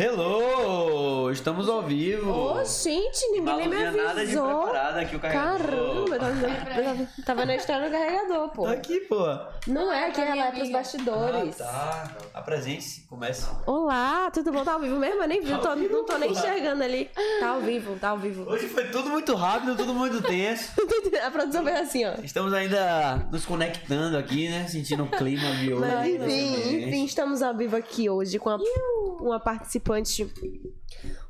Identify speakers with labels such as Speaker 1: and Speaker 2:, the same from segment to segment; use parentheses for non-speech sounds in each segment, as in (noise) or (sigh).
Speaker 1: Hello! Estamos ao vivo!
Speaker 2: Ô, gente, ninguém
Speaker 1: Malu
Speaker 2: nem me
Speaker 1: tinha nada de
Speaker 2: avisou.
Speaker 1: preparada aqui o carregador.
Speaker 2: Caramba, tá eu tava, eu tava- eu tava na história do carregador, pô.
Speaker 1: Tô aqui, pô.
Speaker 2: Não é que ela é pros
Speaker 1: Ah,
Speaker 2: bastidores.
Speaker 1: tá. Apresente-se, comece.
Speaker 2: Olá, tudo bom? Tá ao vivo mesmo? Eu nem vi, tô, não tô nem enxergando ali. Tá ao vivo, tá ao vivo.
Speaker 1: Hoje foi tudo muito rápido, tudo muito tenso.
Speaker 2: (laughs) A produção fez assim, ó.
Speaker 1: Estamos ainda nos conectando aqui, né? Sentindo o clima de hoje.
Speaker 2: Mas enfim,
Speaker 1: né?
Speaker 2: enfim, estamos ao vivo aqui hoje com a- uma participante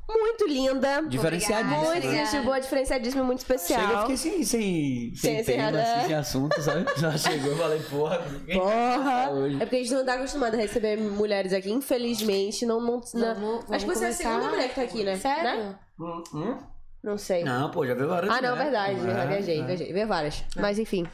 Speaker 2: muito linda.
Speaker 1: Diferenciadíssimo.
Speaker 2: Muito
Speaker 1: né?
Speaker 2: gente boa, diferenciadíssima, muito especial.
Speaker 1: Chega, eu fiquei sem, sem, sem
Speaker 2: Sem- sem
Speaker 1: tema,
Speaker 2: nada.
Speaker 1: assim, sem assunto, sabe? Já chegou, eu falei, porra. ninguém
Speaker 2: Porra!
Speaker 1: tá hoje.
Speaker 2: É porque a gente não tá acostumado a receber mulheres aqui, infelizmente. Não, não, não-
Speaker 3: vamos- vamos
Speaker 2: Acho que você é a
Speaker 3: começar.
Speaker 2: segunda mulher que tá aqui, né?
Speaker 3: Sério?
Speaker 2: Né?
Speaker 1: Hum, hum?
Speaker 2: Não sei.
Speaker 1: Não, pô, já veio várias
Speaker 2: ah, não,
Speaker 1: mulheres.
Speaker 2: verdade.
Speaker 1: É,
Speaker 2: verdade, viajei,
Speaker 1: é.
Speaker 2: viajei. Vê várias. Mas enfim,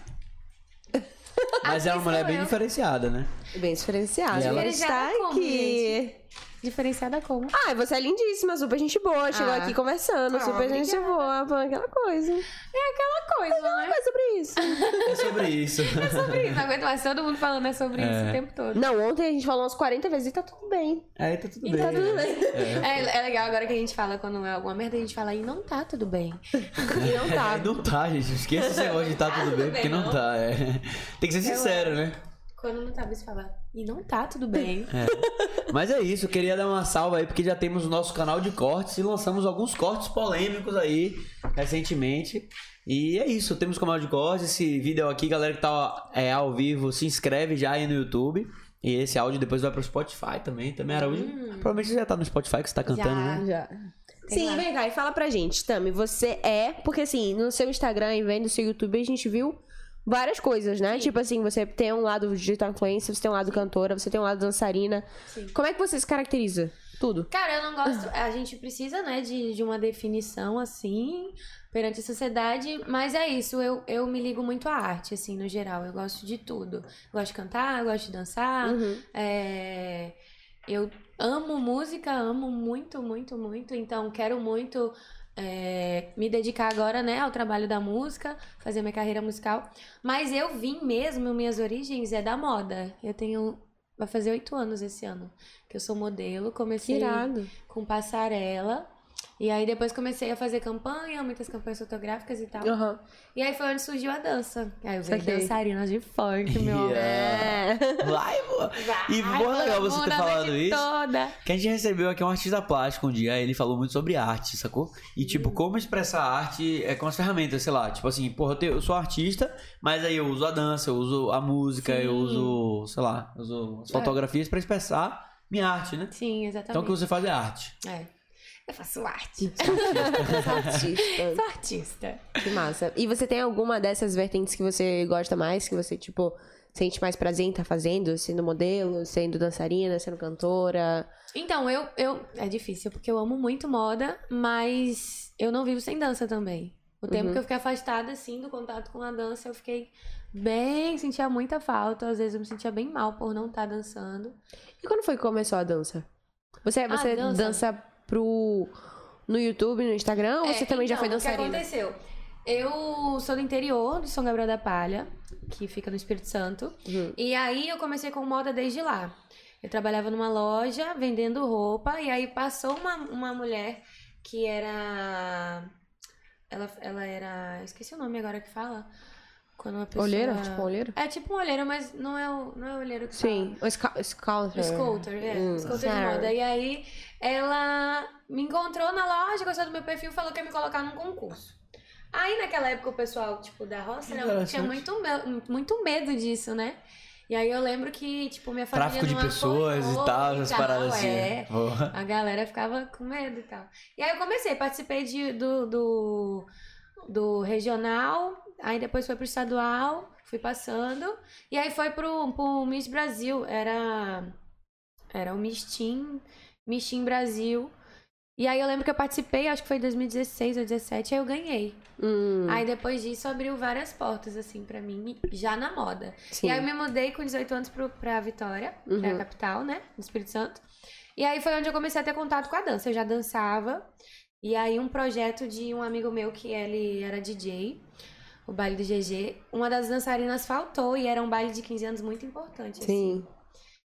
Speaker 1: Mas é uma mulher
Speaker 3: sou
Speaker 1: bem
Speaker 3: eu.
Speaker 1: diferenciada, né?
Speaker 2: bem diferenciada.
Speaker 1: E ela-
Speaker 2: está
Speaker 3: Diferenciada tá como,
Speaker 2: aqui.
Speaker 3: Diferenciada como?
Speaker 2: Ah, você é lindíssima, super gente boa. Chegou
Speaker 3: Ah.
Speaker 2: aqui conversando,
Speaker 3: Ah,
Speaker 2: super gente
Speaker 3: obrigada.
Speaker 2: boa. pô, Aquela coisa.
Speaker 3: É aquela coisa, né?
Speaker 2: Mas sobre isso.
Speaker 1: É sobre isso.
Speaker 3: É sobre isso, não aguento mais todo mundo falando é sobre isso o tempo todo.
Speaker 2: não, ontem a gente falou umas 40 vezes e tá
Speaker 1: (laughs)
Speaker 2: tudo bem.
Speaker 1: (laughs) Aí tá tudo
Speaker 3: E
Speaker 1: bem.
Speaker 3: tá tudo bem.
Speaker 1: É.
Speaker 3: É, é legal agora que a gente fala quando é alguma merda, a gente fala e não tá tudo bem.
Speaker 2: E não
Speaker 1: É,
Speaker 2: tá.
Speaker 1: não tá, gente. Esqueça esse negócio de
Speaker 3: (laughs) Ah,
Speaker 1: tá tudo bem, porque não tá. é. Tem que ser sincero, né?
Speaker 3: Quando não tá, você fala e não tá tudo bem.
Speaker 1: É. Mas é isso, eu queria dar uma salva aí, porque já temos o nosso canal de cortes e lançamos alguns cortes polêmicos aí recentemente. E é isso, temos o canal de cortes, esse vídeo aqui, galera que tá é, ao vivo, se inscreve já aí no YouTube. E esse áudio depois vai pro Spotify também. Também era hoje. Provavelmente já tá no Spotify que você tá cantando,
Speaker 3: Hum. Já.
Speaker 1: né?
Speaker 2: Já.
Speaker 3: Tem
Speaker 2: Sim,
Speaker 3: lá.
Speaker 2: vem cá e fala pra gente, Tami. Você é. Porque assim, no seu Instagram e vem no seu YouTube, a gente viu várias coisas, né? Tipo assim, você tem um lado digital influencer, você tem um lado cantora, você tem um lado dançarina.
Speaker 3: Sim.
Speaker 2: Como é que você se caracteriza? Tudo.
Speaker 3: Cara, eu não gosto. A gente precisa, né, de, de uma definição assim perante a sociedade, mas é isso. Eu, eu me ligo muito à arte, assim, no geral. Eu gosto de tudo. Eu gosto de cantar, eu gosto de dançar.
Speaker 2: Uhum.
Speaker 3: É, eu amo música, amo muito, muito, muito. Então, quero muito é, me dedicar agora, né, ao trabalho da música, fazer minha carreira musical. Mas eu vim mesmo, minhas origens é da moda. Eu tenho. Vai fazer oito anos esse ano que eu sou modelo.
Speaker 2: Que
Speaker 3: Comecei
Speaker 2: irado.
Speaker 3: com passarela. E aí depois comecei a fazer campanha, muitas campanhas fotográficas e tal.
Speaker 2: Aham.
Speaker 3: E aí foi onde surgiu a dança. Aí eu virei
Speaker 2: Ah. Saquei.
Speaker 3: dançarina de
Speaker 2: (laughs)
Speaker 3: funk, meu amor.
Speaker 1: (laughs) Yeah.
Speaker 2: É.
Speaker 1: Vai, pô. E
Speaker 3: Ai,
Speaker 1: boa legal você ter
Speaker 3: vagabunda,
Speaker 1: falado
Speaker 3: noite
Speaker 1: isso.
Speaker 3: Toda.
Speaker 1: Que a gente recebeu aqui um artista plástico um dia, ele falou muito sobre arte, sacou? E
Speaker 3: Uhum.
Speaker 1: tipo, como expressar a arte é com as ferramentas, sei lá, tipo assim, porra, eu, te- eu sou artista, mas aí eu uso a dança, eu uso a música, eu
Speaker 3: Sim. É.
Speaker 1: uso, sei lá, eu uso as fotografias pra expressar minha arte, né?
Speaker 3: Sim,
Speaker 1: Então o que
Speaker 3: exatamente.
Speaker 1: você faz é arte.
Speaker 3: É. Eu faço arte.
Speaker 2: É Artista.
Speaker 3: Sou artista.
Speaker 2: Que massa. E você tem alguma dessas vertentes que você gosta mais, que você, tipo, sente mais prazer em estar fazendo? Sendo modelo, sendo dançarina, sendo cantora?
Speaker 3: Então, eu, eu. É difícil, porque eu amo muito moda, mas eu não vivo sem dança também. O tempo
Speaker 2: Uhum.
Speaker 3: que eu fiquei afastada, assim, do contato com a dança, eu fiquei bem. Sentia muita falta. Às vezes eu me sentia bem mal por não estar dançando.
Speaker 2: E quando foi que começou a dança? Você, você dança.
Speaker 3: Ah, dança?
Speaker 2: pro no YouTube, no Instagram, ou
Speaker 3: É,
Speaker 2: você também já
Speaker 3: então,
Speaker 2: foi
Speaker 3: O que
Speaker 2: dançarina?
Speaker 3: aconteceu? Eu sou do interior de São Gabriel da Palha, que fica no Espírito Santo.
Speaker 2: Uhum.
Speaker 3: E aí eu comecei com moda desde lá. Eu trabalhava numa loja vendendo roupa, e aí passou uma, uma mulher que era. Ela, ela era. Esqueci o nome agora que fala. Quando uma pessoa.
Speaker 2: Olheira? Tipo, olheira?
Speaker 3: É tipo um olheiro, mas não é o, não é o olheiro que fala.
Speaker 2: Sim, o sca-
Speaker 3: O
Speaker 2: Scouter.
Speaker 3: Scouter, é.
Speaker 2: Hum,
Speaker 3: Scouter de
Speaker 2: certo.
Speaker 3: moda. E aí, ela me encontrou na loja, gostou do meu perfil, falou que ia me colocar num concurso. Aí, naquela época, o pessoal, tipo, da roça, né,
Speaker 1: Interessante.
Speaker 3: tinha muito, me- muito medo disso, né? E aí, eu lembro que, tipo, minha família
Speaker 1: Tráfico de
Speaker 3: não
Speaker 1: pessoas
Speaker 3: apoiou
Speaker 1: e tal, essas paradas assim.
Speaker 3: É.
Speaker 1: Porra.
Speaker 3: A galera ficava com medo e tal. E aí eu comecei, participei de, do, do, do regional, aí depois foi pro estadual, fui passando. E aí foi pro, pro Miss Brasil, era, era o Miss Teen, Miss Teen Brasil. E aí eu lembro que eu participei, acho que foi em 2016 ou 2017, aí eu ganhei.
Speaker 2: Hum,
Speaker 3: Aí depois disso abriu várias portas, assim, pra mim, já na moda.
Speaker 2: sim.
Speaker 3: E aí eu me mudei com 18 anos pro, pra Vitória, que é
Speaker 2: Uhum.
Speaker 3: a capital, né? No Espírito Santo. E aí foi onde eu comecei a ter contato com a dança. Eu já dançava. E aí um projeto de um amigo meu que ele era DJ, o baile do GG, uma das dançarinas faltou e era um baile de 15 anos muito importante. assim.
Speaker 2: Sim.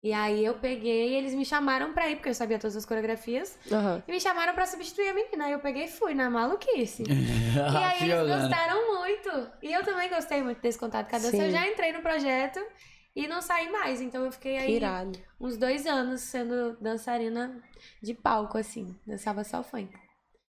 Speaker 3: E aí eu peguei, eles me chamaram pra ir, porque eu sabia todas as coreografias.
Speaker 4: Aham.
Speaker 3: E me chamaram pra substituir a menina. Aí eu peguei e fui na maluquice. E
Speaker 1: (laughs)
Speaker 3: aí eles gostaram muito. E eu também gostei muito desse contato com a dança.
Speaker 4: Sim.
Speaker 3: Eu já entrei no projeto e não saí mais. Então eu fiquei
Speaker 4: Que
Speaker 3: aí
Speaker 4: irado.
Speaker 3: uns dois anos sendo dançarina de palco, assim. Dançava só funk.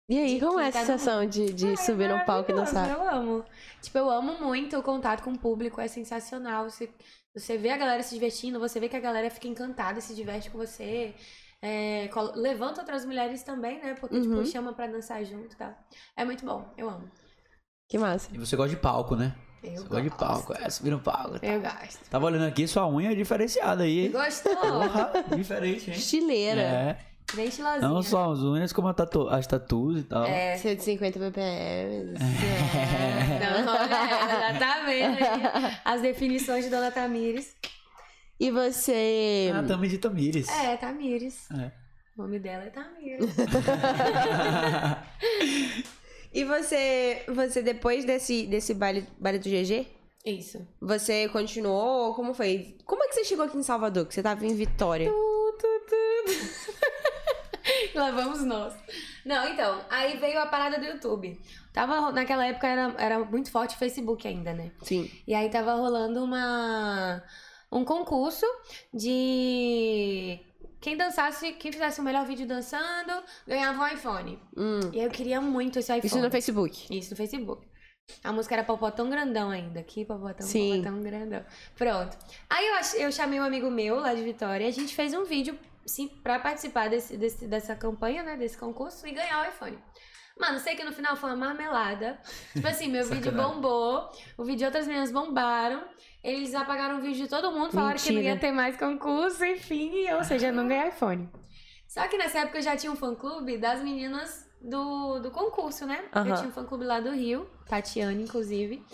Speaker 4: E aí, como é a
Speaker 3: quinta no-
Speaker 4: sensação de, de
Speaker 3: Ai, é
Speaker 4: subir num palco e
Speaker 3: maravilhoso,
Speaker 4: dançar?
Speaker 3: Eu amo. Tipo, eu amo muito o contato com o público, é sensacional. Você, você vê a galera se divertindo, você vê que a galera fica encantada e se diverte com você. É, colo- levanta outras mulheres também, né? Porque,
Speaker 4: Uhum.
Speaker 3: tipo, chama pra dançar junto e tá? tal. É muito bom, eu amo.
Speaker 4: Que massa.
Speaker 1: E você gosta de palco, né?
Speaker 3: Eu
Speaker 1: Você gosta de
Speaker 3: gosto.
Speaker 1: palco, é, subir no palco.
Speaker 3: Eu gosto.
Speaker 1: Tava olhando aqui, sua unha é diferenciada aí. hein?
Speaker 3: Gostou?
Speaker 1: (laughs) Porra, diferente, hein?
Speaker 4: Estileira.
Speaker 1: É,
Speaker 3: Bem estilosinha.
Speaker 1: não só as unhas, como a tatu- as tatuas e tal.
Speaker 3: É.
Speaker 4: 150 ppm.
Speaker 3: Não, não, é, já tá vendo aí as definições de Dona Tamires.
Speaker 4: E você.
Speaker 1: Ah, também de Tamires. (laughs)
Speaker 3: É, Tamires.
Speaker 1: É.
Speaker 3: O nome dela é Tamires.
Speaker 4: E você. Você, depois desse, desse baile, baile do GG,
Speaker 3: Isso.
Speaker 4: você continuou? Como foi? Como é que você chegou aqui em Salvador? Que você tava em Vitória.
Speaker 3: Tu, tu, tu. Lá vamos nós. Não, então, aí veio a parada do YouTube. Tava, naquela época era, era muito forte o Facebook ainda, né?
Speaker 4: Sim.
Speaker 3: E aí tava rolando uma um concurso de quem dançasse, quem fizesse o melhor vídeo dançando, ganhava um iPhone.
Speaker 4: Hum.
Speaker 3: E aí eu queria muito esse iPhone.
Speaker 4: Isso no Facebook.
Speaker 3: Isso é no Facebook. A música era Popotão Grandão ainda. Aqui, Popotão,
Speaker 4: Sim.
Speaker 3: Popotão Grandão. Pronto. Aí eu, ach- eu chamei um amigo meu lá de Vitória. A gente fez um vídeo sim, pra participar desse, desse- dessa campanha, né? Desse concurso e ganhar o iPhone. Mano, sei que no final foi uma
Speaker 4: (laughs)
Speaker 3: marmelada. Tipo assim, meu vídeo
Speaker 1: Sacanagem.
Speaker 3: bombou. O vídeo de outras meninas bombaram. Eles apagaram o vídeo de todo mundo, falaram que não
Speaker 4: Mentira.
Speaker 3: ia ter mais concurso, enfim. Ou seja, eu não ganhei iPhone. Só que nessa época eu já tinha um fã-clube das meninas do, do concurso, né?
Speaker 4: Aham.
Speaker 3: Eu tinha um fã-clube lá do Rio, Tatiane, inclusive.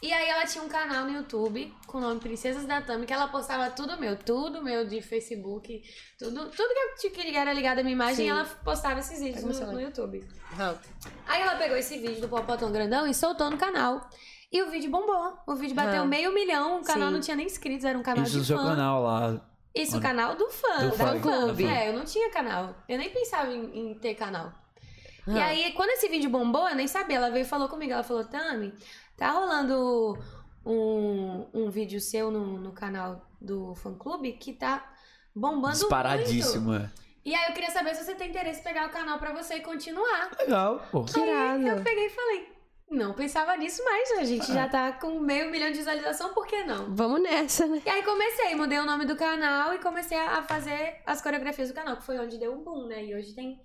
Speaker 3: E aí ela tinha um canal no YouTube com o nome Princesas da Tami, que ela postava tudo meu, tudo meu de Facebook, tudo, tudo que eu tinha que era ligado à minha imagem,
Speaker 4: Sim.
Speaker 3: ela postava esses vídeos
Speaker 4: Pega o
Speaker 3: no,
Speaker 4: celular.
Speaker 3: no YouTube.
Speaker 4: Aham.
Speaker 3: Aí ela pegou esse vídeo do Popotão Grandão e soltou no canal. E o vídeo bombou. O vídeo bateu
Speaker 4: Aham.
Speaker 3: meio milhão, o canal
Speaker 4: Sim.
Speaker 3: não tinha nem inscritos, era um canal
Speaker 1: Isso
Speaker 3: de
Speaker 1: no seu
Speaker 3: fã.
Speaker 1: canal lá.
Speaker 3: Isso, o
Speaker 1: Olha.
Speaker 3: canal do fã,
Speaker 1: Do
Speaker 3: do
Speaker 1: fã,
Speaker 3: fã, clube.
Speaker 1: do fã.
Speaker 3: É, eu não tinha canal. Eu nem pensava em, em ter canal. E
Speaker 2: Ah.
Speaker 3: aí, quando esse vídeo bombou, eu nem sabia. Ela veio e falou comigo. Ela falou, Tami, tá rolando um, um vídeo seu no, no canal do fã clube que tá bombando muito.
Speaker 1: Disparadíssimo. é.
Speaker 3: E aí, eu queria saber se você tem interesse em pegar o canal pra você e continuar.
Speaker 1: Legal, pô.
Speaker 4: Que
Speaker 2: Hum.
Speaker 4: irado.
Speaker 3: Eu peguei e falei, não pensava nisso mais. A gente já tá com meio milhão de visualização, por que não?
Speaker 4: Vamos nessa, né?
Speaker 3: E aí comecei, mudei o nome do canal e comecei a a fazer as coreografias do canal, que foi onde deu um boom, né? E hoje tem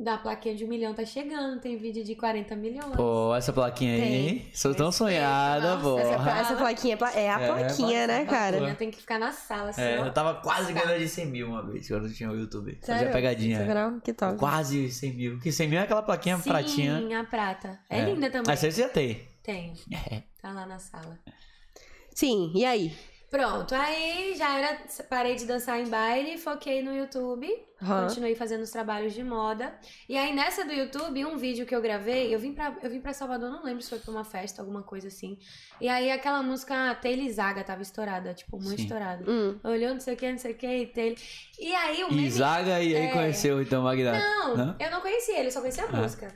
Speaker 3: da plaquinha de um milhão tá chegando, tem vídeo de 40 milhões.
Speaker 1: Pô, essa plaquinha aí,
Speaker 4: Tem.
Speaker 1: hein? Sou tão
Speaker 3: Respeita,
Speaker 1: sonhada,
Speaker 3: nossa,
Speaker 4: Essa,
Speaker 1: porra.
Speaker 3: plaquinha-
Speaker 4: essa plaquinha é pla- é a
Speaker 1: É,
Speaker 4: plaquinha, né,
Speaker 3: Plaquinha
Speaker 4: cara?
Speaker 3: Tem que ficar na sala, assim,
Speaker 1: (laughs) É,
Speaker 3: ó.
Speaker 1: eu tava quase ganhando de 100 mil uma vez, quando eu tinha o YouTube. Fazia
Speaker 4: Sério?
Speaker 1: pegadinha. é.
Speaker 4: Não, que top.
Speaker 1: Quase 100 mil. Porque 100 mil é aquela plaquinha
Speaker 3: Sim,
Speaker 1: pratinha.
Speaker 3: a prata. É, linda também.
Speaker 1: Mas você já tem.
Speaker 3: Tem,
Speaker 1: É.
Speaker 3: tá lá na sala.
Speaker 4: Sim, e aí?
Speaker 3: Pronto, aí já era, parei de dançar em baile, foquei no YouTube,
Speaker 4: Aham.
Speaker 3: continuei fazendo os trabalhos de moda. E aí nessa do YouTube, um vídeo que eu gravei, eu vim pra, eu vim pra Salvador, não lembro se foi pra uma festa, alguma coisa assim. E aí aquela música ah, Taylor Zaga tava estourada, tipo, muito
Speaker 1: Sim.
Speaker 3: estourada.
Speaker 4: Hum.
Speaker 3: Olhou, não sei o que, não sei o que, e Taylor. E aí o
Speaker 1: E
Speaker 3: meme...
Speaker 1: Zaga e aí
Speaker 3: É.
Speaker 1: conheceu então o Magnato.
Speaker 3: Não,
Speaker 1: Hã?
Speaker 3: eu não conhecia ele, só conhecia a
Speaker 1: Ah.
Speaker 3: música.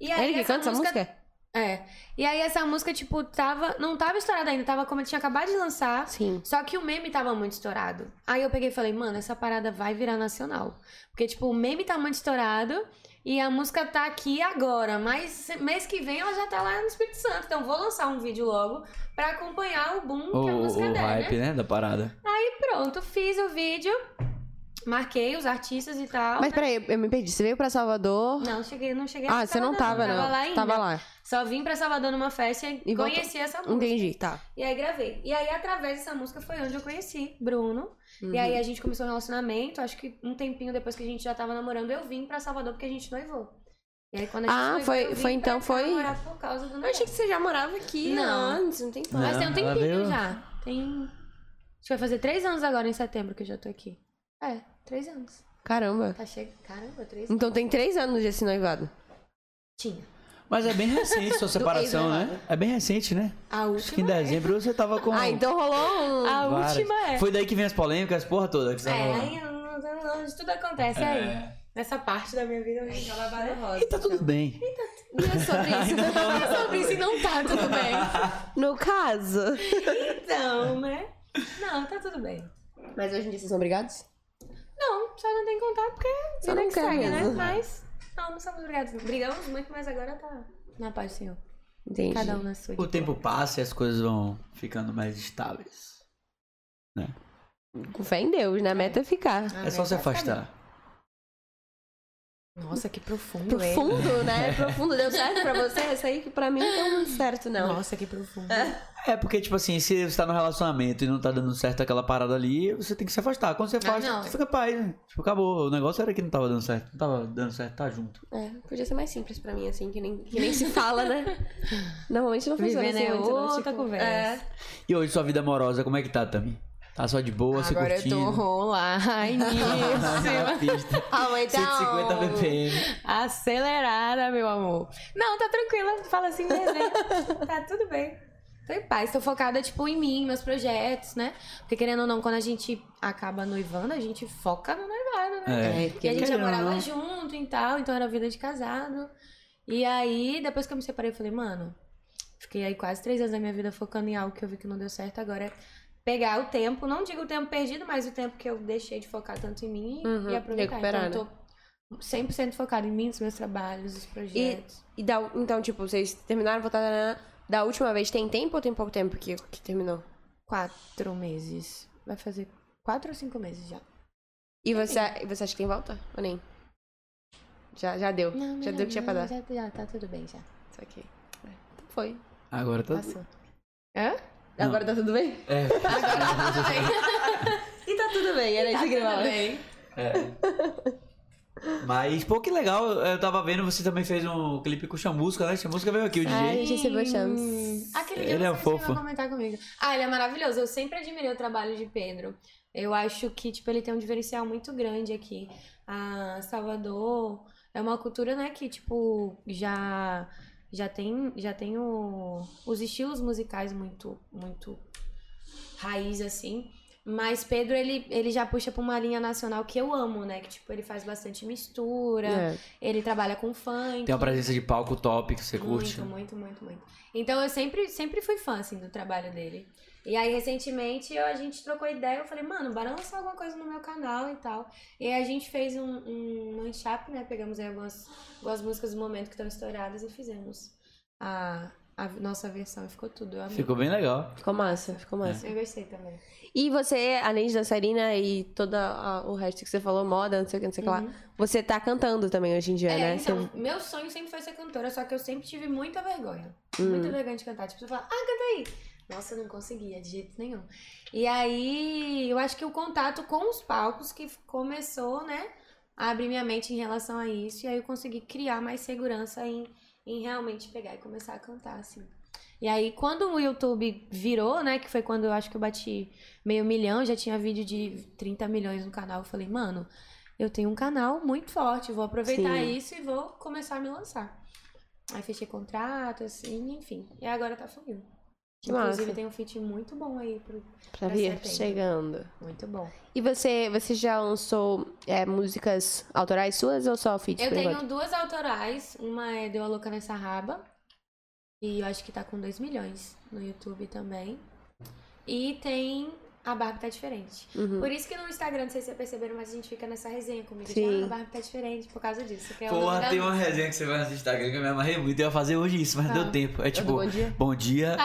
Speaker 3: E aí,
Speaker 4: Ele que
Speaker 3: essa
Speaker 4: canta essa música?
Speaker 3: É. E aí essa música, tipo, tava. Não tava estourada ainda, tava como eu tinha acabado de lançar.
Speaker 4: Sim.
Speaker 3: Só que o meme tava muito estourado. Aí eu peguei e falei, mano, essa parada vai virar nacional. Porque, tipo, o meme tá muito estourado e a música tá aqui agora. Mas mês que vem ela já tá lá no Espírito Santo. Então vou lançar um vídeo logo pra acompanhar o boom
Speaker 1: O,
Speaker 3: que a
Speaker 1: o-
Speaker 3: música
Speaker 1: o
Speaker 3: der, né?
Speaker 1: hype, né? Da parada.
Speaker 3: E pronto, fiz o vídeo, marquei os artistas e tal.
Speaker 4: Mas peraí, eu me perdi. Você veio pra Salvador?
Speaker 3: Não, cheguei, não cheguei
Speaker 4: ah,
Speaker 3: em
Speaker 4: você não tava, não.
Speaker 3: Salvador, né? Tava lá ainda.
Speaker 4: Tava lá.
Speaker 3: Só vim pra Salvador numa festa e,
Speaker 4: E voltou.
Speaker 3: conheci essa música.
Speaker 4: Entendi, tá.
Speaker 3: E aí gravei. E aí, através dessa música, foi onde eu conheci Bruno. E
Speaker 4: Uhum.
Speaker 3: aí a gente começou um relacionamento. Acho que um tempinho depois que a gente já tava namorando, eu vim pra Salvador porque a gente noivou. E aí quando a gente
Speaker 4: Ah,
Speaker 3: noivou,
Speaker 4: foi-
Speaker 3: eu vim
Speaker 4: foi
Speaker 3: pra
Speaker 4: então,
Speaker 3: cá
Speaker 4: foi-
Speaker 3: namorar por causa do
Speaker 4: Eu achei
Speaker 3: namoro.
Speaker 4: que você já morava aqui
Speaker 3: Não.
Speaker 4: antes, não tem como.
Speaker 3: Mas tem um
Speaker 1: Não, ela
Speaker 3: tempinho
Speaker 1: veio-
Speaker 3: já. Tem. Acho que vai fazer três anos agora em setembro que eu já tô aqui. É, três anos.
Speaker 4: Caramba. Hum.
Speaker 3: Tá chegando. Caramba, três anos.
Speaker 4: Então tem três anos desse noivado.
Speaker 3: Tinha.
Speaker 1: Mas é bem
Speaker 3: (laughs)
Speaker 1: recente sua separação, né?
Speaker 2: ex-namorado.
Speaker 1: É bem recente, né?
Speaker 3: A
Speaker 1: Acho que em
Speaker 3: última.
Speaker 1: dezembro você tava com.
Speaker 2: Ah, então rolou um.
Speaker 3: A
Speaker 1: várias.
Speaker 3: última é.
Speaker 1: Foi daí que vem as polêmicas, porra toda. Que você
Speaker 3: É,
Speaker 1: tava-
Speaker 3: aí não- não- não- tudo acontece
Speaker 1: É.
Speaker 3: aí. Nessa parte da minha vida eu
Speaker 5: Fica lavada rosa.
Speaker 1: E tá tudo bem.
Speaker 3: Não é sobre isso. Não é sobre isso e não tá tudo bem.
Speaker 2: No caso.
Speaker 3: Então, né? Não, tá tudo bem.
Speaker 2: Mas hoje em dia vocês são brigados?
Speaker 3: Não, só não tem contato porque
Speaker 2: Só
Speaker 3: vida
Speaker 2: não
Speaker 3: que
Speaker 2: quer
Speaker 3: segue, né?
Speaker 2: mesmo.
Speaker 3: Mas, não, não somos brigados. não. Brigamos muito, mas agora tá na paz do Senhor.
Speaker 2: Entendi.
Speaker 3: Cada um na sua.
Speaker 1: O tempo passa e as coisas vão ficando mais estáveis.
Speaker 3: um.
Speaker 2: Com fé em Deus, né? A meta é ficar.
Speaker 3: Ah,
Speaker 1: é só se afastar.
Speaker 5: Nossa, que profundo, hein?
Speaker 2: Profundo, né? Profundo. Deu certo pra você? Essa aí que pra mim não deu muito certo, não.
Speaker 5: Nossa, que profundo.
Speaker 1: É porque, tipo assim, se você tá no relacionamento e não tá dando certo aquela parada ali, você tem que se afastar. Quando você afasta,
Speaker 3: Ah, não.
Speaker 1: você fica paz. né? Tipo, acabou. O negócio era que não tava dando certo. Não tava dando certo, tá junto.
Speaker 2: É, podia ser mais simples pra mim, assim, que nem, que nem se fala, né? Normalmente não funciona
Speaker 3: Vivendo
Speaker 2: assim
Speaker 3: é
Speaker 2: muito, não,
Speaker 3: outra
Speaker 2: tipo,
Speaker 3: conversa.
Speaker 2: é.
Speaker 1: E hoje sua vida amorosa, como é que tá, Tami? Tá só de boa, se
Speaker 5: Agora eu
Speaker 1: curtindo?
Speaker 3: (laughs)
Speaker 5: tô
Speaker 1: Na (laughs)
Speaker 5: onliníssima.
Speaker 1: pista.
Speaker 2: Ah, mas então...
Speaker 1: 150 BPM.
Speaker 5: Acelerada, meu amor.
Speaker 3: Não, tá tranquila. Fala
Speaker 2: (laughs)
Speaker 3: assim, desenho. tá tudo bem. Tô em paz, tô focada, tipo, em mim, meus projetos, né? Porque querendo ou não, quando a gente acaba noivando, a gente foca no noivado, né?
Speaker 1: É.
Speaker 3: Porque a gente já
Speaker 1: Querendo ou
Speaker 3: morava
Speaker 1: não.
Speaker 3: junto e tal, então era vida de casado. E aí, depois que eu me separei, eu falei, mano, fiquei aí quase três anos da minha vida focando em algo que eu vi que não deu certo. Agora é pegar o tempo, não digo o tempo perdido, mas o tempo que eu deixei de focar tanto em mim
Speaker 2: Uhum,
Speaker 3: e aproveitar.
Speaker 2: recuperar,
Speaker 3: então eu tô 100% focada em mim, nos meus trabalhos, os projetos.
Speaker 2: E da, então, tipo, vocês terminaram, voltaram... Da última vez, tem tempo ou tem pouco tempo que, que terminou?
Speaker 3: Quatro meses. Vai fazer quatro ou cinco meses já.
Speaker 2: E você, e você acha que tem volta? Ou nem? Já, já deu.
Speaker 3: Não,
Speaker 2: já
Speaker 3: não,
Speaker 2: deu o que tinha pra
Speaker 3: não,
Speaker 2: dar.
Speaker 3: Já, já tá tudo bem já.
Speaker 2: Isso aqui. É, Então foi.
Speaker 1: Agora tá.
Speaker 2: Passou. Hã?
Speaker 1: Não.
Speaker 2: Agora tá tudo bem?
Speaker 1: É.
Speaker 2: (laughs)
Speaker 3: (laughs)
Speaker 2: E tá tudo bem, era isso que eu falava.
Speaker 1: é. Mas, pô, que legal. Eu tava vendo, você também fez um clipe com o Chamusca, né? Chamusca veio aqui, o DJ.
Speaker 2: Ai, A gente recebeu a chance.
Speaker 3: Hum, Aquele
Speaker 1: Ele
Speaker 3: dia
Speaker 1: é
Speaker 3: eu não sei se
Speaker 1: fofo.
Speaker 3: vai comentar comigo. Ah, ele é maravilhoso. Eu sempre admirei o trabalho de Pedro. Eu acho que, tipo, ele tem um diferencial muito grande aqui. Ah, Salvador é uma cultura, né, que, tipo, já, já tem, já tem o- os estilos musicais muito, muito raiz, assim. Mas Pedro, ele, ele já puxa pra uma linha nacional que eu amo, né? Que, tipo, ele faz bastante mistura.
Speaker 2: É.
Speaker 3: Ele trabalha com funk.
Speaker 1: Tem uma presença de palco top que você curte.
Speaker 3: Muito, muito, muito, muito. Então eu sempre, sempre fui fã, assim, do trabalho dele. E aí, recentemente, eu- a gente trocou ideia. Eu falei, mano, bora lançar alguma coisa no meu canal e tal. E aí a gente fez um, um mashup, né? Pegamos aí algumas, algumas músicas do momento que estão estouradas e fizemos a, a nossa versão. E ficou tudo. Eu amei.
Speaker 1: Ficou bem legal.
Speaker 2: Ficou massa, ficou massa.
Speaker 3: Eu gostei também.
Speaker 2: E você, além de dançarina e todo o resto que você falou, moda, não sei o que, não sei o que
Speaker 3: Uhum.
Speaker 2: lá, você tá cantando também hoje em dia,
Speaker 3: É,
Speaker 2: né?
Speaker 3: então,
Speaker 2: Você-
Speaker 3: meu sonho sempre foi ser cantora, só que eu sempre tive muita vergonha.
Speaker 2: é um, Hum.
Speaker 3: Muita vergonha de cantar. Tipo, você fala, ah, canta aí. Nossa, eu não conseguia de jeito nenhum. E aí, eu acho que o contato com os palcos que começou, né, a abrir minha mente em relação a isso. E aí eu consegui criar mais segurança em, em realmente pegar e começar a cantar, assim. E aí, quando o YouTube virou, né, que foi quando eu acho que eu bati meio milhão, já tinha vídeo de 30 milhões no canal, eu falei, mano, eu tenho um canal muito forte, vou aproveitar
Speaker 2: Sim.
Speaker 3: isso e vou começar a me lançar. Aí fechei contrato, assim, enfim. E agora tá fluindo.
Speaker 2: Que
Speaker 3: Inclusive
Speaker 2: massa.
Speaker 3: tem um feat muito bom aí pro...
Speaker 2: pra
Speaker 3: pra
Speaker 2: vir
Speaker 3: setembro.
Speaker 2: chegando.
Speaker 3: Muito bom.
Speaker 2: E você, você já lançou é, músicas autorais suas ou só feat?
Speaker 3: Eu
Speaker 2: por
Speaker 3: tenho
Speaker 2: enquanto?
Speaker 3: duas autorais. Uma é Deu a Louca Nessa Raba. E eu acho que tá com 2 milhões no YouTube também. E tem A Barbie Tá Diferente.
Speaker 2: Uhum.
Speaker 3: Por isso que no Instagram, não sei se vocês perceberam, mas a gente fica nessa resenha comigo. de,
Speaker 2: Sim.
Speaker 3: Ah, a Barbie Tá Diferente por causa disso. Que é o nome
Speaker 1: Porra,
Speaker 3: da
Speaker 1: tem uma
Speaker 3: música.
Speaker 1: resenha que você vai no Instagram que eu me amarrei muito. Eu ia fazer hoje isso, mas não deu tempo. É
Speaker 2: Eu dou
Speaker 1: tipo,
Speaker 2: bom dia.
Speaker 1: bom dia.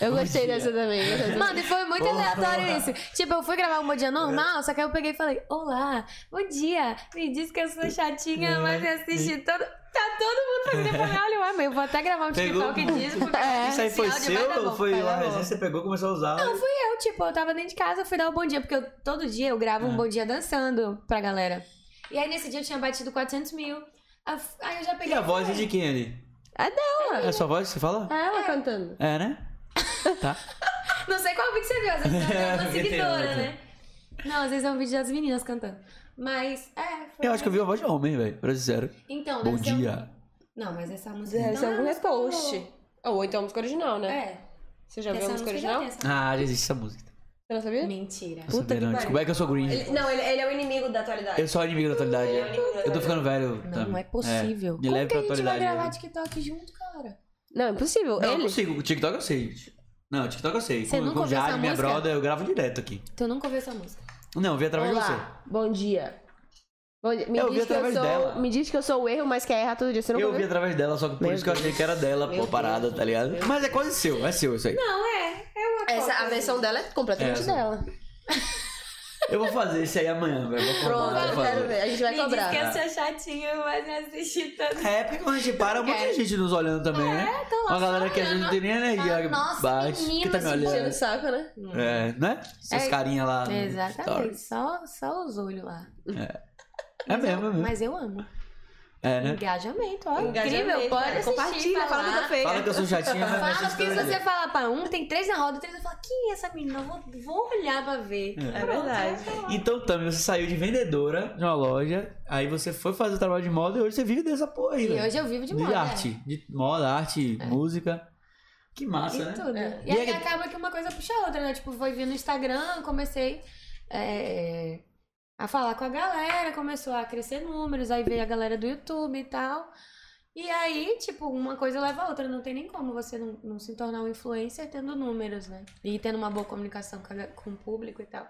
Speaker 2: Eu
Speaker 1: Bom
Speaker 2: gostei
Speaker 1: dia.
Speaker 2: dessa também. eu gostei dessa.
Speaker 3: Mano, e foi muito
Speaker 1: Porra. É.
Speaker 3: aleatório isso. Tipo, eu fui gravar um Bom Dia Normal, só que aí eu peguei e falei, olá, bom dia. Me diz que eu sou
Speaker 1: É,
Speaker 3: chatinha, mas me assisti todo... Tá todo mundo fazendo. Eu falei, olha, ué, mãe, eu vou até gravar um
Speaker 1: Pegou.
Speaker 3: TikTok
Speaker 1: (laughs)
Speaker 3: disso. Porque
Speaker 2: É.
Speaker 1: isso aí
Speaker 3: esse
Speaker 1: foi
Speaker 3: áudio vai dar
Speaker 1: seu?
Speaker 3: bom,
Speaker 1: Foi
Speaker 3: vai
Speaker 1: uma
Speaker 3: dar bom.
Speaker 1: resenha que você pegou e começou a usar? Não,
Speaker 3: Eu, tipo, eu tava dentro de casa, eu fui dar o bom dia, porque eu, todo dia eu gravo
Speaker 1: É.
Speaker 3: um bom dia dançando pra galera. E aí nesse dia eu tinha batido 400 mil. Aí eu f- Aí eu já peguei.
Speaker 1: E a voz é
Speaker 3: falei,
Speaker 1: de quem ali?
Speaker 2: É
Speaker 1: É a sua voz que você fala?
Speaker 2: Ah, ela cantando.
Speaker 1: É, né? Tá.
Speaker 3: Não sei qual vídeo você viu,
Speaker 1: (laughs)
Speaker 3: às vezes eu uma
Speaker 1: Porque tem
Speaker 3: seguidora,
Speaker 1: outra.
Speaker 3: né? Não, às vezes é um vídeo das meninas cantando. Mas, é. foi-
Speaker 1: Eu acho que eu vi a voz de homem, velho, pra ser sincero.
Speaker 3: Então,
Speaker 1: Bom
Speaker 3: deve ser um-
Speaker 1: dia.
Speaker 3: Não, mas essa música.
Speaker 4: Essa é
Speaker 3: não
Speaker 4: algum
Speaker 3: música do-
Speaker 4: repost. Ou então a música original, né?
Speaker 3: É.
Speaker 4: Você já
Speaker 3: Essa
Speaker 4: viu a música
Speaker 3: música já
Speaker 4: original?
Speaker 3: tem
Speaker 4: Você
Speaker 3: essa
Speaker 1: Ah, já existe essa música.
Speaker 4: não sabia?
Speaker 3: Mentira.
Speaker 1: Nossa,
Speaker 4: Puta que
Speaker 1: verdade.
Speaker 4: pariu.
Speaker 1: Como é que eu sou green?
Speaker 4: Ele- não, ele, ele é o inimigo da atualidade.
Speaker 1: Eu sou inimigo da atualidade. é. Eu tô ficando velho.
Speaker 3: Não,
Speaker 1: tá?
Speaker 3: não é possível.
Speaker 1: me leve pra
Speaker 3: Como que a gente vai
Speaker 1: atualidade,
Speaker 3: gravar
Speaker 1: né?
Speaker 3: TikTok junto, cara?
Speaker 4: Não, impossível.
Speaker 1: Não, eu
Speaker 4: ele.
Speaker 1: consigo. O TikTok eu sei. Não, o TikTok eu sei.
Speaker 3: Você
Speaker 1: com
Speaker 3: nunca
Speaker 1: com
Speaker 3: ouviu
Speaker 1: Jade,
Speaker 3: essa
Speaker 1: minha
Speaker 3: música?
Speaker 1: brother, eu gravo direto aqui.
Speaker 3: Tu nunca ouviu essa música.
Speaker 1: Não, eu vi através de você.
Speaker 4: Olá, bom dia. Bom dia. Me,
Speaker 1: Eu
Speaker 4: diz
Speaker 1: vi
Speaker 4: que eu
Speaker 1: através dela.
Speaker 4: sou, me diz que eu sou o erro, mas quer errar todo dia. Você não
Speaker 1: Eu vi através dela, só que por
Speaker 4: Meu
Speaker 1: isso que eu achei que era dela, pô,
Speaker 4: Meu
Speaker 1: parada,
Speaker 4: Deus.
Speaker 1: tá ligado? Mas é quase seu, é seu isso aí.
Speaker 3: Não, é. É uma
Speaker 4: Essa, a
Speaker 3: cópia.
Speaker 4: versão dela é completamente
Speaker 1: É.
Speaker 4: dela.
Speaker 1: Eu vou fazer isso aí amanhã, velho. Vou
Speaker 4: Pronto,
Speaker 1: comprar,
Speaker 4: eu
Speaker 1: vou
Speaker 4: quero
Speaker 1: fazer.
Speaker 4: ver. A gente vai
Speaker 3: Me diz
Speaker 4: cobrar.
Speaker 3: que é eu
Speaker 1: Ah.
Speaker 3: sou chatinho, mas me assisti tanto.
Speaker 1: É, porque quando a gente para, um monte de gente nos olhando também, né?
Speaker 3: tão lá
Speaker 1: Uma
Speaker 3: só
Speaker 1: galera que a gente não tem nem energia
Speaker 3: Ah, É, Então, nossa,
Speaker 1: baixa, que tá me
Speaker 3: meninos,
Speaker 4: Cheio
Speaker 1: olhando.
Speaker 4: no saco, né?
Speaker 3: Hum.
Speaker 1: É, né? Essas
Speaker 3: É.
Speaker 1: carinhas lá. no
Speaker 3: Exatamente.
Speaker 1: story.
Speaker 3: Só, só os olhos lá.
Speaker 1: É mesmo, é mesmo.
Speaker 3: Mas eu amo.
Speaker 1: É, né?
Speaker 3: Engajamento, ó.
Speaker 4: Engajamento,
Speaker 3: incrível. Pode
Speaker 4: né?
Speaker 3: assistir.
Speaker 4: Compartilha,
Speaker 3: vai
Speaker 4: fala que eu
Speaker 3: lá.
Speaker 4: tô feia.
Speaker 1: Fala que eu sou chatinha, mas
Speaker 3: Fala,
Speaker 1: mexe
Speaker 3: porque se
Speaker 1: história.
Speaker 3: você fala pra um, tem três na roda, três vai falar, quem é essa menina? Eu vou, vou olhar pra ver.
Speaker 1: É.
Speaker 4: É verdade.
Speaker 1: Então, Tami, você saiu de vendedora de uma loja, aí você foi fazer trabalho de moda e hoje você vive dessa porra aí,
Speaker 3: E
Speaker 1: velho.
Speaker 3: hoje eu vivo de
Speaker 1: de,
Speaker 3: moda. é.
Speaker 1: arte. De moda, arte, música. Que
Speaker 3: E
Speaker 1: massa, né?
Speaker 3: tudo.
Speaker 4: É.
Speaker 3: E,
Speaker 1: E
Speaker 3: aí
Speaker 1: é que-
Speaker 3: acaba que uma coisa puxa a outra, né? Tipo, foi vir no Instagram, comecei é, a falar com a galera, começou a crescer números, aí veio a galera do YouTube e tal. E aí, tipo, uma coisa leva a outra. Não tem nem como você não, não se tornar um influencer tendo números, né? E tendo uma boa comunicação com, a ga- com o público e tal.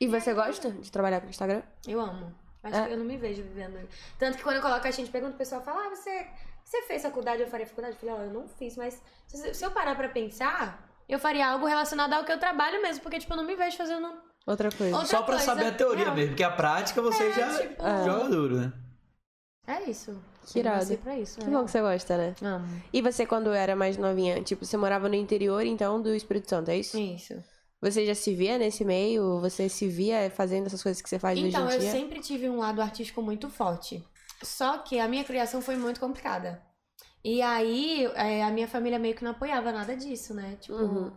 Speaker 4: E você gosta de trabalhar com o Instagram?
Speaker 3: Eu amo. Acho
Speaker 4: É.
Speaker 3: que eu não me vejo vivendo. Tanto que quando eu coloco a gente pergunta, o pessoal fala: Ah, você, você fez faculdade, eu faria faculdade? Eu falei, ó, eu não fiz, mas se, se eu parar pra pensar, eu faria algo relacionado ao que eu trabalho mesmo, porque, tipo, eu não me vejo fazendo
Speaker 4: Outra coisa.
Speaker 3: outra
Speaker 1: Só pra
Speaker 3: coisa.
Speaker 1: saber a teoria
Speaker 3: Não,
Speaker 1: mesmo, porque a prática você já
Speaker 3: tipo,
Speaker 1: joga duro, né?
Speaker 3: É isso.
Speaker 4: Que
Speaker 3: Eu
Speaker 4: irado.
Speaker 3: nasci pra isso.
Speaker 4: Que
Speaker 3: né?
Speaker 4: bom que você gosta, né?
Speaker 3: Amo.
Speaker 4: E você, quando era mais novinha, tipo, você morava no interior, então, do Espírito Santo, é isso?
Speaker 3: Isso.
Speaker 4: Você já se via nesse meio? Você se via fazendo essas coisas que você faz
Speaker 3: Então,
Speaker 4: hoje em
Speaker 3: eu
Speaker 4: dia?
Speaker 3: sempre tive um lado artístico muito forte. Só que a minha criação foi muito complicada. E aí, é, a minha família meio que não apoiava nada disso, né? Tipo.
Speaker 4: Uhum.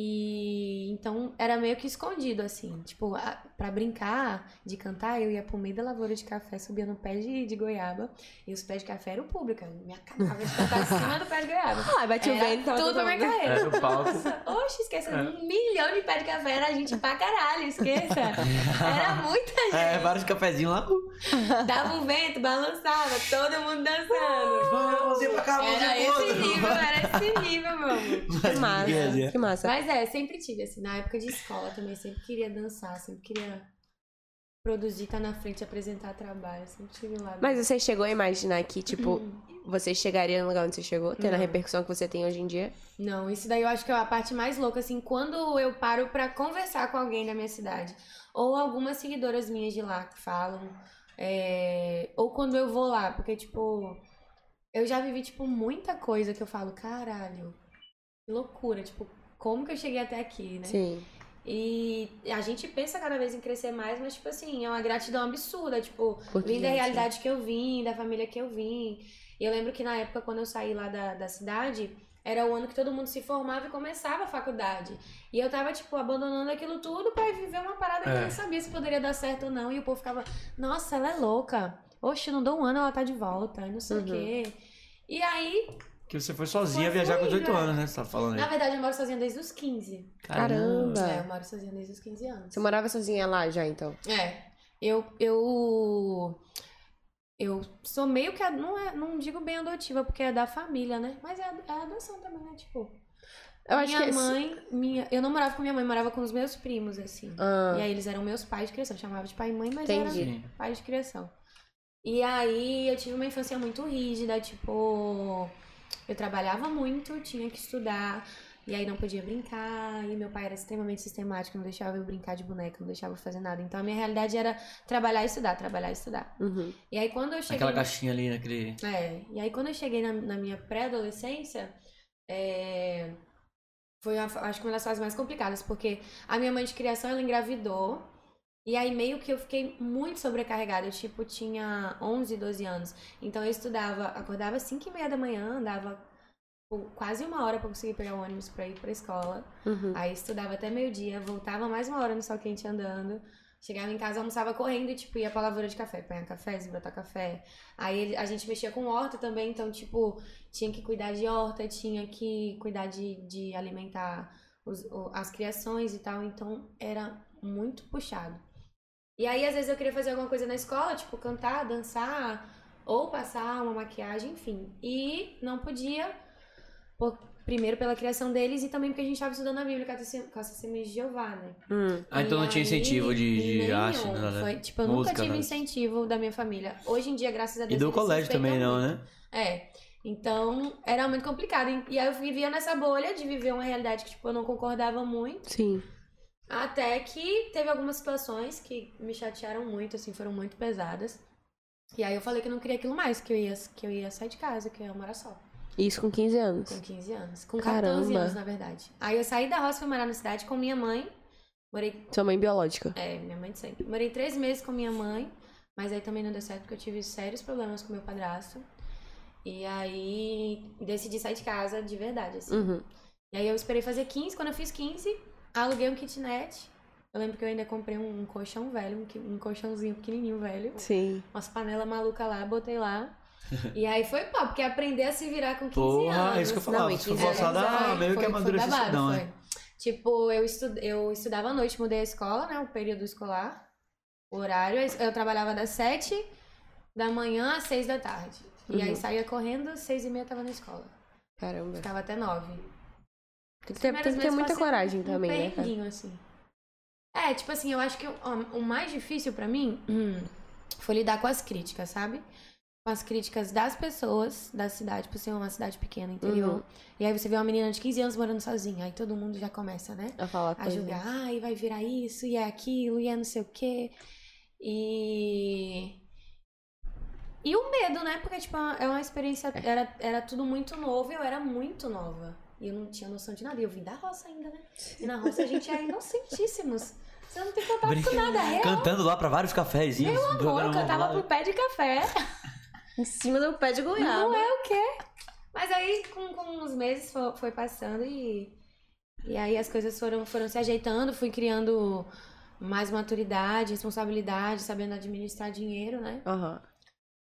Speaker 3: E então era meio que escondido, assim. Tipo, a- pra brincar de cantar, eu ia pro meio da lavoura de café, subia no pé de, de goiaba. E os pés de café eram público. eu Me acabava de cantar em cima do pé de goiaba.
Speaker 4: (laughs) Ah, bate o
Speaker 3: Era
Speaker 4: vento, tava
Speaker 3: tudo
Speaker 4: todo
Speaker 3: pra minha
Speaker 4: mundo-
Speaker 3: carreira.
Speaker 1: É, no
Speaker 3: (laughs)
Speaker 1: palco.
Speaker 3: Nossa, oxe, esqueça.
Speaker 1: É.
Speaker 3: Um milhão de pé de café era gente pra caralho,
Speaker 1: (laughs)
Speaker 3: esqueça. Era muita gente.
Speaker 1: É, vários cafezinhos lá. Uh,
Speaker 3: Dava um vento, balançava, todo mundo dançando.
Speaker 1: Mãozinha pra cá, mãozinha
Speaker 3: Era
Speaker 1: pro
Speaker 3: esse
Speaker 1: outro.
Speaker 3: nível, era esse nível, meu amor.
Speaker 4: (laughs) Que massa, que massa.
Speaker 3: Mas é, sempre tive, assim, na época de escola também, sempre queria dançar, sempre queria produzir, estar na frente, apresentar trabalho, sempre tive lá. Hum.
Speaker 4: Mas você chegou a imaginar que, tipo, você chegaria no lugar onde você chegou, tendo a
Speaker 3: Uhum. Não.
Speaker 4: repercussão que você tem hoje em dia?
Speaker 3: Não, isso daí eu acho que é a parte mais louca, assim, quando eu paro pra conversar com alguém da minha cidade, ou algumas seguidoras minhas de lá que falam, é, ou quando eu vou lá, porque, tipo, eu já vivi, tipo, muita coisa que eu falo, caralho, que loucura, tipo, como que eu cheguei até aqui, né?
Speaker 4: Sim.
Speaker 3: E a gente pensa cada vez em crescer mais, mas, tipo assim, é uma gratidão absurda. Tipo,
Speaker 4: Porque,
Speaker 3: vim da
Speaker 4: gente,
Speaker 3: realidade que eu vim, da família que eu vim. E eu lembro que na época, quando eu saí lá da, da cidade, era o ano que todo mundo se formava e começava a faculdade. E eu tava, tipo, abandonando aquilo tudo pra viver uma parada que
Speaker 1: É.
Speaker 3: eu nem sabia se poderia dar certo ou não. E o povo ficava, nossa, ela é louca. Oxe, não dou um ano, ela tá de volta, e não sei
Speaker 4: Uhum.
Speaker 3: o quê. E aí,
Speaker 1: Que você foi sozinha
Speaker 3: Foi
Speaker 1: viajar com
Speaker 3: fluindo,
Speaker 1: 18
Speaker 3: é.
Speaker 1: anos, né? Você tá falando
Speaker 3: na
Speaker 1: aí.
Speaker 3: verdade, eu moro sozinha desde os 15.
Speaker 4: Caramba.
Speaker 3: É, eu moro sozinha desde os 15 anos.
Speaker 4: Você morava sozinha lá já, então?
Speaker 3: É, eu, eu, eu sou meio que, a- não, é, não digo bem adotiva, porque é da família, né? Mas é, a- é a adoção também, né? Tipo,
Speaker 4: Eu acho
Speaker 3: minha
Speaker 4: que... é assim.
Speaker 3: mãe, minha, eu não morava com minha mãe, morava com os meus primos, assim.
Speaker 4: Ah,
Speaker 3: E aí eles eram meus pais de criação, chamava de pai e mãe, mas eram
Speaker 4: Entendi.
Speaker 1: Sim.
Speaker 3: pais de criação. E aí eu tive uma infância muito rígida, tipo, eu trabalhava muito, tinha que estudar, e aí não podia brincar, e meu pai era extremamente sistemático, não deixava eu brincar de boneca, não deixava eu fazer nada. Então a minha realidade era trabalhar e estudar, trabalhar e estudar.
Speaker 4: uhum.
Speaker 3: E aí quando eu cheguei.
Speaker 1: Aquela caixinha ali, né, naquele...
Speaker 3: É, e aí quando eu cheguei na, na minha pré-adolescência, é, foi uma fa- acho que uma das fases mais complicadas, porque a minha mãe de criação, ela engravidou, e aí meio que eu fiquei muito sobrecarregada, eu tipo tinha 11, 12 anos, então eu estudava, acordava às 5 e meia da manhã, andava tipo, quase uma hora pra conseguir pegar o ônibus pra ir pra escola,
Speaker 4: Uhum.
Speaker 3: Aí estudava até meio-dia, voltava mais uma hora no sol quente andando. Chegava em casa, almoçava correndo e, tipo, ia pra lavoura de café, apanhar café, desbrotar café. Aí ele- a gente mexia com horta também, então, tipo, tinha que cuidar de horta, tinha que cuidar de, de alimentar os- o- as criações e tal, então era muito puxado. E aí, às vezes, eu queria fazer alguma coisa na escola, tipo, cantar, dançar, ou passar uma maquiagem, enfim. E não podia, por- primeiro pela criação deles e também porque a gente estava estudando a Bíblia com a tece- com a Testemunha de Jeová, né?
Speaker 4: Hum.
Speaker 1: Ah, então não
Speaker 3: E
Speaker 1: tinha
Speaker 3: aí,
Speaker 1: incentivo de, de
Speaker 3: nenhum.
Speaker 1: arte, nada. né?
Speaker 3: Foi, tipo, eu
Speaker 1: Música,
Speaker 3: nunca tive
Speaker 1: nada.
Speaker 3: incentivo da minha família. Hoje em dia, graças a Deus.
Speaker 1: E do
Speaker 3: eles
Speaker 1: colégio também
Speaker 3: respeitam
Speaker 1: não,
Speaker 3: muito.
Speaker 1: né?
Speaker 3: É. Então, era muito complicado. E- E aí eu vivia nessa bolha de viver uma realidade que, tipo, eu não concordava muito.
Speaker 4: Sim.
Speaker 3: Até que teve algumas situações que me chatearam muito, assim, foram muito pesadas. E aí eu falei que eu não queria aquilo mais, que eu ia, que eu ia sair de casa, que eu ia morar só.
Speaker 4: Isso com 15 anos.
Speaker 3: Com 15 anos. Com
Speaker 4: Caramba.
Speaker 3: 14 anos, na verdade. Aí eu saí da roça, fui morar na cidade com minha mãe. Morei
Speaker 4: Sua mãe biológica.
Speaker 3: é, minha mãe de sempre. Morei três meses com minha mãe, mas aí também não deu certo porque eu tive sérios problemas com meu padrasto. E aí decidi sair de casa de verdade, assim.
Speaker 4: Uhum.
Speaker 3: E aí eu esperei fazer 15, quando eu fiz 15, aluguei um kitnet. Eu lembro que eu ainda comprei um, um colchão velho, um, qui- um colchãozinho pequenininho velho.
Speaker 4: Sim.
Speaker 3: Umas panelas malucas lá,
Speaker 1: (laughs)
Speaker 3: botei lá. E aí foi pau, porque aprender a se virar com 15 anos.
Speaker 1: Porra, é isso que eu falava.
Speaker 4: Não,
Speaker 1: Você foi
Speaker 4: e 15
Speaker 1: forçada
Speaker 3: anos,
Speaker 1: a
Speaker 3: foi-
Speaker 1: meio que
Speaker 3: foi-
Speaker 1: amadurecer
Speaker 3: foi babado,
Speaker 1: isso, não,
Speaker 3: foi.
Speaker 1: né?
Speaker 3: Tipo, eu, estu- eu estudava à noite, mudei a escola, né? O período escolar, o horário. Eu trabalhava das sete da manhã às seis da tarde. E aí
Speaker 4: Uhum.
Speaker 3: saía correndo, seis e meia eu tava na escola.
Speaker 4: Caramba.
Speaker 3: Ficava até nove.
Speaker 4: Tem que ter, tem que ter muita coragem também, né? cara?
Speaker 3: né? assim. É, tipo assim, eu acho que o- o mais difícil pra mim hum, foi lidar com as críticas, sabe? Com as críticas das pessoas da cidade, por ser uma cidade pequena, interior.
Speaker 4: Uhum.
Speaker 3: E aí você vê uma menina de 15 anos morando sozinha, aí todo mundo já começa, né?
Speaker 4: A falar
Speaker 3: a
Speaker 4: coisa.
Speaker 3: julgar, ai, vai virar isso, e é aquilo, e é não sei o quê. E. E o medo, né? Porque, tipo, é uma experiência. Era, era tudo muito novo e eu era muito nova. E eu não tinha noção de nada. E eu vim da roça ainda, né? E na roça a gente é inocentíssimos. Você não tem contato
Speaker 1: Brinca-
Speaker 3: com nada, é real.
Speaker 1: Cantando lá pra vários cafezinhos. Meu
Speaker 3: Amor, eu cantava pro pé de café.
Speaker 4: Em cima do pé de
Speaker 3: Não
Speaker 4: goiaba.
Speaker 3: é o quê? Mas aí, com, com uns meses, fo- foi, passando e. E aí as coisas foram, foram se ajeitando, fui criando mais maturidade, responsabilidade, sabendo administrar dinheiro, né?
Speaker 4: Aham.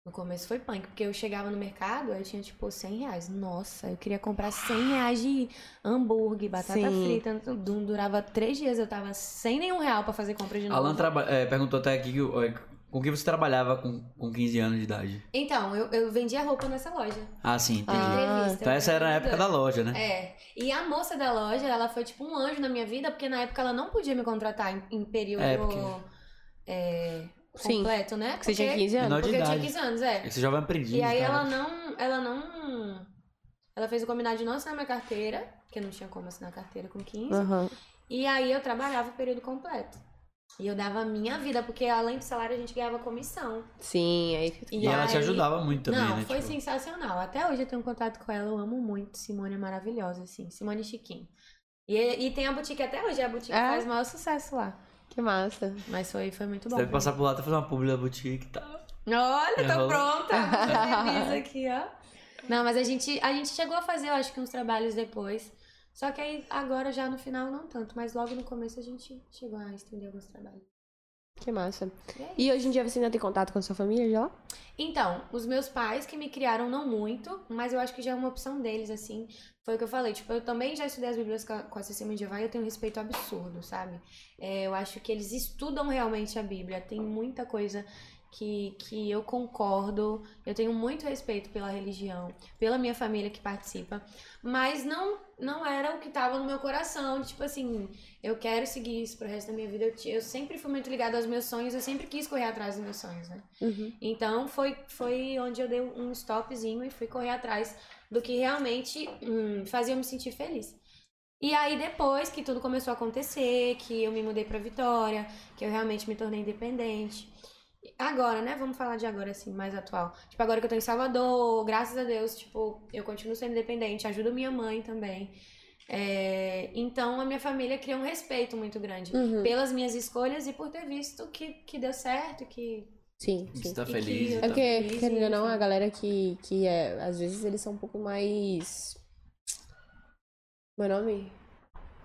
Speaker 3: No começo foi punk, porque eu chegava no mercado, aí tinha tipo 100 reais. Nossa, eu queria comprar 100 reais de hambúrguer, batata
Speaker 4: Sim.
Speaker 3: frita. Dum- Durava três dias, eu tava sem nenhum real pra fazer compra de novo.
Speaker 1: Alan traba- é, perguntou até aqui que o- é, com que você trabalhava com, com 15 anos de idade.
Speaker 3: Então, eu, eu vendia roupa nessa loja.
Speaker 1: Ah, sim, entendi.
Speaker 4: Ah,
Speaker 3: entrevista.
Speaker 1: então
Speaker 3: eu
Speaker 1: essa era a época da loja, né?
Speaker 3: É. E a moça da loja, ela foi tipo um anjo na minha vida, porque na época ela não podia me contratar em, em período
Speaker 1: É, porque-
Speaker 3: é,
Speaker 4: Sim.
Speaker 3: completo, né?
Speaker 4: Que você tinha 15 anos?
Speaker 1: Menor de
Speaker 3: Porque eu tinha
Speaker 1: idade.
Speaker 3: 15 anos, é.
Speaker 1: Esse jovem aprendiz. né?
Speaker 3: E aí
Speaker 1: cara.
Speaker 3: ela não. Ela não. Ela fez o combinado de não assinar minha carteira, porque eu não tinha como assinar a carteira com 15.
Speaker 1: Ah.
Speaker 4: Aham.
Speaker 3: E aí eu trabalhava o período completo. E eu dava a minha vida, porque além do salário a gente ganhava comissão.
Speaker 4: Sim, aí fica.
Speaker 1: E, ela te
Speaker 3: aí-
Speaker 1: ajudava muito também,
Speaker 3: não,
Speaker 1: né?
Speaker 3: foi
Speaker 1: tipo,
Speaker 3: sensacional. Até hoje eu tenho contato com ela, eu amo muito. Simone é maravilhosa, assim. Simone Chiquinho. E, e tem a boutique até hoje, a boutique
Speaker 4: É?
Speaker 3: faz o maior sucesso lá.
Speaker 4: Que massa.
Speaker 3: Mas foi, foi muito
Speaker 1: Você
Speaker 3: bom.
Speaker 1: deve
Speaker 3: pra mim.
Speaker 1: passar Uhum. por lá até fazer uma publi da boutique tá, e tal.
Speaker 3: Olha, tô
Speaker 1: Errou.
Speaker 3: pronta.
Speaker 1: (laughs)
Speaker 3: Avisa aqui, ó. Não, mas a gente, a gente chegou a fazer, eu acho que uns trabalhos depois. Só que aí agora já no final não tanto, mas logo no começo a gente chegou a estender alguns trabalhos.
Speaker 4: Que massa.
Speaker 3: E é aí?
Speaker 4: E hoje em dia você ainda tem contato com a sua família já?
Speaker 3: Então, os meus pais que me criaram não muito, mas eu acho que já é uma opção deles, assim. Foi o que eu falei, tipo, eu também já estudei as Bíblias com a- com a Cecília Jeová e eu tenho um respeito absurdo, sabe? É, eu acho que eles estudam realmente a Bíblia, tem muita coisa que, que eu concordo, eu tenho muito respeito pela religião, pela minha família que participa, mas não não era o que tava no meu coração, tipo assim, eu quero seguir isso pro resto da minha vida, eu, ti- eu sempre fui muito ligada aos meus sonhos, eu sempre quis correr atrás dos meus sonhos, né?
Speaker 4: Uhum.
Speaker 3: Então foi, foi onde eu dei um stopzinho e fui correr atrás do que realmente hum, fazia eu me sentir feliz. E aí depois que tudo começou a acontecer, que eu me mudei pra Vitória, que eu realmente me tornei independente. Agora, né? Vamos falar de agora, assim, mais atual. Tipo, agora que eu tô em Salvador, graças a Deus, tipo, eu continuo sendo independente, ajudo minha mãe também. É, Então, a minha família cria um respeito muito grande
Speaker 4: Uhum.
Speaker 3: pelas minhas escolhas e por ter visto que, que deu certo, que
Speaker 4: Sim,
Speaker 1: Você
Speaker 4: sim.
Speaker 1: tá
Speaker 3: E
Speaker 1: feliz e
Speaker 3: que-
Speaker 4: É
Speaker 1: tal.
Speaker 4: porque,
Speaker 3: Feliz,
Speaker 4: querendo ou não,
Speaker 3: enfim.
Speaker 4: a galera que, que é. Às vezes eles são um pouco mais. Meu nome?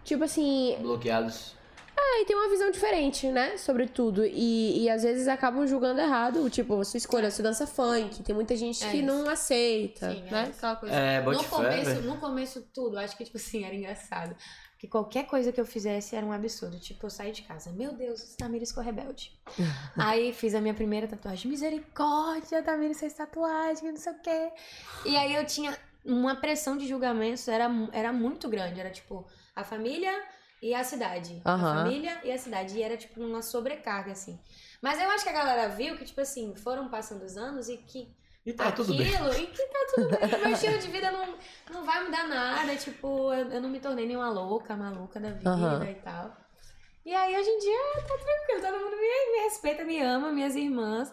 Speaker 4: Tipo assim.
Speaker 1: Bloqueados.
Speaker 4: aí tem uma visão diferente, né? Sobre tudo. E, e às vezes acabam julgando errado. Tipo, você escolha, você dança funk. Tem muita gente
Speaker 3: É
Speaker 4: que
Speaker 3: isso.
Speaker 4: não aceita,
Speaker 3: Sim, é
Speaker 4: né?
Speaker 3: isso. Aquela coisa.
Speaker 1: É, bote
Speaker 3: no
Speaker 1: fé,
Speaker 3: começo,
Speaker 1: velho.
Speaker 3: no começo tudo, acho que tipo assim, era engraçado. Que qualquer coisa que eu fizesse era um absurdo. Tipo, eu saí de casa, meu Deus, Tamiris
Speaker 1: (laughs)
Speaker 3: ficou rebelde. aí fiz a minha primeira tatuagem, misericórdia, Tamiris fez tatuagem, não sei o quê. E aí eu tinha uma pressão de julgamentos, era, mu- era muito grande. Era tipo, a família e a cidade.
Speaker 2: Aham.
Speaker 3: A família e a cidade. E era tipo uma sobrecarga, assim. Mas eu acho que a galera viu que, tipo assim, foram passando os anos e que
Speaker 1: E tá tudo bem.
Speaker 3: aquilo e que tá tudo bem. Meu estilo de vida não, não vai mudar nada. Tipo, eu, eu não me tornei nenhuma louca, maluca da vida
Speaker 2: Aham.
Speaker 3: e tal. E aí, hoje em dia, tá tranquilo. Todo mundo me, me respeita, me ama, minhas irmãs.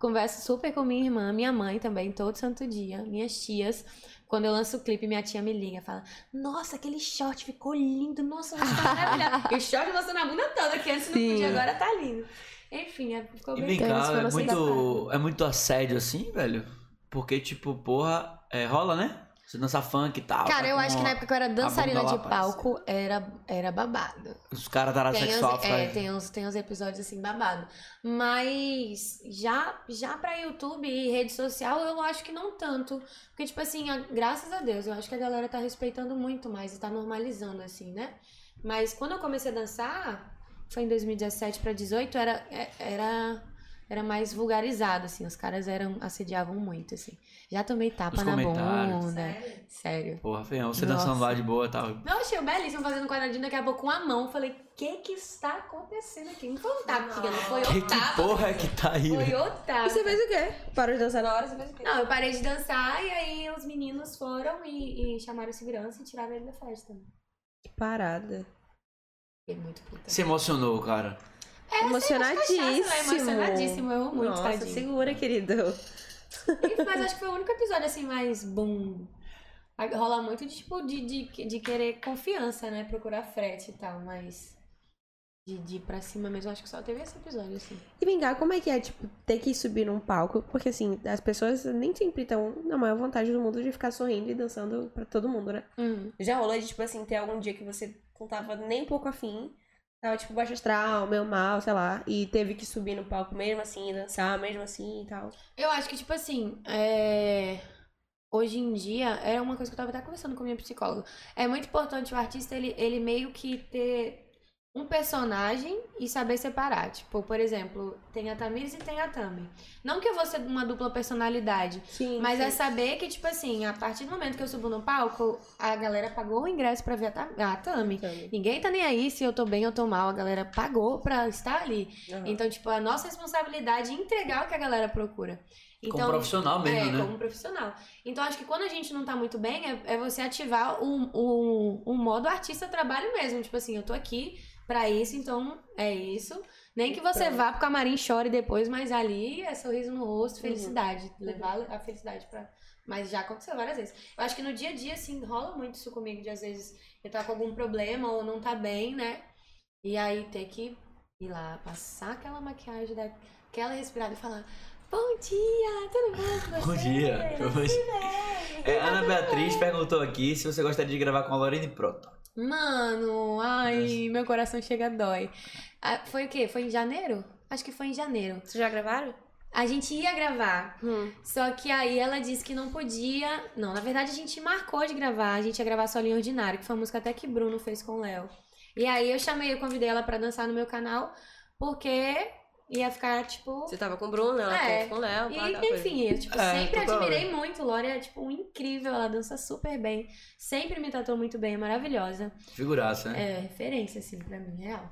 Speaker 3: Converso super com minha irmã, minha mãe também, todo santo dia. Minhas tias. Quando eu lanço o clipe, minha tia me liga, fala: Nossa, aquele short ficou lindo, nossa, mas tá
Speaker 1: (laughs)
Speaker 3: maravilhoso. E o short lançou na bunda toda, que antes
Speaker 2: Sim.
Speaker 3: não podia, agora tá lindo. Enfim, é- ficou
Speaker 1: E
Speaker 3: bem
Speaker 1: vem
Speaker 3: legal.
Speaker 1: cá,
Speaker 4: Tênis pra
Speaker 1: é
Speaker 4: você
Speaker 1: muito, é muito assédio assim, velho? Porque, tipo, porra, é, rola, né? Você dança funk e tal.
Speaker 3: Cara,
Speaker 1: tá
Speaker 3: eu
Speaker 1: com
Speaker 3: acho que
Speaker 1: uma-
Speaker 3: é na época que eu era dançarina
Speaker 1: lá
Speaker 3: de
Speaker 1: aparecendo.
Speaker 3: palco, era, era babado.
Speaker 1: Os caras tarados
Speaker 3: Tem
Speaker 1: sexual, né?
Speaker 3: uns,
Speaker 1: fica
Speaker 3: é,
Speaker 1: aí.
Speaker 3: tem, uns, tem uns episódios assim babado. Mas já, já pra YouTube e rede social, eu acho que não tanto. Porque, tipo assim, a- graças a Deus, eu acho que a galera tá respeitando muito mais e tá normalizando, assim, né? Mas quando eu comecei a dançar, foi em 2017 pra 18, era, é- era, era mais vulgarizado, assim. Os caras eram, assediavam muito, assim. Já tomei tapa
Speaker 1: Os
Speaker 3: na
Speaker 1: comentários.
Speaker 3: bunda. Sério.
Speaker 1: Porra, feião, você
Speaker 2: Nossa.
Speaker 1: dançando lá de boa e tal.
Speaker 3: Não, achei o belíssimo fazendo quadradinho daqui a pouco com a mão. Falei, que que está acontecendo aqui? Não foi um tapa, filha, não foi
Speaker 1: Que,
Speaker 3: o
Speaker 1: que
Speaker 3: tapa.
Speaker 1: porra é que tá aí, velho?
Speaker 3: Foi o tapa.
Speaker 4: E você fez o quê? Parou de dançar na hora, você fez o quê?
Speaker 3: Não, eu parei de dançar e aí os meninos foram e, e chamaram o segurança e tiraram ele da festa.
Speaker 4: Parada.
Speaker 3: Fiquei muito puta.
Speaker 1: Se emocionou, cara.
Speaker 3: É,
Speaker 4: Emocionadíssimo.
Speaker 3: Cachaça, né? Emocionadíssimo, eu amo muito,
Speaker 4: Nossa,
Speaker 3: tadinho.
Speaker 4: segura, querido.
Speaker 3: Enfim, Mas acho que foi o único episódio assim mais boom. Aí Rola muito de, tipo, de, de, de querer confiança, né? Procurar frete e tal, mas de, de ir pra cima mesmo, acho que só teve esse episódio, assim.
Speaker 4: E vem cá, como é que é, tipo, ter que subir num palco? Porque, assim, as pessoas nem sempre estão na maior vontade do mundo de ficar sorrindo e dançando pra todo mundo, né? Já rolou de, tipo, assim, ter algum dia que você não tava nem um pouco afim, tava, tipo, baixo astral, meio mal, sei lá, e teve que subir no palco mesmo assim, e dançar mesmo assim e tal.
Speaker 3: Eu acho que, tipo assim, é, hoje em dia, é uma coisa que eu tava até conversando com a minha psicóloga. É muito importante o artista, ele, ele meio que ter um personagem e saber separar. Tipo, por exemplo, tem a Tamires e tem a Tami. Não que eu vou ser uma dupla personalidade,
Speaker 4: Sim.
Speaker 3: mas é saber que, tipo assim, a partir do momento que eu subo no palco, a galera pagou o ingresso pra ver a, Ta a Tami.
Speaker 4: assim,
Speaker 3: Ninguém tá nem aí se eu tô bem ou tô mal, a galera pagou pra estar ali.
Speaker 1: Ah.
Speaker 3: Então, tipo, a nossa responsabilidade é entregar o que a galera procura. Então,
Speaker 1: Como profissional mesmo,
Speaker 3: é,
Speaker 1: né?
Speaker 3: como profissional. Então, acho que quando a gente não tá muito bem, é, é você ativar o um, um, um modo artista trabalho mesmo. Tipo assim, eu tô aqui pra isso, então é isso. Nem que você
Speaker 4: Pronto.
Speaker 3: vá pro camarim e chore depois, mas ali é sorriso no rosto, felicidade. Levar a felicidade pra. Mas já aconteceu várias vezes. Eu acho que no dia a dia, assim, rola muito isso comigo, de às vezes eu tá com algum problema ou não tá bem, né? E aí ter que ir lá, passar aquela maquiagem, dar aquela respirada e falar: Bom dia, tudo bom com
Speaker 1: (laughs) Bom
Speaker 3: você? é, assim, né?
Speaker 1: dia.
Speaker 3: Tudo bem?"
Speaker 1: É, Ana Beatriz perguntou aqui se você gostaria de gravar com a Lorena e Proto.
Speaker 3: Mano, ai, meu coração chega a dói. Ah, foi o quê? Foi em janeiro? Acho que foi em janeiro.
Speaker 4: Vocês já gravaram?
Speaker 3: A gente ia gravar,
Speaker 4: Hum.
Speaker 3: só que aí ela disse que não podia. Não, na verdade a gente marcou de gravar, a gente ia gravar Solinho Ordinário, que foi uma música até que Bruno fez com o Léo. E aí eu chamei, eu convidei ela pra dançar no meu canal, porque ia ficar tipo.
Speaker 4: Você tava com o Bruno, ela
Speaker 3: É.
Speaker 4: tava com o Léo, pá,
Speaker 2: tá,
Speaker 4: aquela
Speaker 3: E,
Speaker 4: coisa.
Speaker 3: enfim, eu tipo,
Speaker 1: É,
Speaker 3: sempre
Speaker 1: total,
Speaker 3: admirei muito. Lore é tipo incrível, ela dança super bem, sempre me tratou muito bem, é maravilhosa.
Speaker 1: Figuraça, né?
Speaker 3: É, referência, assim, pra mim, real.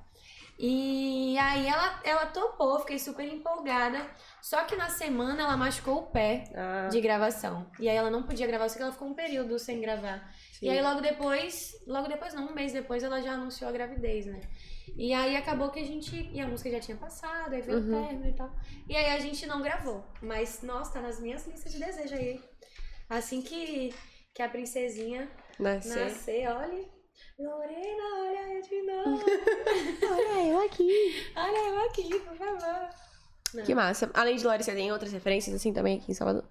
Speaker 3: E aí ela, ela topou, fiquei super empolgada. Só que na semana ela machucou o pé
Speaker 4: Ah,
Speaker 3: de gravação. E aí ela não podia gravar, só que ela ficou um período sem gravar.
Speaker 4: sim.
Speaker 3: E aí logo depois, logo depois não, um mês depois, ela já anunciou a gravidez, né? E aí acabou que a gente. E a música já tinha passado, aí veio
Speaker 4: Uhum.
Speaker 3: o término e tal. E aí a gente não gravou. Mas, nossa, tá nas minhas listas de desejo aí. Assim que, que a princesinha
Speaker 4: Nasceu.
Speaker 3: Nascer, olha. Lorena, olha eu de novo.
Speaker 4: Olha eu aqui.
Speaker 3: Olha eu aqui, por favor.
Speaker 4: Que massa. Além de Lore, você tem outras referências assim também aqui em Salvador?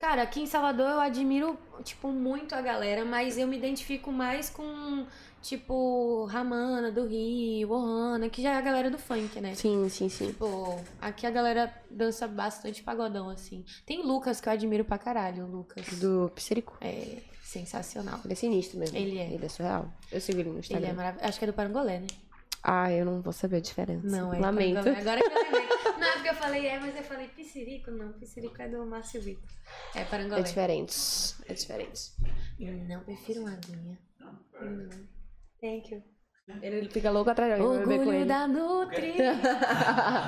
Speaker 3: Cara, aqui em Salvador eu admiro, tipo, muito a galera, mas eu me identifico mais com, tipo, Ramana do Rio, Ohana, que já é a galera do funk, né?
Speaker 4: Sim, sim, sim.
Speaker 3: Tipo, aqui a galera dança bastante pagodão, assim. Tem Lucas, que eu admiro pra caralho, o Lucas.
Speaker 4: Do Psirico.
Speaker 3: É sensacional.
Speaker 4: Ele é sinistro mesmo.
Speaker 3: Ele é.
Speaker 4: Ele é surreal. Eu sigo ele no
Speaker 3: Ele
Speaker 4: Instagram.
Speaker 3: é maravilhoso. Acho que é do Parangolé, né?
Speaker 4: Ah, eu não tá vou saber a diferença.
Speaker 3: Não, é do
Speaker 4: Lamento.
Speaker 3: Parangolé. Agora que eu lembrei. Não, é porque eu falei é, mas eu falei Piscirico. Não, Piscirico é do Márcio Vitor. É Parangolé.
Speaker 4: É diferente. É diferente.
Speaker 3: Não, prefiro uma aguinha. Não. Thank you.
Speaker 4: Ele fica louco atrás de alguém pra beber com
Speaker 3: Orgulho
Speaker 4: ele.
Speaker 3: da Nutri.
Speaker 4: (laughs)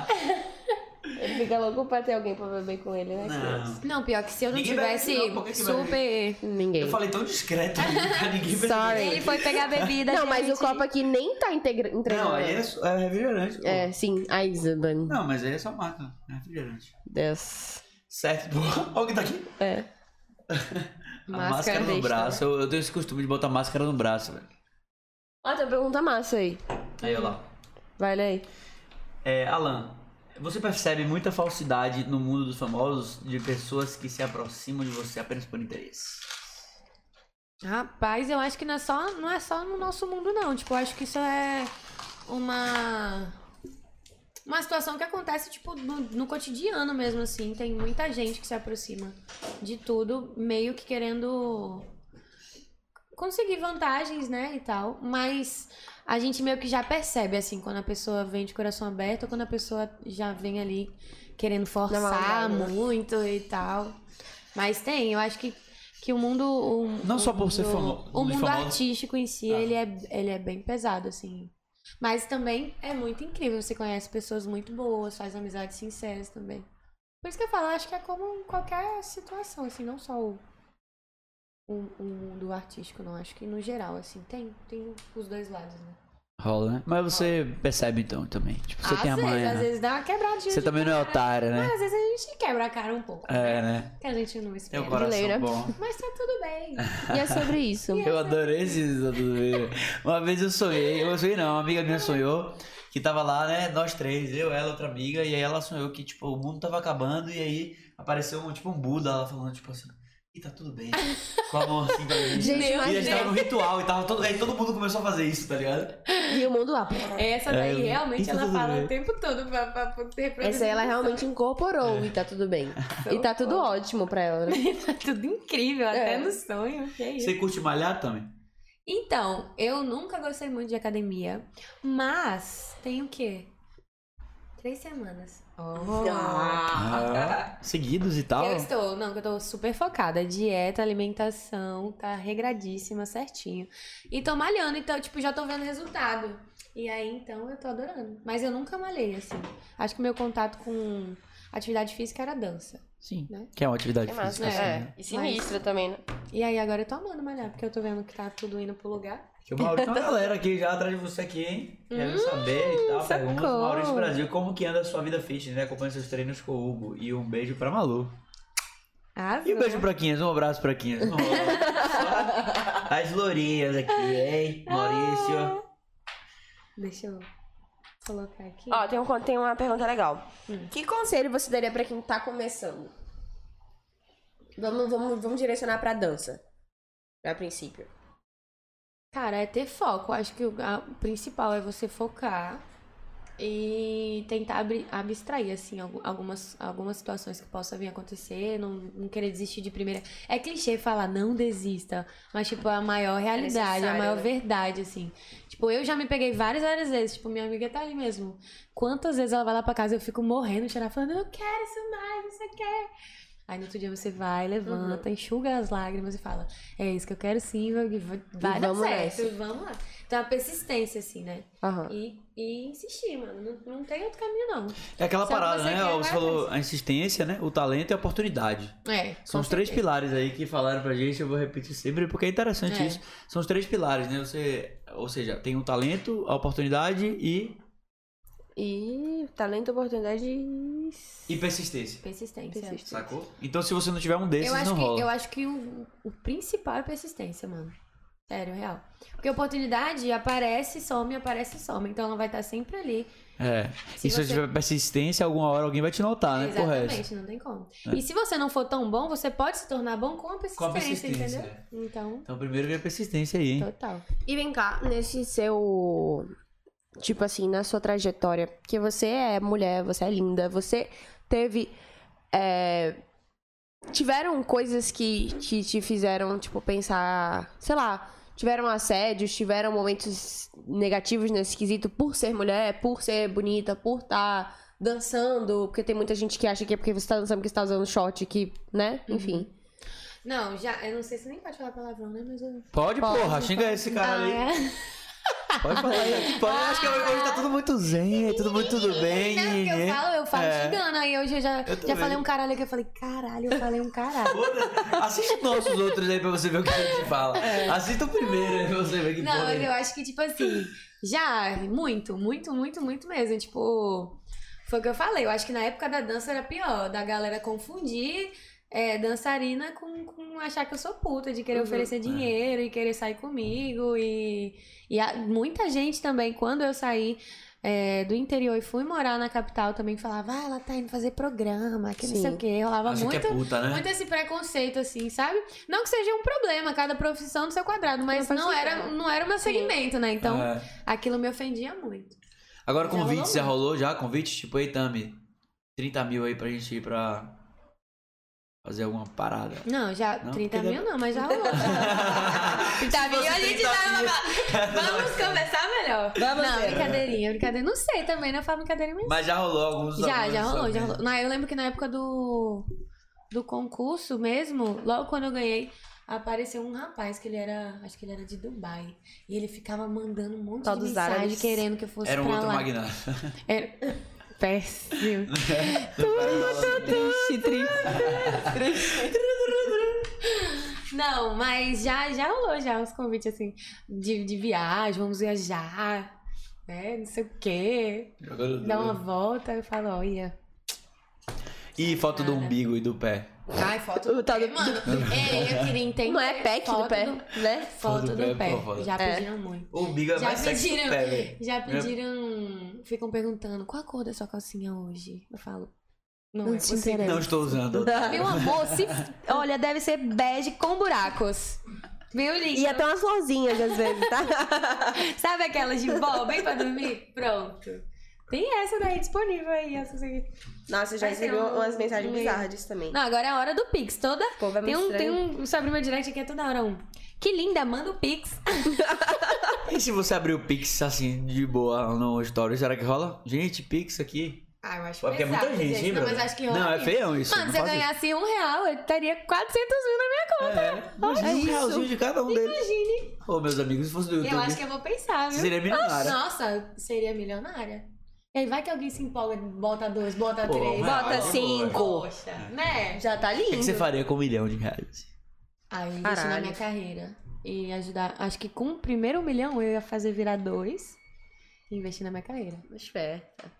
Speaker 4: Ele fica louco pra ter alguém pra beber com
Speaker 3: É,
Speaker 4: ele, né?
Speaker 1: Não.
Speaker 3: Não, pior que se eu não
Speaker 1: Ninguém bebe
Speaker 3: tivesse
Speaker 1: é assim, não, por que que vai
Speaker 3: super...
Speaker 4: Ninguém.
Speaker 1: Eu falei tão discreto, (laughs) cara, ninguém percebeu.
Speaker 4: Sorry.
Speaker 3: Ele foi pegar a bebida,
Speaker 4: Não, mas
Speaker 3: gente.
Speaker 4: o copo aqui nem tá integra... entregando.
Speaker 1: Não, aí é, su- é refrigerante. pô.
Speaker 4: É, sim. A Isa, Dani.
Speaker 1: Não, mas aí é só marca. É refrigerante.
Speaker 4: Deus.
Speaker 1: Certo, boa. (laughs) Olha o que tá aqui.
Speaker 4: É.
Speaker 1: A máscara
Speaker 3: deste,
Speaker 1: no braço. Eu, eu tenho esse costume de botar máscara no braço, velho.
Speaker 4: Ah, tem uma pergunta massa aí.
Speaker 1: Aí, olha lá.
Speaker 4: Vai ler aí.
Speaker 1: É, Alan, você percebe muita falsidade no mundo dos famosos de pessoas que se aproximam de você apenas por interesse?
Speaker 3: Rapaz, eu acho que não é só, não é só no nosso mundo, não. Tipo, eu acho que isso é uma. Uma situação que acontece, tipo, no, no cotidiano mesmo, assim. Tem muita gente que se aproxima de tudo, meio que querendo conseguir vantagens, né, e tal. Mas a gente meio que já percebe, assim, quando a pessoa vem de coração aberto ou quando a pessoa já vem ali querendo forçar
Speaker 4: maldade, né?
Speaker 3: muito e tal. Mas tem, eu acho que, que o mundo. o-
Speaker 1: Não
Speaker 3: o
Speaker 1: só por ser
Speaker 3: mundo-
Speaker 1: famo- é
Speaker 3: O mundo
Speaker 1: famoso.
Speaker 3: artístico em si,
Speaker 1: Ah.
Speaker 3: ele, é, ele é bem pesado, assim. Mas também é muito incrível. Você conhece pessoas muito boas, faz amizades sinceras também. Por isso que eu falo, acho que é como em qualquer situação, assim, não só o, o, o mundo artístico, não. Acho que no geral, assim, tem, tem os dois lados, né?
Speaker 1: Rola, né? Mas você percebe então também. Tipo, você
Speaker 3: às
Speaker 1: tem a
Speaker 3: vezes,
Speaker 1: mãe.
Speaker 3: Ah, às vezes dá uma quebradinha.
Speaker 1: Você
Speaker 3: de
Speaker 1: também não é
Speaker 3: cara.
Speaker 1: otário, né?
Speaker 3: Às vezes a gente quebra a cara um pouco.
Speaker 1: É, né?
Speaker 3: Que a gente não
Speaker 1: Tem
Speaker 3: espera.
Speaker 1: um coração
Speaker 4: Leira.
Speaker 1: bom.
Speaker 3: Mas tá tudo bem.
Speaker 4: E é sobre isso.
Speaker 1: Eu adorei esse desafio. Uma vez eu sonhei, eu sonhei não, uma amiga minha sonhou que tava lá, né, nós três, eu, ela, outra amiga, e aí ela sonhou que, tipo, o mundo tava acabando e aí apareceu, um, tipo, um Buda, ela falando, tipo assim, e tá tudo bem, com a mão assim pra gente.
Speaker 4: Gente,
Speaker 1: e a
Speaker 4: mas
Speaker 1: gente tava no ritual e tava todo, aí todo mundo começou a fazer isso, tá ligado?
Speaker 4: (laughs) E o mundo lá.
Speaker 3: Essa
Speaker 1: É,
Speaker 3: daí
Speaker 1: eu-
Speaker 3: realmente
Speaker 1: Isso
Speaker 3: ela
Speaker 1: tudo
Speaker 3: fala
Speaker 1: bem.
Speaker 3: o tempo todo pra, pra, pra se reproduzir.
Speaker 4: Essa aí ela realmente incorporou e tá tudo bem. E tá tudo ótimo pra ela, né?
Speaker 3: (laughs) Tá tudo incrível, até
Speaker 4: É.
Speaker 3: no sonho. Que é isso.
Speaker 1: Você curte malhar, Tami?
Speaker 3: Então, eu nunca gostei muito de academia, mas tem o quê? Três semanas.
Speaker 1: Oh. Ah, seguidos e tal.
Speaker 3: Eu estou, não, que eu tô super focada. Dieta, alimentação, tá regradíssima, certinho. E tô malhando, então, tipo, já tô vendo resultado. E aí, então, eu tô adorando. Mas eu nunca malhei, assim. Acho que meu contato com atividade física era dança.
Speaker 1: Sim,
Speaker 3: né?
Speaker 1: que é uma atividade
Speaker 4: É massa,
Speaker 1: física,
Speaker 4: né?
Speaker 1: assim,
Speaker 4: É.
Speaker 1: né?
Speaker 4: E sinistra também, né?
Speaker 3: E aí, agora eu tô amando malhar, porque eu tô vendo que tá tudo indo pro lugar.
Speaker 1: Que o Maurício tem uma galera aqui já atrás de você aqui, hein? Quero saber e tal. Perguntas.
Speaker 3: Hum, socorro.
Speaker 1: Maurício Brasil, como que anda a sua vida fitness, né? Acompanha seus treinos com o Hugo. E um beijo pra Malu.
Speaker 3: Arrasou.
Speaker 1: E um beijo pra Quinhas, um abraço pra Quinhas. Um
Speaker 3: (laughs)
Speaker 1: abraço. As lourinhas aqui, hein?
Speaker 3: Ah.
Speaker 1: Maurício.
Speaker 3: Deixa eu colocar aqui.
Speaker 4: Ó, tem, um- tem uma pergunta legal. Que conselho você daria pra quem tá começando? Vamos, vamos, vamos direcionar pra dança. A princípio.
Speaker 3: Cara, é ter foco. Acho que o a- o principal é você focar e tentar abri- abstrair, assim, algu- algumas, algumas situações que possa vir a acontecer, não, não querer desistir de primeira. É clichê falar não desista, mas, tipo, é a maior realidade, a
Speaker 4: necessário,
Speaker 3: maior
Speaker 4: né?
Speaker 3: verdade, assim. Tipo, eu já me peguei várias, várias vezes. Tipo, minha amiga tá ali mesmo. Quantas vezes ela vai lá pra casa e eu fico morrendo, chorar, falando, eu quero isso mais, isso aqui. Aí no outro dia você vai,
Speaker 4: Uhum.
Speaker 3: levanta, enxuga as lágrimas e fala: É isso que eu quero sim, vai, vai vai dar
Speaker 4: vamos
Speaker 3: certo, vamos lá. Então é a persistência, assim, né?
Speaker 4: Aham.
Speaker 3: E, e insistir, mano. Não, não tem outro caminho, não.
Speaker 1: É aquela
Speaker 3: Sabe
Speaker 1: parada,
Speaker 3: você
Speaker 1: né?
Speaker 3: quer,
Speaker 1: Ó,
Speaker 3: vai
Speaker 1: Você falou a insistência, né? O talento e a oportunidade.
Speaker 3: É.
Speaker 1: São os três pilares aí que falaram pra gente, eu vou repetir sempre, porque é interessante
Speaker 3: É.
Speaker 1: isso. São os três pilares, né? Você, ou seja, tem o talento, a oportunidade e,
Speaker 4: E talento, oportunidade e.
Speaker 1: e persistência.
Speaker 3: Persistência.
Speaker 4: Persistência.
Speaker 1: Sacou? Então se você não tiver um desses,
Speaker 3: Eu acho,
Speaker 1: não
Speaker 3: que,
Speaker 1: rola.
Speaker 3: eu acho que o, o principal é persistência, mano. Sério, real. Porque a oportunidade aparece, some, aparece, some. Então ela vai estar sempre ali.
Speaker 1: É.
Speaker 3: Se
Speaker 1: e se
Speaker 3: você-
Speaker 1: você tiver persistência, alguma hora alguém vai te notar, né? Por resto. É.
Speaker 3: Exatamente, não tem como. E se você não for tão bom, você pode se tornar bom com a persistência,
Speaker 1: Com a persistência,
Speaker 3: entendeu? Então,
Speaker 1: Então primeiro vem a persistência aí, hein?
Speaker 3: total.
Speaker 4: E vem cá, nesse seu. Tipo assim, na sua trajetória. Porque você é mulher, você é linda, você teve. é, tiveram coisas que te, te fizeram, tipo, pensar. Sei lá. Tiveram assédios, tiveram momentos negativos nesse quesito por ser mulher, por ser bonita, por estar dançando. Porque tem muita gente que acha que é porque você tá dançando, porque você tá usando short, que, né? Enfim.
Speaker 3: Não, já, eu não sei se nem pode falar palavrão, né? Mas eu.
Speaker 1: Pode, porra, xinga esse cara aí.
Speaker 3: é.
Speaker 1: Pode falar aí,
Speaker 3: (laughs)
Speaker 1: aqui pode. Eu acho que hoje tá tudo muito zen, tudo muito tudo bem.
Speaker 3: Não, é porque eu falo, eu falo
Speaker 1: É.
Speaker 3: xingando. Aí hoje eu já,
Speaker 1: Eu
Speaker 3: já
Speaker 1: também.
Speaker 3: falei um caralho que eu falei, caralho, eu falei um caralho.
Speaker 1: Foda-se. Assiste nossos outros aí pra você ver o que a gente fala. Assista o primeiro aí pra você ver que
Speaker 3: É. Não,
Speaker 1: porra.
Speaker 3: mas
Speaker 1: é.
Speaker 3: eu acho que, tipo assim, já, muito, muito, muito, muito mesmo. Tipo, foi o que eu falei. Eu acho que na época da dança era pior, da galera confundir é, dançarina com, com achar que eu sou puta, de querer
Speaker 1: Uhum. É.
Speaker 3: oferecer dinheiro e querer sair comigo. E, e a- muita gente também, quando eu saí. é, do interior e fui morar na capital também falava, ah, ela tá indo fazer programa, que não sei
Speaker 4: Sim.
Speaker 3: o que, rolava
Speaker 1: Acha
Speaker 3: muito
Speaker 1: que é puta, né?
Speaker 3: muito esse preconceito, assim, sabe? Não que seja um problema, cada profissão do seu quadrado, mas
Speaker 4: Não
Speaker 3: não,
Speaker 4: faz
Speaker 3: era,
Speaker 4: sentido.
Speaker 3: não era o meu segmento, né? Então,
Speaker 1: É.
Speaker 3: aquilo me ofendia muito.
Speaker 1: Agora
Speaker 3: Já
Speaker 1: convite,
Speaker 3: rolou
Speaker 1: já rolou já? Convite? Tipo, ei, Tami, 30 mil aí pra gente ir pra fazer alguma parada.
Speaker 3: Não, já,
Speaker 1: Não,
Speaker 3: 30
Speaker 1: porque
Speaker 3: mil
Speaker 1: (laughs)
Speaker 3: não, mas já rolou. (laughs) 30 mil, Tá a gente dá uma... Vamos conversar melhor.
Speaker 4: Vamos
Speaker 3: não,
Speaker 4: ver.
Speaker 3: brincadeirinha, brincadeira. Não sei também, não falo brincadeira mesmo.
Speaker 1: Mas já rolou alguns
Speaker 3: Já,
Speaker 1: alguns
Speaker 3: já rolou,
Speaker 1: alguns.
Speaker 3: já rolou. Não, eu lembro que na época do, do concurso mesmo, logo quando eu ganhei, apareceu um rapaz que ele era, acho que ele era de Dubai. E ele ficava mandando um monte
Speaker 4: Tal
Speaker 3: de
Speaker 4: dos
Speaker 3: mensagem
Speaker 4: árabes.
Speaker 3: querendo que eu fosse
Speaker 1: Era um
Speaker 3: pra
Speaker 1: outro
Speaker 3: lá.
Speaker 1: magnata.
Speaker 3: Era... Péssimo.
Speaker 2: Triste, triste.
Speaker 3: (laughs) Não, mas já, já rolou já uns convites assim de, de viagem, vamos viajar, né? Não sei o quê.
Speaker 1: Jogando
Speaker 3: Dá uma
Speaker 1: duro.
Speaker 3: volta, eu falo, olha.
Speaker 1: E foto do umbigo e do pé.
Speaker 3: Ai, foto
Speaker 2: O tal do-
Speaker 4: (laughs)
Speaker 3: mano. Ei, eu queria entender.
Speaker 4: Não é pack do
Speaker 3: foto
Speaker 4: pé,
Speaker 3: do-
Speaker 4: né?
Speaker 3: Foto do, pé.
Speaker 1: pô, foda.
Speaker 3: Já
Speaker 4: É.
Speaker 3: pediram muito.
Speaker 1: O umbigo é
Speaker 3: Já
Speaker 1: mais sexy que o
Speaker 3: pediram-
Speaker 1: pé, velho.
Speaker 3: Já
Speaker 1: Meu-
Speaker 3: pediram. Ficam perguntando qual a cor da sua calcinha hoje? Eu falo. Não,
Speaker 2: Não
Speaker 3: é
Speaker 2: te
Speaker 3: possível.
Speaker 2: interessa.
Speaker 1: Não estou usando.
Speaker 2: Uhum.
Speaker 3: Meu amor, se. Olha, deve ser bege com buracos. Meu
Speaker 2: (laughs)
Speaker 3: lindo.
Speaker 2: E até umas florzinhas às vezes, tá?
Speaker 3: Sabe aquelas de vó, bem pra dormir? Pronto. Tem essa daí disponível aí, essa aqui.
Speaker 4: Nossa, eu já
Speaker 3: Vai ser
Speaker 4: recebi
Speaker 3: um-
Speaker 4: umas mensagens
Speaker 3: um
Speaker 4: bizarras disso também.
Speaker 3: Não, agora é a hora do Pix. Toda.
Speaker 4: Pô,
Speaker 2: é
Speaker 4: vai
Speaker 3: Tem um,
Speaker 4: muito
Speaker 3: tem
Speaker 4: estranho.
Speaker 3: um sobre meu direct aqui é toda hora um. Que linda, manda o Pix.
Speaker 1: E se você abrir o Pix assim, de boa no story, será que rola? Gente, Pix aqui.
Speaker 3: Ah, eu acho
Speaker 1: Ué, Porque é muita gente, hein,
Speaker 3: Não,
Speaker 1: velho?
Speaker 3: mas acho que rola.
Speaker 1: Não, é
Speaker 3: mesmo.
Speaker 1: feião isso.
Speaker 3: Mano,
Speaker 1: não
Speaker 3: se eu
Speaker 1: faz isso.
Speaker 3: ganhasse um real, eu teria 400 mil na minha conta.
Speaker 1: É, imagina um realzinho de cada um deles.
Speaker 3: Imagine.
Speaker 1: Ô, meus amigos, se fosse do YouTube,
Speaker 3: Eu acho que eu vou pensar,
Speaker 1: você
Speaker 3: viu?
Speaker 1: seria milionária.
Speaker 3: Nossa, seria milionária. E aí vai que alguém se empolga, bota dois, é né? bota
Speaker 1: Pô,
Speaker 3: três.
Speaker 1: um real,
Speaker 2: bota
Speaker 1: de boa.
Speaker 2: cinco.
Speaker 3: Poxa, né?
Speaker 4: Já tá
Speaker 1: O que, que
Speaker 4: lindo.
Speaker 1: você faria com um milhão de reais?
Speaker 3: Ah, eu investi na
Speaker 4: Caralho.
Speaker 3: minha carreira. E ajudar. Acho que com o primeiro milhão eu ia fazer virar dois. E investir na minha carreira.
Speaker 4: Esperta.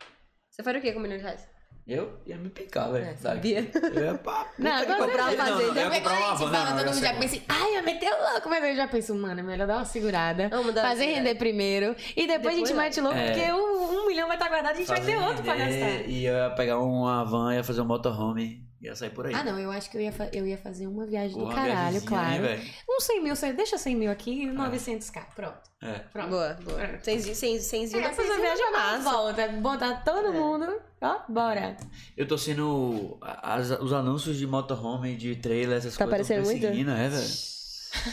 Speaker 4: Você faria o quê com um milhão de reais?
Speaker 1: Eu ia me picar, velho.
Speaker 4: É,
Speaker 1: sabe?
Speaker 4: sabia.
Speaker 1: Eu ia pra puta
Speaker 3: Não,
Speaker 1: que pariu.
Speaker 3: agora eu vou
Speaker 1: Não, não,
Speaker 4: fazer.
Speaker 1: eu ia comprar uma van. não, é não,
Speaker 3: é todo
Speaker 1: eu
Speaker 3: mundo
Speaker 1: sei
Speaker 3: já
Speaker 1: como.
Speaker 3: pensa, ai, eu meteu louco, mas eu já penso, mano, é melhor dar uma segurada.
Speaker 4: Vamos dar uma
Speaker 3: fazer
Speaker 4: segurada.
Speaker 3: render primeiro. E depois, a
Speaker 4: Depois
Speaker 3: gente
Speaker 4: vai.
Speaker 3: mete louco,
Speaker 1: É.
Speaker 3: porque um, um milhão vai estar guardado, a gente vai
Speaker 1: Fazer
Speaker 3: ter outro pra
Speaker 1: render,
Speaker 3: gastar.
Speaker 1: E eu ia pegar uma van, ia fazer um motorhome, ia sair por aí.
Speaker 3: Ah, não, eu acho que eu ia, fa- eu ia fazer uma viagem
Speaker 1: Porra,
Speaker 3: do caralho,
Speaker 1: viagemzinha,
Speaker 3: claro.
Speaker 1: Né, velho?
Speaker 3: Uns 100 mil, cem- deixa 100 mil aqui e 900k, pronto.
Speaker 1: é.
Speaker 3: Pronto.
Speaker 4: Boa, boa. Sem zinho, sem, sem zinho,
Speaker 3: É,
Speaker 4: dá pra fazer uma
Speaker 3: viagem
Speaker 4: viagem massa.
Speaker 3: volta, botar todo
Speaker 1: É.
Speaker 3: mundo, ó, bora.
Speaker 1: Eu tô sendo as- os anúncios de motorhome, de trailer, essas
Speaker 2: Tá
Speaker 1: coisas.
Speaker 2: aparecendo
Speaker 1: tão
Speaker 2: muito?
Speaker 1: perseguindo, é, velho.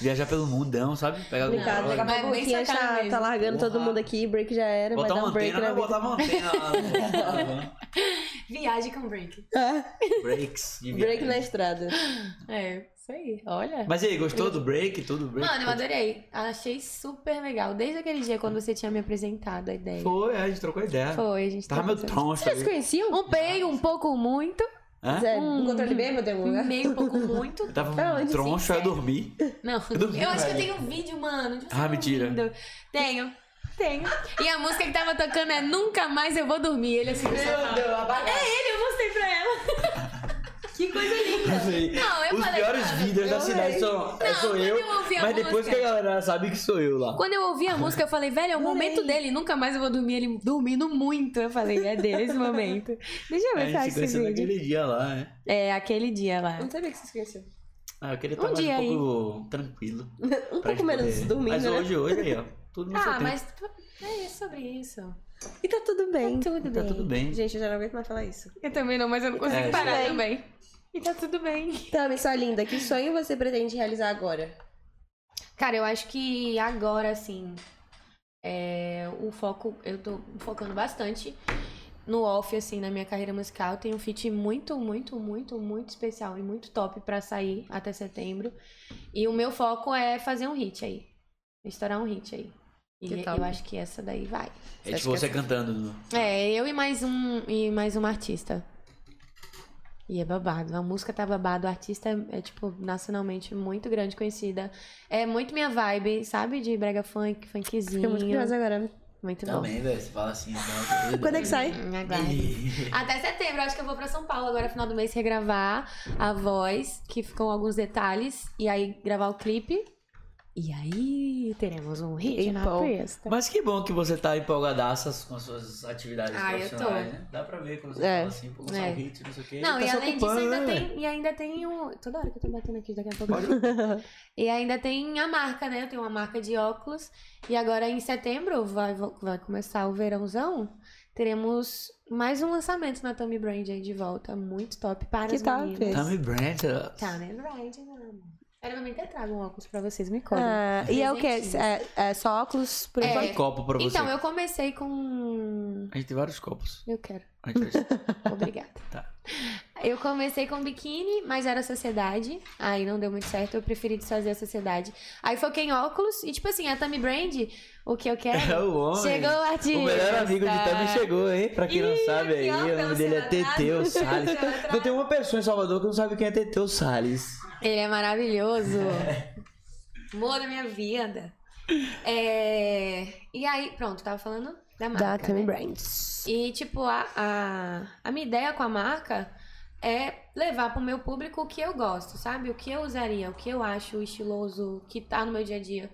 Speaker 1: Viajar pelo mundão, sabe? Pegar algum
Speaker 3: Obrigada,
Speaker 1: carro,
Speaker 3: legal.
Speaker 2: Daqui a
Speaker 3: Mas
Speaker 2: pouco o
Speaker 3: bem
Speaker 2: Quinhas
Speaker 3: sacana
Speaker 2: tá,
Speaker 3: mesmo.
Speaker 2: tá largando todo
Speaker 1: Porra.
Speaker 2: mundo aqui, break já era,
Speaker 1: Botar
Speaker 2: vai dar
Speaker 1: uma
Speaker 2: um break
Speaker 1: antena, né?
Speaker 2: na
Speaker 1: vai botar
Speaker 2: vida.
Speaker 1: uma antena lá
Speaker 3: (laughs)
Speaker 1: no-
Speaker 3: Viagem com break.
Speaker 2: (laughs)
Speaker 1: Breaks. de
Speaker 2: É, Break na
Speaker 1: viagem.
Speaker 2: estrada.
Speaker 3: É, isso aí, olha.
Speaker 1: Mas e aí, gostou do break? Tudo break?
Speaker 3: Mano, eu adorei. Achei super legal. Desde aquele dia quando você tinha me apresentado a ideia.
Speaker 1: Foi, a gente trocou ideia.
Speaker 3: Foi, a gente
Speaker 1: Tava meu
Speaker 3: trocou-
Speaker 1: troncho
Speaker 2: Vocês
Speaker 1: ali.
Speaker 2: conheciam?
Speaker 3: Um bem, um pouco muito.
Speaker 1: Hã?
Speaker 2: Zé,
Speaker 3: Hum.
Speaker 2: é encontrou ele mesmo em algum lugar?
Speaker 3: Meio, um pouco
Speaker 1: (laughs)
Speaker 3: muito.
Speaker 1: Eu tava
Speaker 2: Pra onde,
Speaker 1: um
Speaker 2: sim,
Speaker 1: troncho, eu
Speaker 3: sério?
Speaker 1: dormi.
Speaker 3: Não,
Speaker 1: Eu duvido,
Speaker 3: eu acho que eu
Speaker 1: velho.
Speaker 3: tenho um vídeo, mano. de você
Speaker 1: Ah, mentira.
Speaker 3: dormindo. Tenho, tenho. E a música que tava tocando é Nunca Mais Eu Vou Dormir. Ele assim, no sofá.
Speaker 4: Deus,
Speaker 3: É ele, eu mostrei pra ela.
Speaker 4: Que coisa linda.
Speaker 1: Assim,
Speaker 3: (laughs) Não, eu
Speaker 1: os
Speaker 3: falei,
Speaker 1: piores
Speaker 3: cara,
Speaker 1: vídeos da
Speaker 2: eu
Speaker 1: cidade
Speaker 2: amei.
Speaker 1: são, é,
Speaker 3: Não,
Speaker 1: sou
Speaker 3: quando
Speaker 1: eu,
Speaker 3: eu ouvi a
Speaker 1: mas depois
Speaker 3: música-
Speaker 1: que a galera sabe que sou eu lá.
Speaker 3: Quando eu ouvi a música, eu falei, velho, é o momento dele. Nunca mais eu vou dormir ele dormindo muito. Eu falei, é dele esse momento. Deixa eu
Speaker 1: A
Speaker 3: ver se eu
Speaker 1: gente se
Speaker 3: acho esse
Speaker 1: conheceu
Speaker 3: vídeo.
Speaker 1: naquele dia lá, né?
Speaker 3: É, aquele dia lá.
Speaker 2: Não sabia que você esqueceu.
Speaker 1: Ah, eu queria
Speaker 3: Um
Speaker 1: estar mais
Speaker 3: dia
Speaker 1: um
Speaker 3: aí.
Speaker 1: pouco tranquilo.
Speaker 2: Um pouco menos dormindo,
Speaker 1: Mas
Speaker 2: né?
Speaker 1: hoje, hoje aí, ó. Tudo no seu
Speaker 3: Ah,
Speaker 1: tempo.
Speaker 3: mas é isso sobre isso.
Speaker 2: E tá tudo bem.
Speaker 3: Tudo
Speaker 1: Tá
Speaker 3: bem.
Speaker 1: tudo bem.
Speaker 2: Gente, eu já não aguento mais falar isso.
Speaker 3: Eu também não, mas eu não consigo
Speaker 1: É,
Speaker 3: parar
Speaker 2: tudo
Speaker 3: também. E tá tudo bem.
Speaker 2: Tami, sua linda, que sonho você pretende realizar agora?
Speaker 3: Cara, eu acho que agora, assim, é, o foco, eu tô focando bastante no off, assim, na minha carreira musical. Tem um feat muito, muito, muito, muito especial e muito top pra sair até setembro. E o meu foco é fazer um hit aí. Estourar um hit aí. E
Speaker 4: Que top.
Speaker 3: eu acho que essa daí vai.
Speaker 1: É tipo você cantando. no-
Speaker 3: É, eu e mais um e mais uma artista. E é babado. A música tá babado, a artista é, é, tipo nacionalmente muito grande, conhecida. É muito minha vibe, sabe? De brega funk,
Speaker 2: Fiquei muito
Speaker 3: funkzinho.
Speaker 2: curiosa agora.
Speaker 3: Muito bom.
Speaker 1: Também, velho. Você fala assim. tá doido.
Speaker 2: Quando é que sai?
Speaker 3: Hum, aguarde. (laughs) Até setembro, eu acho que eu vou pra São Paulo agora, final do mês, regravar a voz, que ficam alguns detalhes, e aí gravar o clipe. E aí teremos um hit
Speaker 2: Em
Speaker 3: na
Speaker 2: pau.
Speaker 3: pista.
Speaker 1: Mas que bom que você tá empolgadaças com as suas atividades
Speaker 3: Ah, eu
Speaker 1: profissionais,
Speaker 3: tô.
Speaker 1: né? Dá pra ver quando você
Speaker 2: É.
Speaker 1: fala assim, pô, lançar
Speaker 3: É.
Speaker 1: um hit, não sei o quê.
Speaker 3: Não,
Speaker 1: tá
Speaker 3: e
Speaker 1: se
Speaker 3: além disso,
Speaker 1: ocupando,
Speaker 3: ainda
Speaker 1: né,
Speaker 3: tem, e ainda tem o. Toda hora que eu tô batendo aqui, daqui a pouco. e ainda tem a marca, né? Eu tenho uma marca de óculos. E agora em setembro vai, vai começar o verãozão. Teremos mais um lançamento na Tommy Brand aí de volta. Muito top para
Speaker 2: Que
Speaker 3: as
Speaker 2: top.
Speaker 1: velho?
Speaker 3: meninas. Tá,
Speaker 1: Tommy Brandt. ó.
Speaker 3: Tommy Brand, meu amor. Era também até trago um óculos pra vocês, (laughs) me cobrem.
Speaker 2: Ah, e é o quê? É, é só óculos por
Speaker 1: Tem
Speaker 2: enquanto?
Speaker 1: um copo pra você.
Speaker 3: então, eu comecei com.
Speaker 1: A gente tem vários copos.
Speaker 3: Eu quero.
Speaker 1: A
Speaker 3: (laughs)
Speaker 1: gente vai-
Speaker 3: Obrigada.
Speaker 1: (laughs) Tá.
Speaker 3: Eu comecei com biquíni, mas era sociedade. Aí não deu muito certo, eu preferi desfazer a sociedade. Aí foquei em óculos e, tipo assim, a Tammy Brand, o que eu quero.
Speaker 1: (laughs) É o homem.
Speaker 3: Chegou o artista.
Speaker 1: O melhor amigo de Tami chegou, hein? Pra quem não
Speaker 3: Ih,
Speaker 1: sabe aí,
Speaker 3: aqui, ó,
Speaker 1: o nome
Speaker 3: pelo
Speaker 1: dele é
Speaker 3: Ceará.
Speaker 1: Teteu Salles.
Speaker 3: (laughs) Pelo Ceará.
Speaker 1: Não tem uma pessoa em Salvador que não sabe quem é Teteu Salles.
Speaker 3: Ele
Speaker 1: (laughs)
Speaker 3: é maravilhoso.
Speaker 1: É.
Speaker 3: Amor da minha vida. É, E aí, pronto, tava falando da marca.
Speaker 2: Da Tammy
Speaker 3: né?
Speaker 2: Brands.
Speaker 3: E, tipo, a, a, a minha ideia com a marca é levar pro meu público o que eu gosto, sabe? O que eu usaria, o que eu acho estiloso, que tá no meu dia a dia.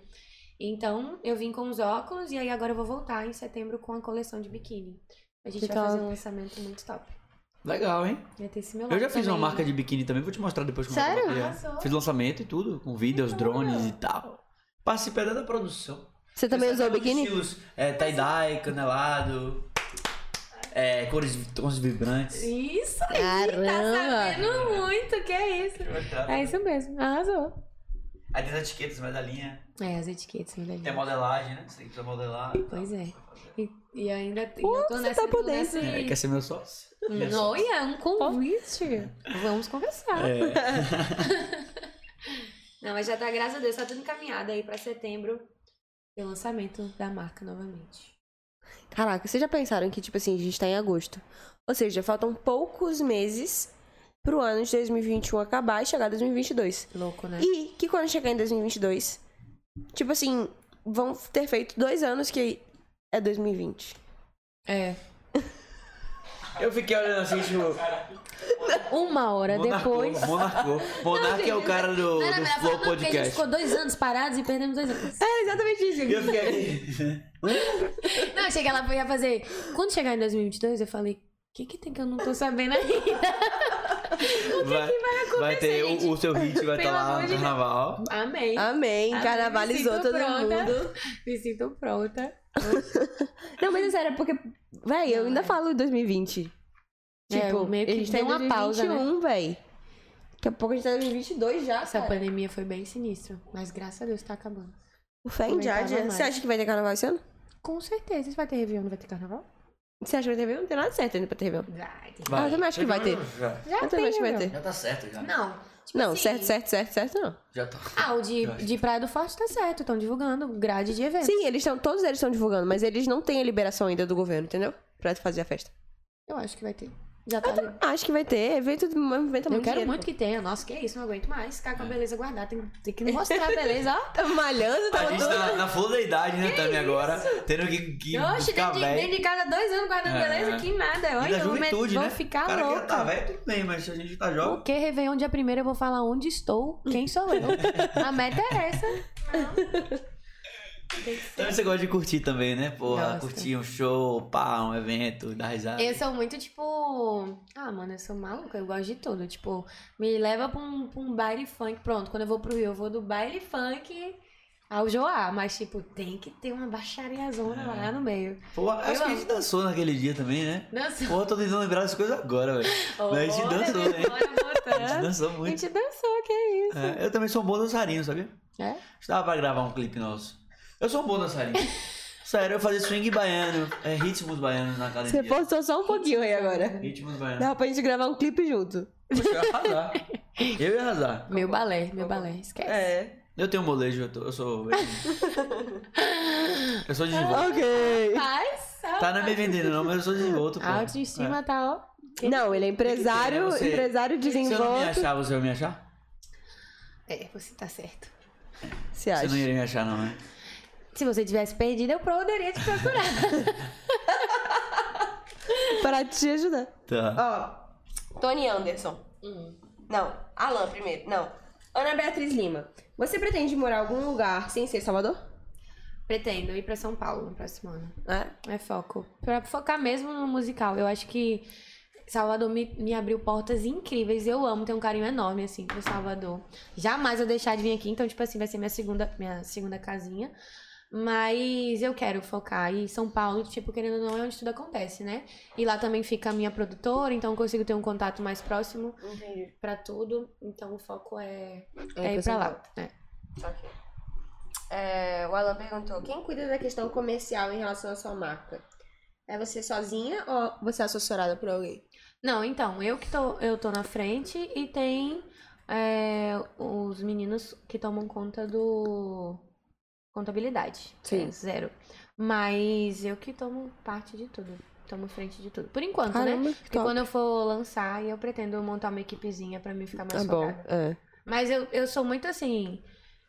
Speaker 3: Então, eu vim com os óculos e aí agora eu vou voltar em setembro com a coleção de biquíni. A gente
Speaker 2: Que
Speaker 3: vai
Speaker 2: top.
Speaker 3: fazer um lançamento muito top.
Speaker 1: Legal, hein?
Speaker 3: Vai ter esse meu
Speaker 1: Eu
Speaker 3: lado
Speaker 1: já fiz uma
Speaker 3: também.
Speaker 1: marca de biquíni também, vou te mostrar depois como
Speaker 3: Sério?
Speaker 1: eu coloquei, é.
Speaker 3: Arrasou.
Speaker 1: Fiz lançamento e tudo, com vídeos,
Speaker 3: Que
Speaker 1: drones
Speaker 3: legal.
Speaker 1: e tal. Participei da produção.
Speaker 2: Você também
Speaker 1: Essa
Speaker 2: usou
Speaker 1: é um dos
Speaker 2: biquíni?
Speaker 1: estilos, É, tie-dye, canelado, é, cores, tons vibrantes.
Speaker 3: Isso aí, tá sabendo muito, que é isso. É isso mesmo, arrasou.
Speaker 1: Aí tem as etiquetas, medalhinha,
Speaker 3: É, as etiquetas, me
Speaker 1: tem a modelagem, né? Você precisa modelar. e tal.
Speaker 3: Pois é. E, e ainda tem. eu tô nessa,
Speaker 2: tá por
Speaker 3: tô nessa-
Speaker 1: É, quer ser meu sócio? Minha sócia.
Speaker 3: Olha, um convite. Vamos conversar.
Speaker 1: É.
Speaker 3: Não, mas já tá, graças a Deus, tá tudo encaminhado aí pra setembro. E o lançamento da marca novamente.
Speaker 2: Caraca, vocês já pensaram que, tipo assim, a gente tá em agosto. Ou seja, faltam poucos meses pro ano de 2021 acabar e chegar 2022.
Speaker 3: Louco, né?
Speaker 2: E que quando chegar em 2022, tipo assim, vão ter feito dois anos que é 2020.
Speaker 3: É.
Speaker 1: Eu fiquei olhando assim, tipo,
Speaker 3: Uma hora depois.
Speaker 1: Monarcou, monarcou. Monarca é o cara do,
Speaker 3: Não, não,
Speaker 1: do
Speaker 3: mas ela falou
Speaker 1: Flow
Speaker 3: não, porque a gente
Speaker 1: Podcast.
Speaker 3: ficou dois anos parados e perdemos dois anos.
Speaker 2: É exatamente isso.
Speaker 1: E eu fiquei aqui.
Speaker 3: (laughs) Não, chega lá, eu ia fazer. Quando chegar em 2022, eu falei. O que, que tem que eu não tô sabendo (laughs) ainda?
Speaker 1: vai, vai ter
Speaker 3: gente?
Speaker 1: o, o seu hit,
Speaker 3: (laughs)
Speaker 1: vai estar
Speaker 3: Pelo
Speaker 1: lá
Speaker 3: amor
Speaker 1: no
Speaker 3: de Deus.
Speaker 1: carnaval.
Speaker 2: Amém,
Speaker 3: Amém. Amém,
Speaker 2: carnavalizou
Speaker 3: me sinto
Speaker 2: todo
Speaker 3: pronta.
Speaker 2: mundo.
Speaker 3: Me sinto (laughs) pronta.
Speaker 2: Não, mas é sério, porque, véi, eu
Speaker 3: Não,
Speaker 2: ainda
Speaker 3: é.
Speaker 2: falo em 2020.
Speaker 3: É,
Speaker 2: Tipo,
Speaker 3: eu meio que
Speaker 2: a gente tá em
Speaker 3: dei uma pausa, né?
Speaker 2: 2021, véi. Daqui a pouco a gente tá em 2022 já,
Speaker 3: Essa
Speaker 2: cara.
Speaker 3: pandemia foi bem sinistra. Mas graças a Deus tá acabando.
Speaker 2: O fé em
Speaker 3: Aumentava
Speaker 2: Jardim.
Speaker 3: mais.
Speaker 2: Você acha que vai ter carnaval esse ano?
Speaker 3: Com certeza. Vai ter Réveillon, não vai ter carnaval?
Speaker 2: Você acha que vai ter Réveillon? Não tem nada certo ainda pra ter Réveillon.
Speaker 3: Vai. ter.
Speaker 1: Vai.
Speaker 2: Ah, eu também acho que vai ter.
Speaker 1: Já,
Speaker 2: Eu
Speaker 3: Já tem
Speaker 2: também acho que vai
Speaker 3: Réveillon.
Speaker 2: ter.
Speaker 1: já tá certo, já.
Speaker 3: Não. tipo
Speaker 2: Não,
Speaker 3: assim,
Speaker 2: certo, certo, certo, certo, não.
Speaker 1: Já tô.
Speaker 3: Ah, o de,
Speaker 1: Eu acho.
Speaker 3: de Praia do Forte tá certo. Estão divulgando grade de evento.
Speaker 2: Sim, eles estão, todos eles estão divulgando, mas eles não têm a liberação ainda do governo, entendeu? Pra fazer a festa.
Speaker 3: Eu acho que vai ter. Já tá ali.
Speaker 2: Acho que vai ter evento, um evento
Speaker 3: Eu quero muito que tenha. Nossa, que isso, não aguento mais. Ficar
Speaker 1: É.
Speaker 3: com a beleza guardada. Tem,
Speaker 2: (laughs)
Speaker 3: tem que mostrar a beleza, ó.
Speaker 2: Tá malhando,
Speaker 1: A
Speaker 2: tá
Speaker 1: gente tá na flor da idade, né, também agora. Tendo que, que
Speaker 3: Oxe,
Speaker 1: ficar
Speaker 3: dentro é de,
Speaker 1: velho.
Speaker 3: dentro de casa dois anos guardando
Speaker 1: É.
Speaker 3: beleza, que nada.
Speaker 1: E da
Speaker 3: Olha, eu vou, me-
Speaker 1: juventude,
Speaker 3: vou
Speaker 1: né?
Speaker 3: ficar
Speaker 1: o cara
Speaker 3: louca.
Speaker 1: que tá velho, tudo bem, mas se a gente tá jovem...
Speaker 3: Porque Réveillon dia primeiro eu vou falar onde estou, quem sou
Speaker 1: (laughs)
Speaker 3: eu. A meta é essa.
Speaker 1: Então você gosta de curtir também, né? Porra,
Speaker 3: Gosto.
Speaker 1: curtir um show, pá, um evento, dar risada.
Speaker 3: Eu sou muito tipo. Ah, mano, eu sou maluca, eu gosto de tudo. Tipo, me leva pra um, pra um baile funk. Pronto, quando eu vou pro Rio, eu vou do baile funk ao Joá. Mas, tipo, tem que ter uma baixariazona
Speaker 1: É.
Speaker 3: lá no meio.
Speaker 1: Pô, acho
Speaker 3: Eu
Speaker 1: que a
Speaker 3: amo.
Speaker 1: gente dançou naquele dia também, né?
Speaker 3: Dançou.
Speaker 1: Porra, tô tentando lembrar das coisas agora, velho. Mas a gente
Speaker 3: Olha,
Speaker 1: dançou,
Speaker 3: olha,
Speaker 1: né? A
Speaker 3: (laughs)
Speaker 1: gente
Speaker 3: botando.
Speaker 1: dançou
Speaker 3: A
Speaker 1: muito.
Speaker 3: gente dançou, que é isso.
Speaker 1: É, eu também sou um bom dançarino, sabia?
Speaker 3: É?
Speaker 1: Estava pra gravar um clipe nosso. Eu sou um bom dançarino. Sério, eu fazia swing baiano, é, ritmos baianos na academia.
Speaker 2: Você postou só um pouquinho aí agora.
Speaker 1: Ritmos baianos.
Speaker 2: Dá pra gente gravar um clipe junto.
Speaker 1: Poxa, eu ia arrasar. Eu ia arrasar.
Speaker 3: Meu balé, meu balé, esquece.
Speaker 2: É.
Speaker 1: Eu tenho um molejo, eu, tô- eu sou... Eu sou desenvolto.
Speaker 2: Ok.
Speaker 3: Mas a
Speaker 1: Tá não é me vendendo não, mas eu sou desenvolto, pô. É.
Speaker 3: a autoestima tá, ó.
Speaker 2: Não, ele é
Speaker 1: Tem
Speaker 2: empresário,
Speaker 1: que ter, né? Você-
Speaker 2: empresário
Speaker 1: Se eu não me
Speaker 2: desenvolto.
Speaker 1: achar, você vai me achar?
Speaker 3: É, você tá certo.
Speaker 2: Você
Speaker 1: Você
Speaker 2: acha?
Speaker 1: não iria me achar não, né?
Speaker 3: Se você tivesse perdido, eu poderia te
Speaker 1: (laughs)
Speaker 3: procurar.
Speaker 2: Pra te ajudar.
Speaker 1: Tá.
Speaker 4: Ó, Tony Anderson.
Speaker 3: Hum.
Speaker 4: Não, Alan primeiro. Não. Ana Beatriz Lima. Você pretende morar em algum lugar sem ser Salvador?
Speaker 3: Pretendo ir pra São Paulo no próximo ano.
Speaker 2: É.
Speaker 3: É foco. Pra focar mesmo no musical. Eu acho que Salvador me, me abriu portas incríveis. Eu amo, tenho um carinho enorme, assim, pro Salvador. Jamais eu deixar de vir aqui. Então, tipo assim, vai ser minha segunda, minha segunda casinha. Mas eu quero focar. E São Paulo, tipo, querendo ou não, é onde tudo acontece, né? E lá também fica a minha produtora, então eu consigo ter um contato mais próximo
Speaker 4: Entendi.
Speaker 3: pra tudo. Então o foco é,
Speaker 2: É,
Speaker 3: é
Speaker 2: pra
Speaker 3: ir pra
Speaker 2: São
Speaker 3: lá. É.
Speaker 4: Ok. É, o Alan perguntou: quem cuida da questão comercial em relação à sua marca? É você sozinha ou você é assessorada por alguém?
Speaker 3: Não, então, eu que tô, eu tô na frente e tem é, os meninos que tomam conta do contabilidade.
Speaker 2: Sim.
Speaker 3: É, zero. Mas eu que tomo parte de tudo. Tomo frente de tudo. Por enquanto, né?
Speaker 2: Caramba, que
Speaker 3: Porque
Speaker 2: top.
Speaker 3: quando eu for lançar, eu pretendo montar uma equipezinha pra mim ficar mais
Speaker 2: Tá bom,
Speaker 3: focada.
Speaker 2: é.
Speaker 3: Mas eu, eu sou muito assim.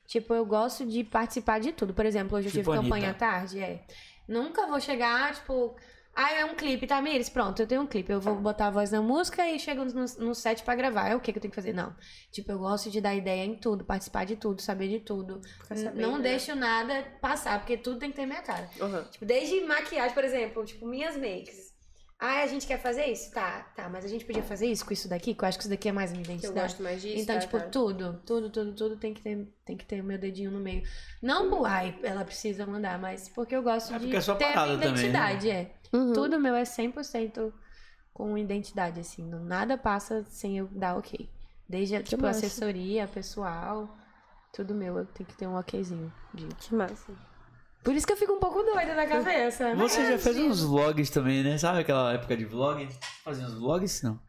Speaker 3: Tipo, eu gosto de participar de tudo. Por exemplo, hoje eu
Speaker 1: Tipo
Speaker 3: tive
Speaker 1: a
Speaker 3: campanha à
Speaker 1: Anitta.
Speaker 3: tarde, é. Nunca vou chegar, tipo. Ah, é um clipe, tá, Mires? Pronto, eu tenho um clipe. Eu vou botar a voz na música e chego no, no set pra gravar. É o que que eu tenho que fazer? Não. Tipo, eu gosto de dar ideia em tudo, participar de tudo, saber de tudo.
Speaker 4: Ficar sabendo,
Speaker 3: Não
Speaker 4: né?
Speaker 3: deixo nada passar, porque tudo tem que ter minha cara.
Speaker 2: Uhum.
Speaker 3: Tipo, desde maquiagem, por exemplo, tipo, minhas makes. Ah, a gente quer fazer isso? Tá, tá, mas a gente podia fazer isso com isso daqui, que eu acho que isso daqui é mais minha
Speaker 4: Que eu
Speaker 3: identidade.
Speaker 4: gosto mais disso.
Speaker 3: Então,
Speaker 4: tá,
Speaker 3: tipo,
Speaker 4: tá.
Speaker 3: tudo, tudo, tudo, tudo tem que ter, tem que ter meu dedinho no meio. Não por ai, ela precisa mandar, mas porque eu gosto
Speaker 1: É
Speaker 3: de
Speaker 1: porque é sua
Speaker 3: ter a minha
Speaker 1: parada também, né?
Speaker 3: identidade, é.
Speaker 2: Uhum.
Speaker 3: Tudo meu é 100% com identidade, assim, não, nada passa sem eu dar ok. Desde, tipo,
Speaker 2: massa.
Speaker 3: assessoria, pessoal, tudo meu, eu tenho que ter um okzinho. de-
Speaker 2: Que massa.
Speaker 3: Por isso que eu fico um pouco doida na cabeça. né?
Speaker 1: Você já fez uns vlogs também, né? Sabe aquela época de vlog? Fazia uns vlogs? Não.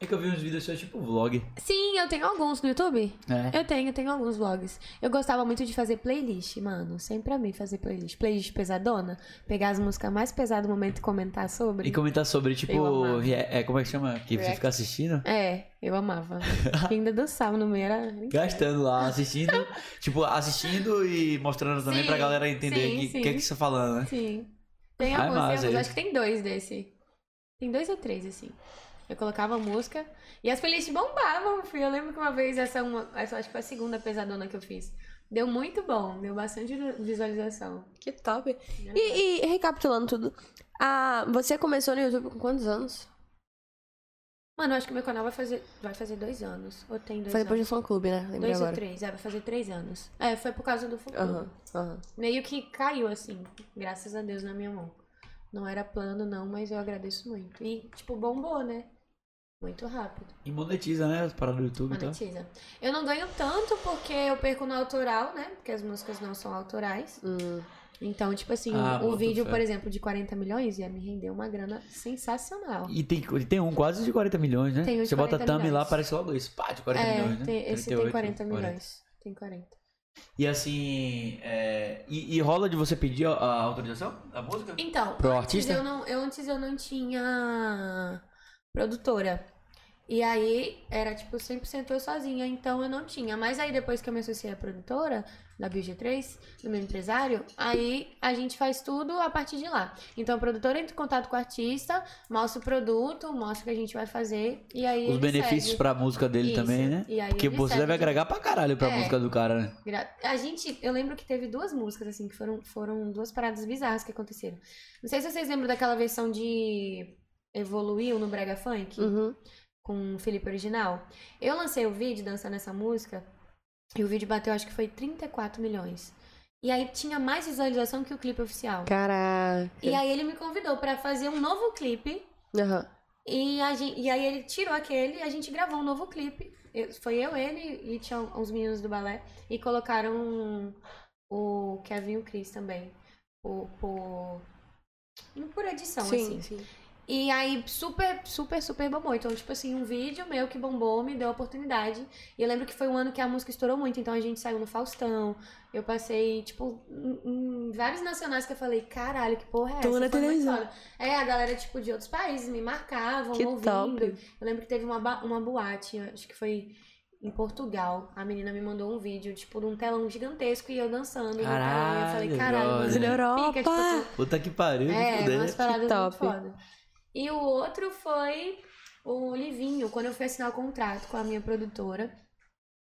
Speaker 1: É que eu vi uns vídeos seus tipo vlog.
Speaker 3: Sim, eu tenho alguns no YouTube.
Speaker 1: É.
Speaker 3: Eu tenho, eu tenho alguns vlogs. Eu gostava muito de fazer playlist, mano. Sempre amei fazer playlist. Playlist pesadona. Pegar as músicas mais pesadas do momento e comentar sobre.
Speaker 1: E comentar sobre,
Speaker 3: Eu
Speaker 1: tipo,
Speaker 3: amava.
Speaker 1: rea- é, como é que chama? Que você
Speaker 4: React.
Speaker 1: fica assistindo?
Speaker 3: É, eu
Speaker 1: (laughs)
Speaker 3: amava. E ainda dançava no meio, era...
Speaker 1: Gastando lá,
Speaker 3: (laughs)
Speaker 1: assistindo. tipo, assistindo e mostrando também
Speaker 3: Sim,
Speaker 1: pra galera entender o
Speaker 3: sim,
Speaker 1: que,
Speaker 3: sim.
Speaker 1: que é que você tá falando, né?
Speaker 3: Sim. Tem
Speaker 1: Ai,
Speaker 3: alguns,
Speaker 1: É massa,
Speaker 3: tem alguns.
Speaker 1: gente.
Speaker 3: Acho que tem dois desse. Tem dois ou três, assim. Eu colocava a música e as playlists bombavam, filho. Eu lembro que uma vez, essa, uma, essa acho que foi a segunda pesadona que eu fiz. Deu muito bom, deu bastante visualização.
Speaker 2: Que top. E, e recapitulando tudo, ah, você começou no YouTube com quantos anos?
Speaker 3: Mano, eu acho que meu canal vai fazer, vai fazer dois anos. Ou tem dois
Speaker 2: Foi
Speaker 3: anos.
Speaker 2: depois do fã clube, né? Lembrei
Speaker 3: Dois ou
Speaker 2: agora.
Speaker 3: três, é, vai fazer três anos. É, foi por causa do futuro.
Speaker 2: Aham, aham.
Speaker 3: Meio que caiu, assim, graças a Deus na minha mão. Não era plano, não, mas eu agradeço muito. E, tipo, bombou, né? Muito rápido.
Speaker 1: E monetiza, né? As paradas do YouTube e tal.
Speaker 3: Monetiza. Eu não ganho tanto porque eu perco no autoral, né? Porque as músicas não são autorais.
Speaker 2: Hum.
Speaker 3: Então, tipo assim,
Speaker 1: Ah,
Speaker 3: o
Speaker 1: boto
Speaker 3: vídeo,
Speaker 1: fé.
Speaker 3: por exemplo, de 40 milhões ia me render uma grana sensacional.
Speaker 1: E tem, e tem um quase de 40 milhões, né?
Speaker 3: Tem um de
Speaker 1: você bota
Speaker 3: 40
Speaker 1: thumb lá,
Speaker 3: milhões.
Speaker 1: aparece logo isso. Pá, de 40
Speaker 3: é,
Speaker 1: milhões, né?
Speaker 3: tem- esse tem
Speaker 1: 38,
Speaker 3: 40 milhões. Tem 40.
Speaker 1: E assim, é, e, e rola de você pedir a, a autorização da música?
Speaker 3: Então,
Speaker 1: Pro
Speaker 3: antes
Speaker 1: artista?
Speaker 3: eu não, eu- antes eu não tinha produtora. E aí era tipo 100% eu sozinha, então eu não tinha. Mas aí depois que eu me associei à produtora da BioG3, do meu empresário, aí a gente faz tudo a partir de lá. Então a produtora entra em contato com o artista, mostra o produto, mostra o que a gente vai fazer e aí
Speaker 1: Os
Speaker 3: ele
Speaker 1: benefícios
Speaker 3: segue.
Speaker 1: pra música dele
Speaker 3: Isso.
Speaker 1: também, né?
Speaker 3: E aí
Speaker 1: Porque
Speaker 3: ele
Speaker 1: você
Speaker 3: segue.
Speaker 1: deve agregar pra caralho pra
Speaker 3: É.
Speaker 1: música do cara, né?
Speaker 3: Gra- A gente, eu lembro que teve duas músicas, assim, que foram, foram duas paradas bizarras que aconteceram. Não sei se vocês lembram daquela versão de Evoluiu no Brega Funk,
Speaker 2: Uhum.
Speaker 3: com o Felipe Original. Eu lancei o vídeo dançando essa música, e o vídeo bateu, acho que foi 34 milhões. E aí tinha mais visualização que o clipe oficial.
Speaker 2: Caraca.
Speaker 3: E aí ele me convidou pra fazer um novo clipe
Speaker 2: Aham.
Speaker 3: e, a gen- e aí ele tirou aquele e a gente gravou um novo clipe. Eu- foi eu, ele e tinha uns meninos do balé. E colocaram o Kevin e o Chris também. Por, por, por edição,
Speaker 2: Sim,
Speaker 3: assim.
Speaker 2: sim.
Speaker 3: E aí, super, super, super bombou. Então, tipo assim, um vídeo meu que bombou me deu a oportunidade. E eu lembro que foi um ano que a música estourou muito. Então, a gente saiu no Faustão. Eu passei, tipo, em, em vários nacionais que eu falei, caralho, que porra é essa?
Speaker 2: Tô na
Speaker 3: Foi muito
Speaker 2: televisão.
Speaker 3: foda. É, a galera, tipo, de outros países me marcavam,
Speaker 2: Que
Speaker 3: ouvindo.
Speaker 2: top.
Speaker 3: Eu lembro que teve uma, ba- uma boate, acho que foi em Portugal. A menina me mandou um vídeo, tipo, de um telão gigantesco e eu dançando. no telão. E eu
Speaker 1: Caralho,
Speaker 3: falei, caralho,
Speaker 1: brother.
Speaker 3: mano,
Speaker 2: Na Europa.
Speaker 3: pica, tipo, assim,
Speaker 1: Puta que pariu, que
Speaker 3: é,
Speaker 1: fuder.
Speaker 3: umas paradas
Speaker 2: Top.
Speaker 3: muito foda. E o outro foi o Livinho, quando eu fui assinar o contrato com a minha produtora.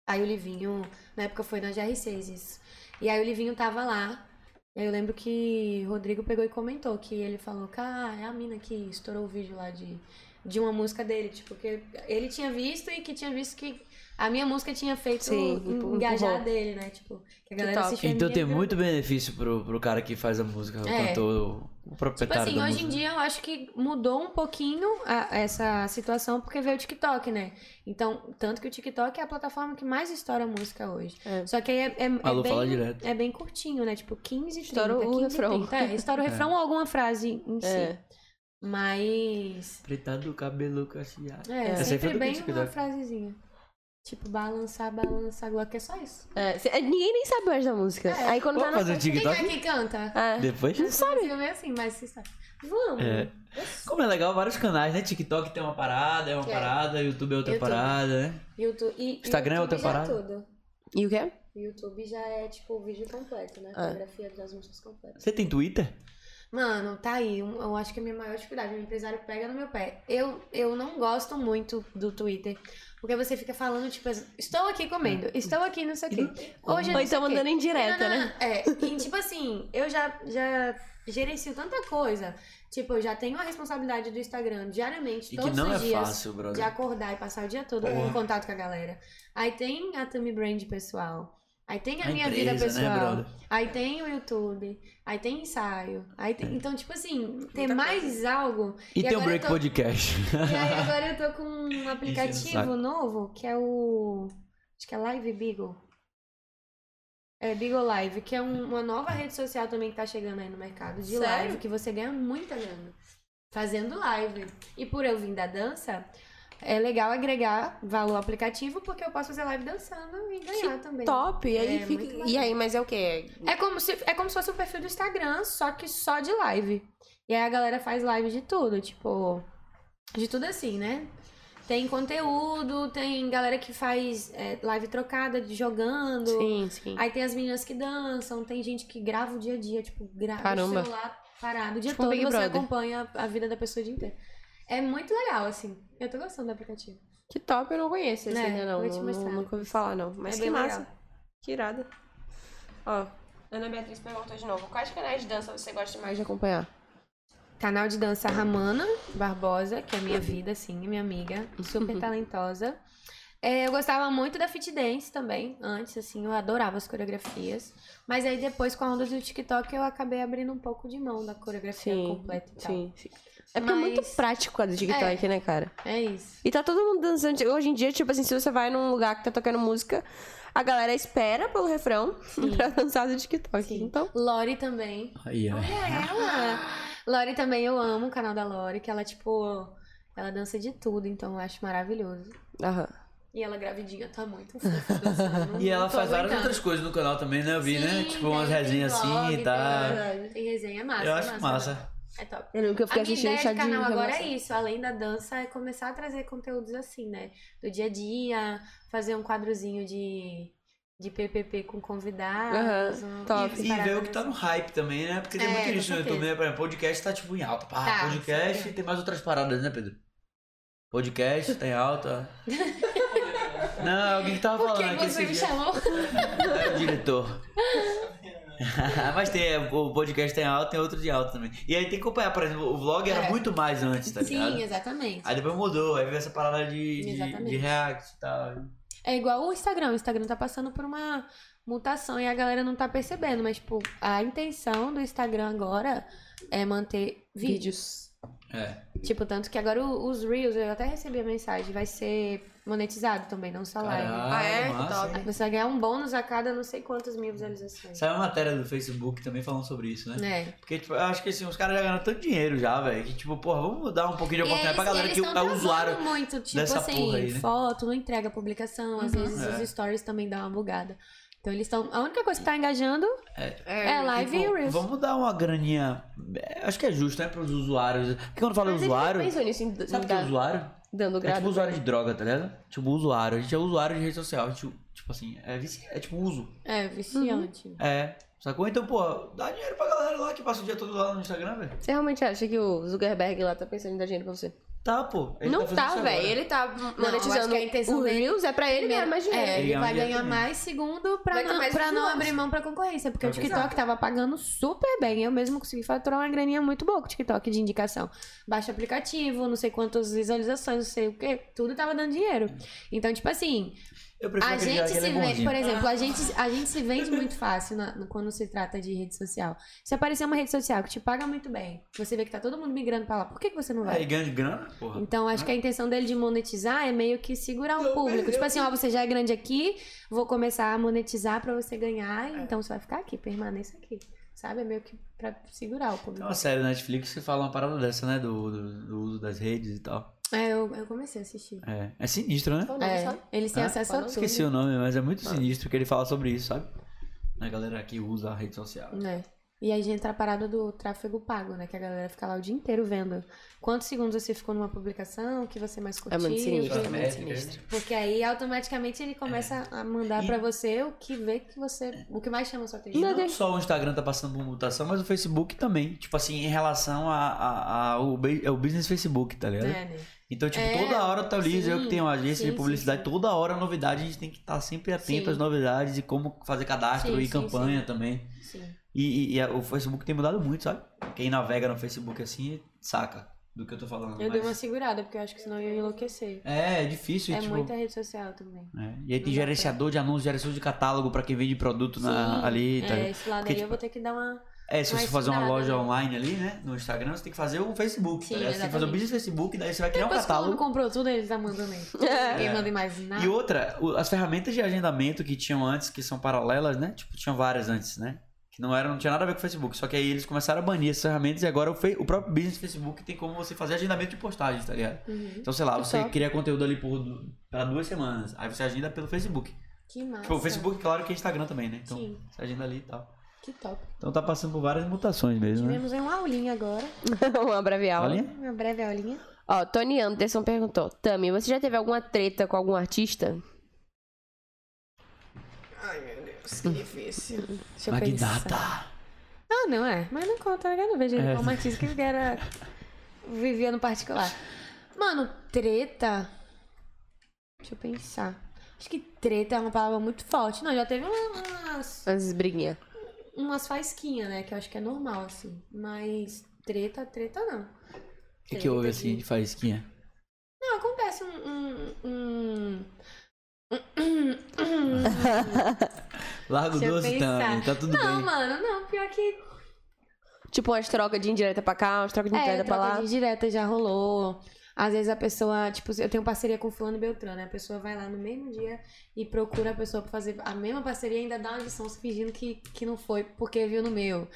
Speaker 3: Aí o Livinho, na época foi na GR6 isso. E aí o Livinho tava lá. E aí eu lembro que o Rodrigo pegou e comentou que ele falou, cara, é a mina que estourou o vídeo lá de, de uma música dele. Tipo, que ele tinha visto e que tinha visto que a minha música tinha feito
Speaker 2: Sim, empurrou.
Speaker 3: engajar dele, né? Tipo, que a galera
Speaker 2: top.
Speaker 3: se
Speaker 1: Então tem
Speaker 3: feminizou.
Speaker 1: muito benefício pro, pro cara que faz a música, o
Speaker 3: É.
Speaker 1: cantor, o
Speaker 3: Tipo
Speaker 1: proprietário
Speaker 3: assim,
Speaker 1: da
Speaker 3: hoje
Speaker 1: música.
Speaker 3: em dia eu acho que mudou um pouquinho a- essa situação porque veio o TikTok, né? Então, tanto que o TikTok é a plataforma que mais estoura música hoje.
Speaker 2: É.
Speaker 3: Só que aí é, é, é
Speaker 1: Alô, fala
Speaker 3: bem,
Speaker 1: direto.
Speaker 3: é bem curtinho, né? Tipo, 15, 30,
Speaker 2: Estoura o
Speaker 3: 15,
Speaker 2: refrão.
Speaker 3: 30. É,
Speaker 1: (laughs)
Speaker 3: estoura o refrão ou alguma frase em si.
Speaker 2: É.
Speaker 3: Mas...
Speaker 1: Fritado o cabelo cacheado.
Speaker 3: É,
Speaker 2: Essa
Speaker 1: aí foi
Speaker 3: sempre
Speaker 1: do
Speaker 3: bem
Speaker 1: TikTok.
Speaker 3: uma frasezinha. Tipo, balançar, balançar, agora que é só isso.
Speaker 2: É, cê- é, Ninguém nem sabe mais da música.
Speaker 3: É.
Speaker 2: Aí quando tá
Speaker 1: Vamos
Speaker 2: na
Speaker 1: fazer um
Speaker 2: festa...
Speaker 3: Quem
Speaker 1: TikTok
Speaker 3: é que canta?
Speaker 2: É.
Speaker 1: depois?
Speaker 3: Não sabe. Eu assim, mas se sabe. Vamos.
Speaker 1: É. Como é legal, vários canais, né? TikTok tem uma parada, é uma
Speaker 3: É.
Speaker 1: parada, YouTube é outra
Speaker 3: YouTube.
Speaker 1: parada, né?
Speaker 3: YouTube, e,
Speaker 1: Instagram é
Speaker 3: YouTube
Speaker 1: outra
Speaker 3: já
Speaker 1: parada?
Speaker 3: tudo.
Speaker 2: E o quê?
Speaker 3: YouTube já é tipo o vídeo completo, né? A fotografia das músicas completas.
Speaker 1: Você tem Twitter?
Speaker 3: Mano, tá aí. um- Eu acho que a minha maior dificuldade, meu empresário pega no meu pé. Eu, eu não gosto muito do Twitter. Porque você fica falando, tipo, estou aqui comendo, estou aqui não sei o quê.
Speaker 1: Hum.
Speaker 3: Hoje eu
Speaker 2: Ou
Speaker 3: não sei
Speaker 2: então
Speaker 3: é o quê.
Speaker 2: mandando em direta,
Speaker 3: Não, não,
Speaker 2: né?
Speaker 3: não. É, e tipo assim, eu já, já gerencio tanta coisa. Tipo, eu já tenho a responsabilidade do Instagram diariamente,
Speaker 1: E que
Speaker 3: todos
Speaker 1: não é
Speaker 3: os dias.
Speaker 1: fácil,
Speaker 3: De
Speaker 1: brother.
Speaker 3: acordar e passar o dia todo
Speaker 1: Porra.
Speaker 3: em contato com a galera. Aí tem a Tami Brand pessoal. Aí tem a,
Speaker 1: A
Speaker 3: minha
Speaker 1: empresa,
Speaker 3: vida
Speaker 1: né,
Speaker 3: pessoal.
Speaker 1: brother?
Speaker 3: aí tem o YouTube. Aí tem ensaio. Aí
Speaker 1: É.
Speaker 3: tem- Então, tipo assim, tem mais algo.
Speaker 1: E, tem o
Speaker 3: agora eu
Speaker 1: Break
Speaker 3: tô- (laughs)
Speaker 1: Podcast.
Speaker 2: (laughs)
Speaker 3: E aí agora eu tô com um
Speaker 1: saco.
Speaker 3: aplicativo novo, que é o. Acho que é Live Beagle. É Beagle Live, que é um- uma nova rede social também que tá chegando aí no mercado de
Speaker 2: Sério?
Speaker 3: live, que você ganha muita grana fazendo live. E por eu vir da dança, é legal agregar valor ao aplicativo, porque eu posso fazer live dançando e ganhar também.
Speaker 2: Top. E aí
Speaker 3: É,
Speaker 2: fica...
Speaker 3: muito
Speaker 2: E aí, mas é o quê?
Speaker 3: É como, se, é como se fosse o perfil do Instagram, só que só de live. E aí a galera faz live de tudo, tipo. De tudo assim, né? Tem conteúdo, tem galera que faz é, live trocada, de jogando.
Speaker 2: Sim, sim.
Speaker 3: Aí tem as meninas que dançam, tem gente que grava o dia a dia, tipo, grava
Speaker 2: Caramba.
Speaker 3: o celular parado o dia
Speaker 2: Tipo um
Speaker 3: todo,
Speaker 2: Big
Speaker 3: você
Speaker 2: Brother.
Speaker 3: acompanha a vida da pessoa o dia inteiro. É muito legal, assim. Eu tô gostando do aplicativo.
Speaker 2: Que top, eu não conheço esse
Speaker 3: É,
Speaker 2: ainda não.
Speaker 3: vou te
Speaker 2: Não-
Speaker 3: mostrar.
Speaker 2: Nunca ouvi falar, não. Mas
Speaker 3: É
Speaker 2: que
Speaker 3: bem
Speaker 2: massa.
Speaker 3: legal.
Speaker 2: Que irada. Ó, Ana Beatriz perguntou de novo. Quais canais de dança você gosta mais de acompanhar?
Speaker 3: Canal de dança Ramana Barbosa, que é minha vida, assim, minha amiga,
Speaker 1: (laughs)
Speaker 3: super talentosa. É, eu gostava muito da fit dance também, antes, assim, eu adorava as coreografias. Mas aí depois, com a onda do TikTok, eu acabei abrindo um pouco de mão da coreografia completa e tal.
Speaker 2: sim, sim. É porque é muito
Speaker 3: Mas-
Speaker 2: prático a do TikTok, né, cara?
Speaker 3: É isso.
Speaker 2: E tá todo mundo dançando. Hoje em dia, tipo assim, se você vai num lugar que tá tocando música, a galera espera pelo refrão (laughs) pra dançar do TikTok.
Speaker 3: Sim.
Speaker 2: Então,
Speaker 3: Lori também.
Speaker 1: Aí, ó.
Speaker 3: Olha ela! Lori também, eu amo o canal da Lori, que ela, tipo, ela dança de tudo, então eu acho maravilhoso.
Speaker 2: aham.
Speaker 3: E ela gravidinha tá muito fofa
Speaker 1: (laughs)
Speaker 3: dançando.
Speaker 1: E ela
Speaker 3: não tô
Speaker 1: faz várias
Speaker 3: aguentando.
Speaker 1: outras coisas no canal também, né? Eu vi, né?
Speaker 3: Sim,
Speaker 1: Tipo umas
Speaker 3: tem- tem
Speaker 1: resenhas assim
Speaker 3: vlog,
Speaker 1: e tal.
Speaker 3: tem- Tem resenha massa.
Speaker 1: Eu acho massa.
Speaker 3: É top.
Speaker 2: Eu lembro que eu fiquei
Speaker 3: a minha
Speaker 2: assistindo
Speaker 3: ideia de
Speaker 2: chá de
Speaker 3: canal agora é
Speaker 2: revelação.
Speaker 3: isso, além da dança, é começar a trazer conteúdos assim, né? Do dia a dia, fazer um quadrozinho de, de PPP com convidados. um-
Speaker 2: top.
Speaker 3: umas
Speaker 1: E, e ver
Speaker 3: paradas
Speaker 1: o que tá
Speaker 3: assim.
Speaker 1: no hype também, né? Porque tem
Speaker 3: É,
Speaker 1: muito
Speaker 3: com
Speaker 1: isso no
Speaker 3: certeza.
Speaker 1: YouTube, né? Por exemplo, podcast tá tipo em alta. Pá,
Speaker 3: Tá,
Speaker 1: podcast
Speaker 3: sim.
Speaker 1: e tem mais outras paradas, né, Pedro? Podcast tá em
Speaker 3: (laughs)
Speaker 1: alta. Não, é alguém que tava
Speaker 3: Por
Speaker 1: falando
Speaker 3: que
Speaker 1: aqui esse
Speaker 3: você me
Speaker 1: dia.
Speaker 3: chamou?
Speaker 1: É, diretor. (laughs) Mas tem, é, o podcast tem alta, tem outro de alta também. E aí tem que acompanhar, por exemplo, o vlog era
Speaker 3: É.
Speaker 1: muito mais antes, tá ligado?
Speaker 3: Sim, exatamente.
Speaker 1: Aí depois mudou, aí veio essa parada de, de,
Speaker 3: Exatamente.
Speaker 1: de react e tal.
Speaker 3: É igual o Instagram. O Instagram tá passando por uma mutação e a galera não tá percebendo. Mas, tipo, a intenção do Instagram agora é manter vídeos.
Speaker 1: É.
Speaker 3: Tipo, tanto que agora o- os Reels, eu até recebi a mensagem, vai ser monetizado também, não só live.
Speaker 1: Caralho,
Speaker 2: Ah, é?
Speaker 1: massa,
Speaker 2: Top.
Speaker 1: hein?
Speaker 3: Você vai ganhar um bônus a cada não sei quantas mil visualizações.
Speaker 1: Saiu uma matéria do Facebook também falando sobre isso, né?
Speaker 3: É.
Speaker 1: Porque, tipo, eu acho que assim, os caras já ganham tanto dinheiro já, velho. Que, tipo, porra, vamos dar um pouquinho de oportunidade pra galera que
Speaker 3: tão
Speaker 1: é
Speaker 3: travando
Speaker 1: usuário.
Speaker 3: muito, tipo
Speaker 1: dessa
Speaker 3: assim,
Speaker 1: porra aí, né?
Speaker 3: foto, não entrega a publicação, às vezes
Speaker 1: É.
Speaker 3: os stories também dão uma bugada. Então eles estão. A única coisa que tá engajando é live e
Speaker 1: Tipo,
Speaker 3: Reels.
Speaker 1: vamos dar uma graninha. é, Acho que é justo, né? Pros usuários. Porque quando fala
Speaker 2: Mas é ele já
Speaker 1: usuário.
Speaker 2: pensou nisso, em
Speaker 1: Sabe o que é
Speaker 2: dar-
Speaker 1: usuário?
Speaker 2: dando
Speaker 1: É
Speaker 2: grado.
Speaker 1: tipo usuário de droga, tá ligado? Tipo usuário. A gente é usuário de rede social. A gente, tipo assim, é, vici... é tipo uso.
Speaker 3: É,
Speaker 2: Uhum.
Speaker 3: viciante.
Speaker 1: É. Sacou? Então, pô, dá dinheiro pra galera lá que passa o dia todo lá no Instagram, velho.
Speaker 2: Você realmente acha que o Zuckerberg lá tá pensando em dar dinheiro pra você?
Speaker 1: Tá, pô. Ele
Speaker 2: não
Speaker 1: fazendo
Speaker 2: tá,
Speaker 1: isso
Speaker 2: velho.
Speaker 1: agora.
Speaker 2: Ele tá
Speaker 3: acho
Speaker 2: monetizando
Speaker 3: que a intenção
Speaker 2: o
Speaker 3: dele-
Speaker 2: Reels, é pra ele ganhar mais dinheiro.
Speaker 3: É,
Speaker 1: Ele
Speaker 3: ele
Speaker 1: ganha
Speaker 3: vai
Speaker 1: dinheiro
Speaker 3: ganhar
Speaker 1: também.
Speaker 3: mais segundo pra,
Speaker 2: Vai ter
Speaker 3: não,
Speaker 2: mais
Speaker 3: pra não
Speaker 2: seguidores.
Speaker 3: abrir mão pra concorrência. Porque o
Speaker 1: Exato.
Speaker 3: TikTok tava pagando super bem. Eu mesmo consegui faturar uma graninha muito boa com o TikTok de indicação. Baixa aplicativo, não sei quantas visualizações, não sei o quê. Tudo tava dando dinheiro.
Speaker 1: Uhum.
Speaker 3: Então, tipo assim,
Speaker 1: Eu prefiro
Speaker 3: a
Speaker 1: acreditar
Speaker 3: gente
Speaker 1: que
Speaker 3: se
Speaker 1: ele é
Speaker 3: vende,
Speaker 1: bonzinho.
Speaker 3: por exemplo, a gente, a gente se vende (laughs) muito fácil na- no- quando se trata de rede social. Se aparecer uma rede social que te paga muito bem, você vê que tá todo mundo migrando pra lá, por que, que você não vai?
Speaker 1: É, e ganha de grana, porra.
Speaker 3: Então, acho que a intenção dele de monetizar é meio que segurar o
Speaker 1: Não,
Speaker 3: público.
Speaker 1: mas
Speaker 3: Tipo
Speaker 1: eu-
Speaker 3: assim, ó, você já é grande aqui, vou começar a monetizar pra você ganhar, então você vai ficar aqui, permaneça aqui. Sabe? É meio que pra segurar o
Speaker 1: Tem
Speaker 3: público.
Speaker 1: uma série na Netflix que fala uma parada dessa, né? Do, do, do uso das redes e tal.
Speaker 3: É, eu, eu comecei a assistir.
Speaker 1: É, Então- é sinistro, né?
Speaker 2: Qual o nome,
Speaker 3: É,
Speaker 2: sabe?
Speaker 3: eles têm
Speaker 1: Hã?
Speaker 3: acesso a
Speaker 2: Falou?
Speaker 3: tudo.
Speaker 1: Esqueci o nome, mas é
Speaker 3: Ah.
Speaker 1: muito sinistro que ele fala sobre isso, sabe? A galera que usa a rede social.
Speaker 3: É. E aí já entra a parada do tráfego pago, né? Que a galera fica lá o dia inteiro vendo. Quantos segundos você ficou numa publicação, o que você mais curtiu.
Speaker 2: É muito sinistro,
Speaker 1: As
Speaker 2: é muito
Speaker 1: métricas,
Speaker 2: sinistro.
Speaker 1: né?
Speaker 3: Porque aí automaticamente ele começa a mandar
Speaker 1: E-
Speaker 3: pra você o que vê que você. O que mais chama a sua
Speaker 1: E
Speaker 3: atenção.
Speaker 1: não só o Instagram tá passando por mutação, mas o Facebook também. Tipo assim, em relação a, a- a- o, bu- é o business Facebook, tá ligado?
Speaker 3: É, né?
Speaker 1: Então, tipo,
Speaker 3: É,
Speaker 1: toda hora tá liso. Eu que
Speaker 3: sim,
Speaker 1: tenho uma agência
Speaker 3: sim,
Speaker 1: de publicidade,
Speaker 3: sim, sim.
Speaker 1: toda hora é novidade, a gente tem que estar sempre atento
Speaker 3: Sim.
Speaker 1: às novidades e como fazer cadastro
Speaker 3: Sim,
Speaker 1: e
Speaker 3: sim,
Speaker 1: campanha também.
Speaker 3: Sim.
Speaker 1: E, e- e a- o Facebook tem mudado muito, sabe? Quem navega no Facebook assim, saca do que eu tô falando.
Speaker 3: Eu dei uma
Speaker 1: mas-
Speaker 3: segurada, porque eu acho que senão eu ia enlouquecer.
Speaker 1: É, é difícil,
Speaker 3: é
Speaker 1: tipo.
Speaker 3: muita rede social também.
Speaker 1: né? E aí
Speaker 3: Não dá
Speaker 1: tem gerenciador de anúncios, gerenciador de catálogo pra quem vende produto na- ali. Tá?
Speaker 3: é, esse lado
Speaker 1: Porque,
Speaker 3: aí eu
Speaker 1: tipo,
Speaker 3: vou ter que dar uma.
Speaker 1: É, se
Speaker 3: uma
Speaker 1: você fazer uma
Speaker 3: estudada,
Speaker 1: loja
Speaker 3: né?
Speaker 1: online ali, né? No Instagram, você tem que fazer um Facebook.
Speaker 3: Sim,
Speaker 1: tá ligado? você tem que fazer um
Speaker 3: exatamente.
Speaker 1: business Facebook, daí você vai criar um
Speaker 3: Depois que o homem
Speaker 1: catálogo. É.
Speaker 3: comprou tudo, ele tá mandando aí.
Speaker 1: (laughs)
Speaker 3: Ninguém manda mais nada.
Speaker 1: E outra, o- as ferramentas de agendamento que tinham antes, que são paralelas, né? Tipo, tinham várias antes, né? Que não, era, não tinha nada a ver com o Facebook. Só que aí eles começaram a banir essas ferramentas e agora o, fe- o próprio business do Facebook tem como você fazer agendamento de postagens, tá ligado?
Speaker 3: Uhum.
Speaker 1: Então, sei lá, você
Speaker 2: Só.
Speaker 1: cria conteúdo ali por, du- pra duas semanas. Aí você agenda pelo Facebook.
Speaker 3: Que massa.
Speaker 1: Tipo, o Facebook, claro que é Instagram também, né? Então,
Speaker 3: Sim,
Speaker 1: você agenda ali e tal.
Speaker 3: que top.
Speaker 1: Então tá passando por várias mutações mesmo, né?
Speaker 3: Tivemos aí uma aulinha agora.
Speaker 2: (laughs) Uma breve aula.
Speaker 1: Olha.
Speaker 3: Uma breve aulinha.
Speaker 2: Um Ó, Tony Anderson perguntou: Tami, você já teve alguma treta com algum artista?
Speaker 4: Ai, meu Deus, que difícil.
Speaker 3: Hum, Deixa eu pensar.
Speaker 1: Magnata.
Speaker 3: Ah, não é. Mas não conta, eu não vejo ele
Speaker 1: É.
Speaker 3: como artista que ele era. vivia no particular. Mano, treta. Deixa eu pensar. Acho que treta é uma palavra muito forte. Não, já teve umas,
Speaker 2: As briguinhas.
Speaker 3: umas faisquinhas, né? Que eu acho que é normal, assim. Mas treta, treta não.
Speaker 1: O que, que houve
Speaker 3: Treta de-
Speaker 1: assim de faísquinha?
Speaker 3: Não, acontece um. um, um...
Speaker 1: Largo
Speaker 3: Deixa eu
Speaker 1: doce também,
Speaker 3: pensar.
Speaker 1: tá tudo
Speaker 3: Não,
Speaker 1: bem.
Speaker 3: mano, não. Pior que
Speaker 2: Tipo umas trocas de indireta pra cá, umas trocas de
Speaker 3: É,
Speaker 2: indireta pra
Speaker 3: troca
Speaker 2: lá.
Speaker 3: de direta já rolou. Às vezes a pessoa, tipo, eu tenho parceria com fulano e Beltrano, né? A pessoa vai lá no mesmo dia e procura a pessoa pra fazer a mesma parceria e ainda dá uma lição se fingindo que, que não foi porque viu no meu.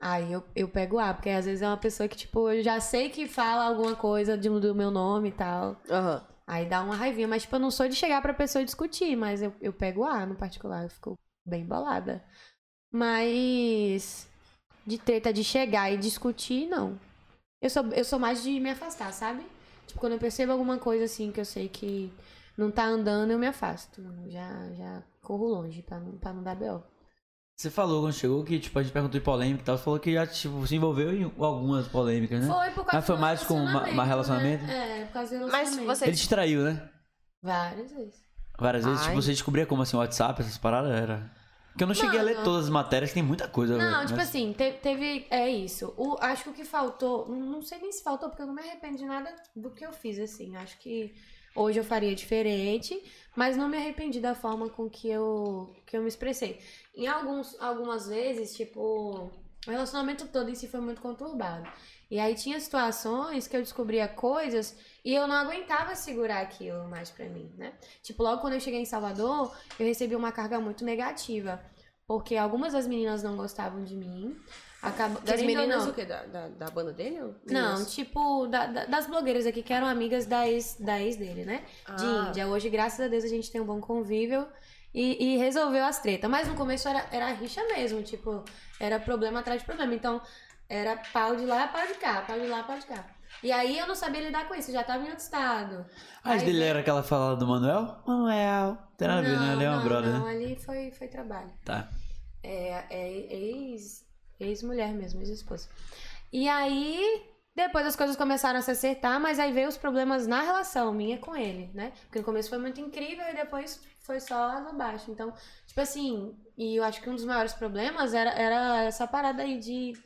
Speaker 3: Aí eu, eu pego A, porque às vezes é uma pessoa que, tipo, eu já sei que fala alguma coisa de, do meu nome e tal.
Speaker 2: Aham.
Speaker 3: Aí dá uma raivinha, mas, tipo, eu não sou de chegar pra pessoa e discutir, mas eu, eu pego A no particular, eu fico bem bolada. Mas de treta de chegar e discutir, não. Eu sou, eu sou mais de me afastar, sabe? Tipo, quando eu percebo alguma coisa assim que eu sei que não tá andando, eu me afasto. Já, já corro longe pra não, pra não dar B.O.
Speaker 1: Você falou quando chegou que, tipo, a gente perguntou de polêmica e tal, você falou que já tipo, se envolveu em algumas polêmicas, né?
Speaker 3: Foi por causa
Speaker 1: Mas foi
Speaker 3: do
Speaker 1: mais com uma- uma relacionamento?
Speaker 3: né? É, por causa do
Speaker 2: Mas
Speaker 3: relacionamento.
Speaker 2: você.
Speaker 1: Ele te traiu, né?
Speaker 3: Várias vezes.
Speaker 1: Várias vezes,
Speaker 2: Ai.
Speaker 1: tipo, você descobria como assim, o WhatsApp, essas paradas, era... Porque eu não cheguei a ler
Speaker 3: Mano.
Speaker 1: todas as matérias, que tem muita coisa.
Speaker 3: Não,
Speaker 1: velho,
Speaker 3: tipo
Speaker 1: né?
Speaker 3: assim, te- teve. É isso. O, acho que o que faltou. Não sei nem se faltou, porque eu não me arrependo de nada do que eu fiz, assim. Acho que hoje eu faria diferente, mas não me arrependi da forma com que eu, que eu me expressei. Em alguns, algumas vezes, tipo, o relacionamento todo em si foi muito conturbado. E aí tinha situações que eu descobria coisas e eu não aguentava segurar aquilo mais pra mim, né? Tipo, logo quando eu cheguei em Salvador, eu recebi uma carga muito negativa. Porque algumas das meninas não gostavam de mim. Acaba...
Speaker 2: Das
Speaker 3: querendo ou
Speaker 2: meninas,
Speaker 3: não-
Speaker 2: o quê? Da, da, da banda dele? ou
Speaker 3: Não,
Speaker 2: meninas?
Speaker 3: tipo, da- da- das blogueiras aqui que eram amigas da ex, da ex dele, né? de
Speaker 2: Ah.
Speaker 3: Índia. Hoje, graças a Deus, a gente tem um bom convívio e, e resolveu as tretas. Mas no começo era, era rixa mesmo, tipo, era problema atrás de problema. Então, era pau de lá, pau de cá, pau de lá, pau de cá. E aí eu não sabia lidar com isso, eu já tava em outro estado.
Speaker 1: Ah, Mas
Speaker 3: Aí
Speaker 1: dele era aquela falada do Manuel? Manuel. Tem nada a ver, né? Ele é uma
Speaker 3: não,
Speaker 1: brother,
Speaker 3: não,
Speaker 1: né?
Speaker 3: ali foi, foi trabalho.
Speaker 1: Tá.
Speaker 3: É, é ex, ex-mulher mesmo, ex-esposa. E aí, depois as coisas começaram a se acertar, mas aí veio os problemas na relação minha com ele, né? Porque no começo foi muito incrível e depois foi só água abaixo. Então, tipo assim, e eu acho que um dos maiores problemas era, era essa parada aí de,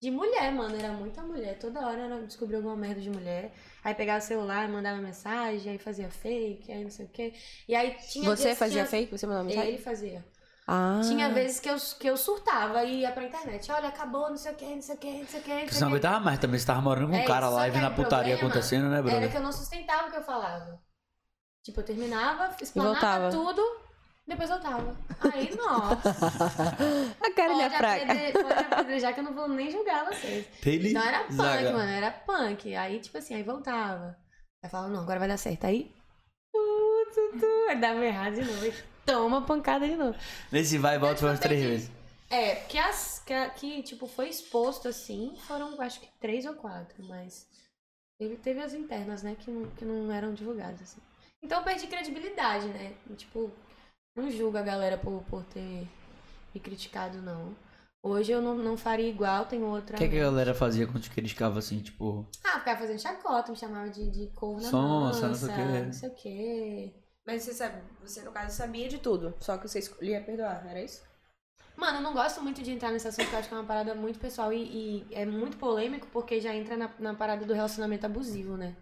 Speaker 3: de mulher, mano. Era muita mulher. Toda hora eu descobria alguma merda de mulher. Aí pegava o celular, mandava mensagem, aí fazia fake, aí não sei o quê. E aí tinha.
Speaker 2: Você
Speaker 3: dias que
Speaker 2: fazia
Speaker 3: tinha-
Speaker 2: fake? Você mandava mensagem?
Speaker 3: Ele fazia.
Speaker 2: Ah.
Speaker 3: Tinha vezes que eu, que eu surtava e ia pra internet. Olha, acabou, não sei o que, não sei o que, não sei o que.
Speaker 1: Porque você não
Speaker 3: o quê.
Speaker 1: aguentava mais também, você tava morando com um
Speaker 3: É
Speaker 1: cara
Speaker 3: isso,
Speaker 1: lá e
Speaker 3: só que
Speaker 1: vendo a
Speaker 3: aí o
Speaker 1: putaria
Speaker 3: problema
Speaker 1: acontecendo, né,
Speaker 3: Era
Speaker 1: brother?
Speaker 3: que eu não sustentava o que eu falava. Tipo, eu terminava,
Speaker 2: voltava.
Speaker 3: explanava tudo, depois voltava.
Speaker 1: (laughs)
Speaker 3: Aí, nossa.
Speaker 2: A cara da
Speaker 3: pode
Speaker 2: fraca.
Speaker 3: apedre- Pode apedrejar que eu não vou nem julgar vocês.
Speaker 1: Ele-
Speaker 3: Então era punk,
Speaker 1: Zaga.
Speaker 3: mano, era punk. Aí, tipo assim, aí voltava. Aí falava, não, agora vai dar certo. Aí, (laughs) tu, tu, tu. Aí dava errado de novo. Aí, Toma pancada de novo.
Speaker 1: Nesse vai e volta foi umas três vezes.
Speaker 3: É, que as que, a- que, tipo foi exposto assim, foram acho que três ou quatro, mas teve, teve as internas, né, que não, que não eram divulgadas assim. Então eu perdi credibilidade, né? E, tipo, não julgo a galera por, por ter me criticado não. Hoje eu não, não faria igual, tem outra.
Speaker 1: O que, é que a galera fazia quando te criticava assim, tipo.
Speaker 3: Ah, ficava fazendo chacota, me chamava de, de corna
Speaker 1: Sonsa, não sei o
Speaker 3: mansa,
Speaker 1: quê.
Speaker 3: não sei o quê.
Speaker 2: Mas você sabe, você no caso sabia de tudo. Só que você escolhia perdoar, era isso?
Speaker 3: Mano, eu não gosto muito de entrar nesse assunto, porque eu acho que é uma parada muito pessoal e, e é muito polêmico, porque já entra na, na parada do relacionamento abusivo, né?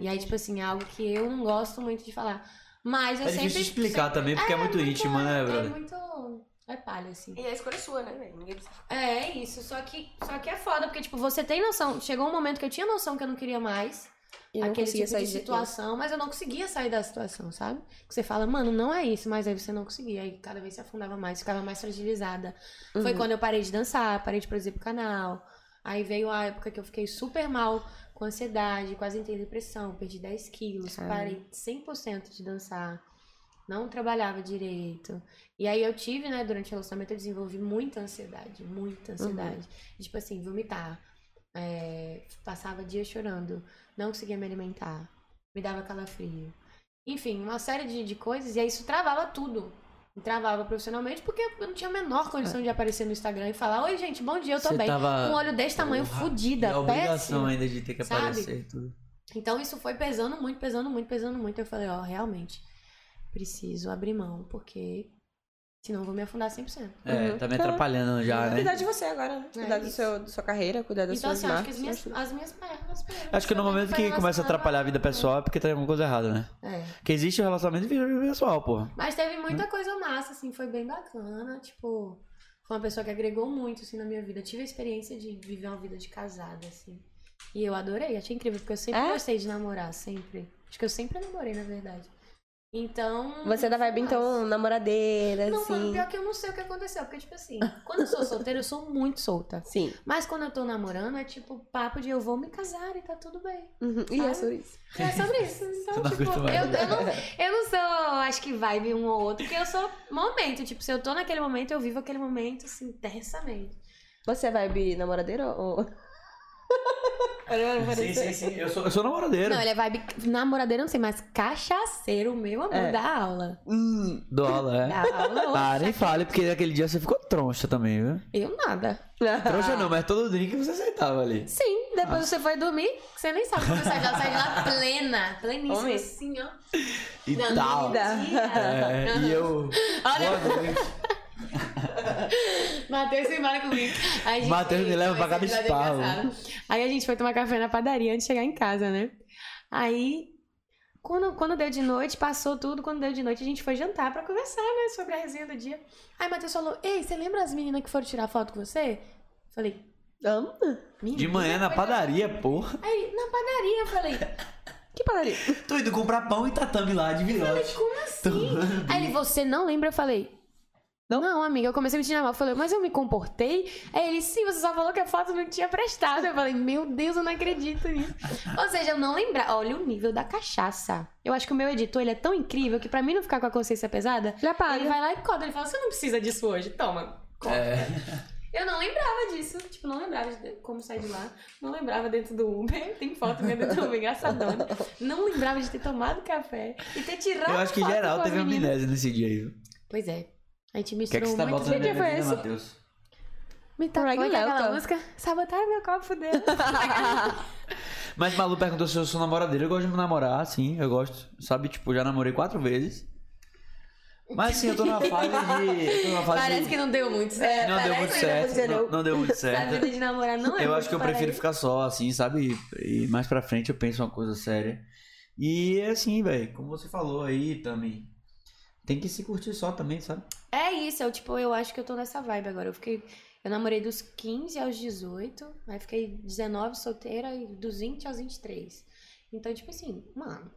Speaker 3: E aí, tipo assim, é algo que eu não gosto muito de falar. Mas eu
Speaker 1: É
Speaker 3: sempre.
Speaker 1: difícil de explicar também, porque é, muito íntimo, né,
Speaker 3: É
Speaker 1: brother?
Speaker 3: muito. É palha, assim.
Speaker 2: E a escolha é sua, né, velho? Ninguém precisa.
Speaker 3: É, é isso. Só que, só que é foda, porque, tipo, você tem noção. Chegou um momento que eu tinha noção que eu não queria mais
Speaker 2: E não
Speaker 3: aquele
Speaker 2: conseguia
Speaker 3: tipo de
Speaker 2: sair daquilo.
Speaker 3: situação, mas eu não conseguia sair da situação, sabe? Que você fala, mano, não é isso, mas aí você não conseguia. Aí cada vez se afundava mais, ficava mais fragilizada. Foi
Speaker 2: Uhum.
Speaker 3: quando eu parei de dançar, parei de produzir pro canal. Aí veio a época que eu fiquei super mal, com ansiedade, quase entrei em depressão, perdi 10 quilos,
Speaker 2: Caramba.
Speaker 3: parei 100% de dançar. Não trabalhava direito. E aí eu tive, né, durante o relacionamento, eu desenvolvi muita ansiedade, muita
Speaker 2: Uhum.
Speaker 3: ansiedade. Tipo assim, vomitar. É, passava dias chorando, não conseguia me alimentar, me dava calafrio. Enfim, uma série de, de coisas, e aí isso travava tudo. Me travava profissionalmente, porque eu não tinha a menor condição de aparecer no Instagram e falar: Oi, gente, bom dia, eu tô
Speaker 1: Você
Speaker 3: bem.
Speaker 1: tava-
Speaker 3: Com um olho desse tamanho,
Speaker 1: tá Porra,
Speaker 3: fudida,
Speaker 1: E a É obrigação
Speaker 3: péssima.
Speaker 1: ainda de ter que
Speaker 3: sabe?
Speaker 1: aparecer e tudo.
Speaker 3: Então isso foi pesando muito, pesando muito, pesando muito. Eu falei: Ó, realmente, preciso abrir mão, porque senão eu vou me afundar 100%.
Speaker 1: É,
Speaker 2: Uhum.
Speaker 1: tá
Speaker 3: Então,
Speaker 1: me atrapalhando já, né?
Speaker 2: Cuidar de você agora, né? Cuidar do
Speaker 3: É isso.
Speaker 2: seu, da sua carreira, cuidar das
Speaker 3: Então,
Speaker 2: suas
Speaker 3: assim, eu acho que
Speaker 2: marcas.
Speaker 3: as minhas, as minhas pernas.
Speaker 1: Acho que no momento que começa a atrapalhar a vida pessoal é porque tem alguma coisa errada, né?
Speaker 3: É.
Speaker 1: Porque existe o relacionamento de vida pessoal, porra.
Speaker 3: Mas teve muita coisa massa, assim, foi bem bacana. Tipo, foi uma pessoa que agregou muito, assim, na minha vida. Eu tive a experiência de viver uma vida de casada, assim. E eu adorei, achei incrível, porque eu sempre
Speaker 2: É?
Speaker 3: gostei de namorar, sempre. Acho que eu sempre namorei, na verdade. Então.
Speaker 2: Você é da vibe, então, namoradeira,
Speaker 3: Não, mano,
Speaker 2: assim.
Speaker 3: pior que eu não sei o que aconteceu, porque, tipo
Speaker 2: (laughs)
Speaker 3: assim, quando eu sou solteira, eu sou muito solta.
Speaker 2: Sim.
Speaker 3: Mas quando eu tô namorando, é tipo papo de eu vou me casar e tá tudo bem.
Speaker 2: Uhum. E
Speaker 3: Sabe?
Speaker 2: é sobre isso.
Speaker 3: É sobre isso.
Speaker 1: Você
Speaker 3: Então,
Speaker 1: não
Speaker 3: tipo,
Speaker 1: aguenta mais.
Speaker 3: eu, eu, não, eu não sou, acho que vibe um ou outro, porque eu sou momento. Tipo, se eu tô naquele momento, eu vivo aquele momento, assim, intensamente. (laughs)
Speaker 2: Você é vibe namoradeira ou.
Speaker 1: Sim, sim,
Speaker 2: (laughs)
Speaker 1: sim. Eu sou, eu sou namoradeiro.
Speaker 3: Não, ele é vibe namoradeiro, não sei, mas cachaceiro, meu amor,
Speaker 1: É.
Speaker 3: dá aula.
Speaker 1: Hum, do aula, é.
Speaker 3: Dá
Speaker 1: (laughs)
Speaker 3: aula.
Speaker 1: Ah, nem fale, porque naquele dia você ficou troncha também, viu?
Speaker 3: Eu nada.
Speaker 2: Ah,
Speaker 1: Troncha não, mas todo drink você aceitava ali.
Speaker 3: Sim, depois você foi dormir, que você nem sabe como eu saí de lá. Eu saí de lá plena, pleníssima,
Speaker 2: Homem.
Speaker 3: assim, ó.
Speaker 1: E
Speaker 3: Não,
Speaker 1: tal.
Speaker 2: linda.
Speaker 1: É,
Speaker 3: Aham.
Speaker 1: E eu.
Speaker 3: (laughs) Olha.
Speaker 1: Boa noite.
Speaker 3: Matheus e Mara comigo. Aí a gente
Speaker 1: Matheus me
Speaker 3: foi-
Speaker 1: leva
Speaker 3: foi
Speaker 1: pra cada
Speaker 3: esse
Speaker 1: esparro.
Speaker 3: episódio engraçado. Aí a gente foi tomar café na padaria antes de chegar em casa, né? Aí, quando, quando deu de noite, passou tudo. Quando deu de noite, a gente foi jantar pra conversar, né? Sobre a resenha do dia. Aí Matheus falou, ei, você lembra as meninas que foram tirar foto com você? Falei, menina.
Speaker 1: De manhã na
Speaker 3: foi
Speaker 1: padaria, porra.
Speaker 3: Aí, na padaria, eu falei,
Speaker 2: Que padaria?
Speaker 1: Tô indo comprar pão e tatame lá de virote. (laughs)
Speaker 3: como assim? Aí ele, você não lembra? Eu falei... Não? amiga, eu comecei a me tirar mal. Eu falei, mas eu me comportei. Aí ele, sim, você só falou que a foto não tinha prestado. Eu falei, meu Deus, eu não acredito nisso. Ou seja, eu não lembrar. Olha o nível da cachaça. Eu acho que o meu editor, ele é tão incrível que pra mim não ficar com a consciência pesada,
Speaker 2: Já paga. (laughs)
Speaker 3: ele vai lá e corta. Ele fala, você não precisa disso hoje. Toma. corta."
Speaker 1: É.
Speaker 3: Eu não lembrava disso. Tipo, não lembrava de como sair de lá. Não lembrava dentro do Uber. Tem foto minha dentro do Uber, engraçadona. Não lembrava de ter tomado café e ter tirado
Speaker 1: Eu acho que
Speaker 3: foto com
Speaker 1: geral
Speaker 3: a
Speaker 1: teve
Speaker 3: menina.
Speaker 1: amnésia nesse dia aí. viu?
Speaker 3: Pois é. A gente
Speaker 1: O que é
Speaker 3: misturou
Speaker 1: que você tá
Speaker 3: muito.
Speaker 1: botando na
Speaker 3: Que
Speaker 1: minha
Speaker 3: dia foi
Speaker 1: vida,
Speaker 3: esse?
Speaker 1: Matheus?
Speaker 3: Me tá
Speaker 2: Reg
Speaker 3: com aquela
Speaker 2: Lelton.
Speaker 3: música. Sabotaram meu copo, né?
Speaker 1: (laughs)
Speaker 3: fudeu.
Speaker 1: Mas Malu perguntou se eu sou namoradeiro. Eu gosto de me namorar, sim, eu gosto. Sabe, tipo, já namorei quatro vezes. Mas sim, eu
Speaker 3: (laughs)
Speaker 1: tô numa fase de. Eu tô numa fase
Speaker 3: Parece
Speaker 1: de...
Speaker 3: que não deu muito certo.
Speaker 1: não deu
Speaker 3: Parece
Speaker 1: muito
Speaker 3: que é
Speaker 1: certo. Não, não deu muito
Speaker 3: A
Speaker 1: certo.
Speaker 3: vida de namorar não é
Speaker 1: Eu
Speaker 3: muito
Speaker 1: acho que eu
Speaker 3: para
Speaker 1: prefiro
Speaker 3: isso.
Speaker 1: ficar só, assim, sabe? E mais pra frente eu penso uma coisa séria. E é assim, velho, como você falou aí também. Tem que se curtir só também, sabe?
Speaker 3: É isso, eu, tipo, eu acho que eu tô nessa vibe agora. Eu fiquei. Eu namorei dos 15 aos 18, aí fiquei 19 solteira e dos 20 aos 23. Então, tipo assim, mano,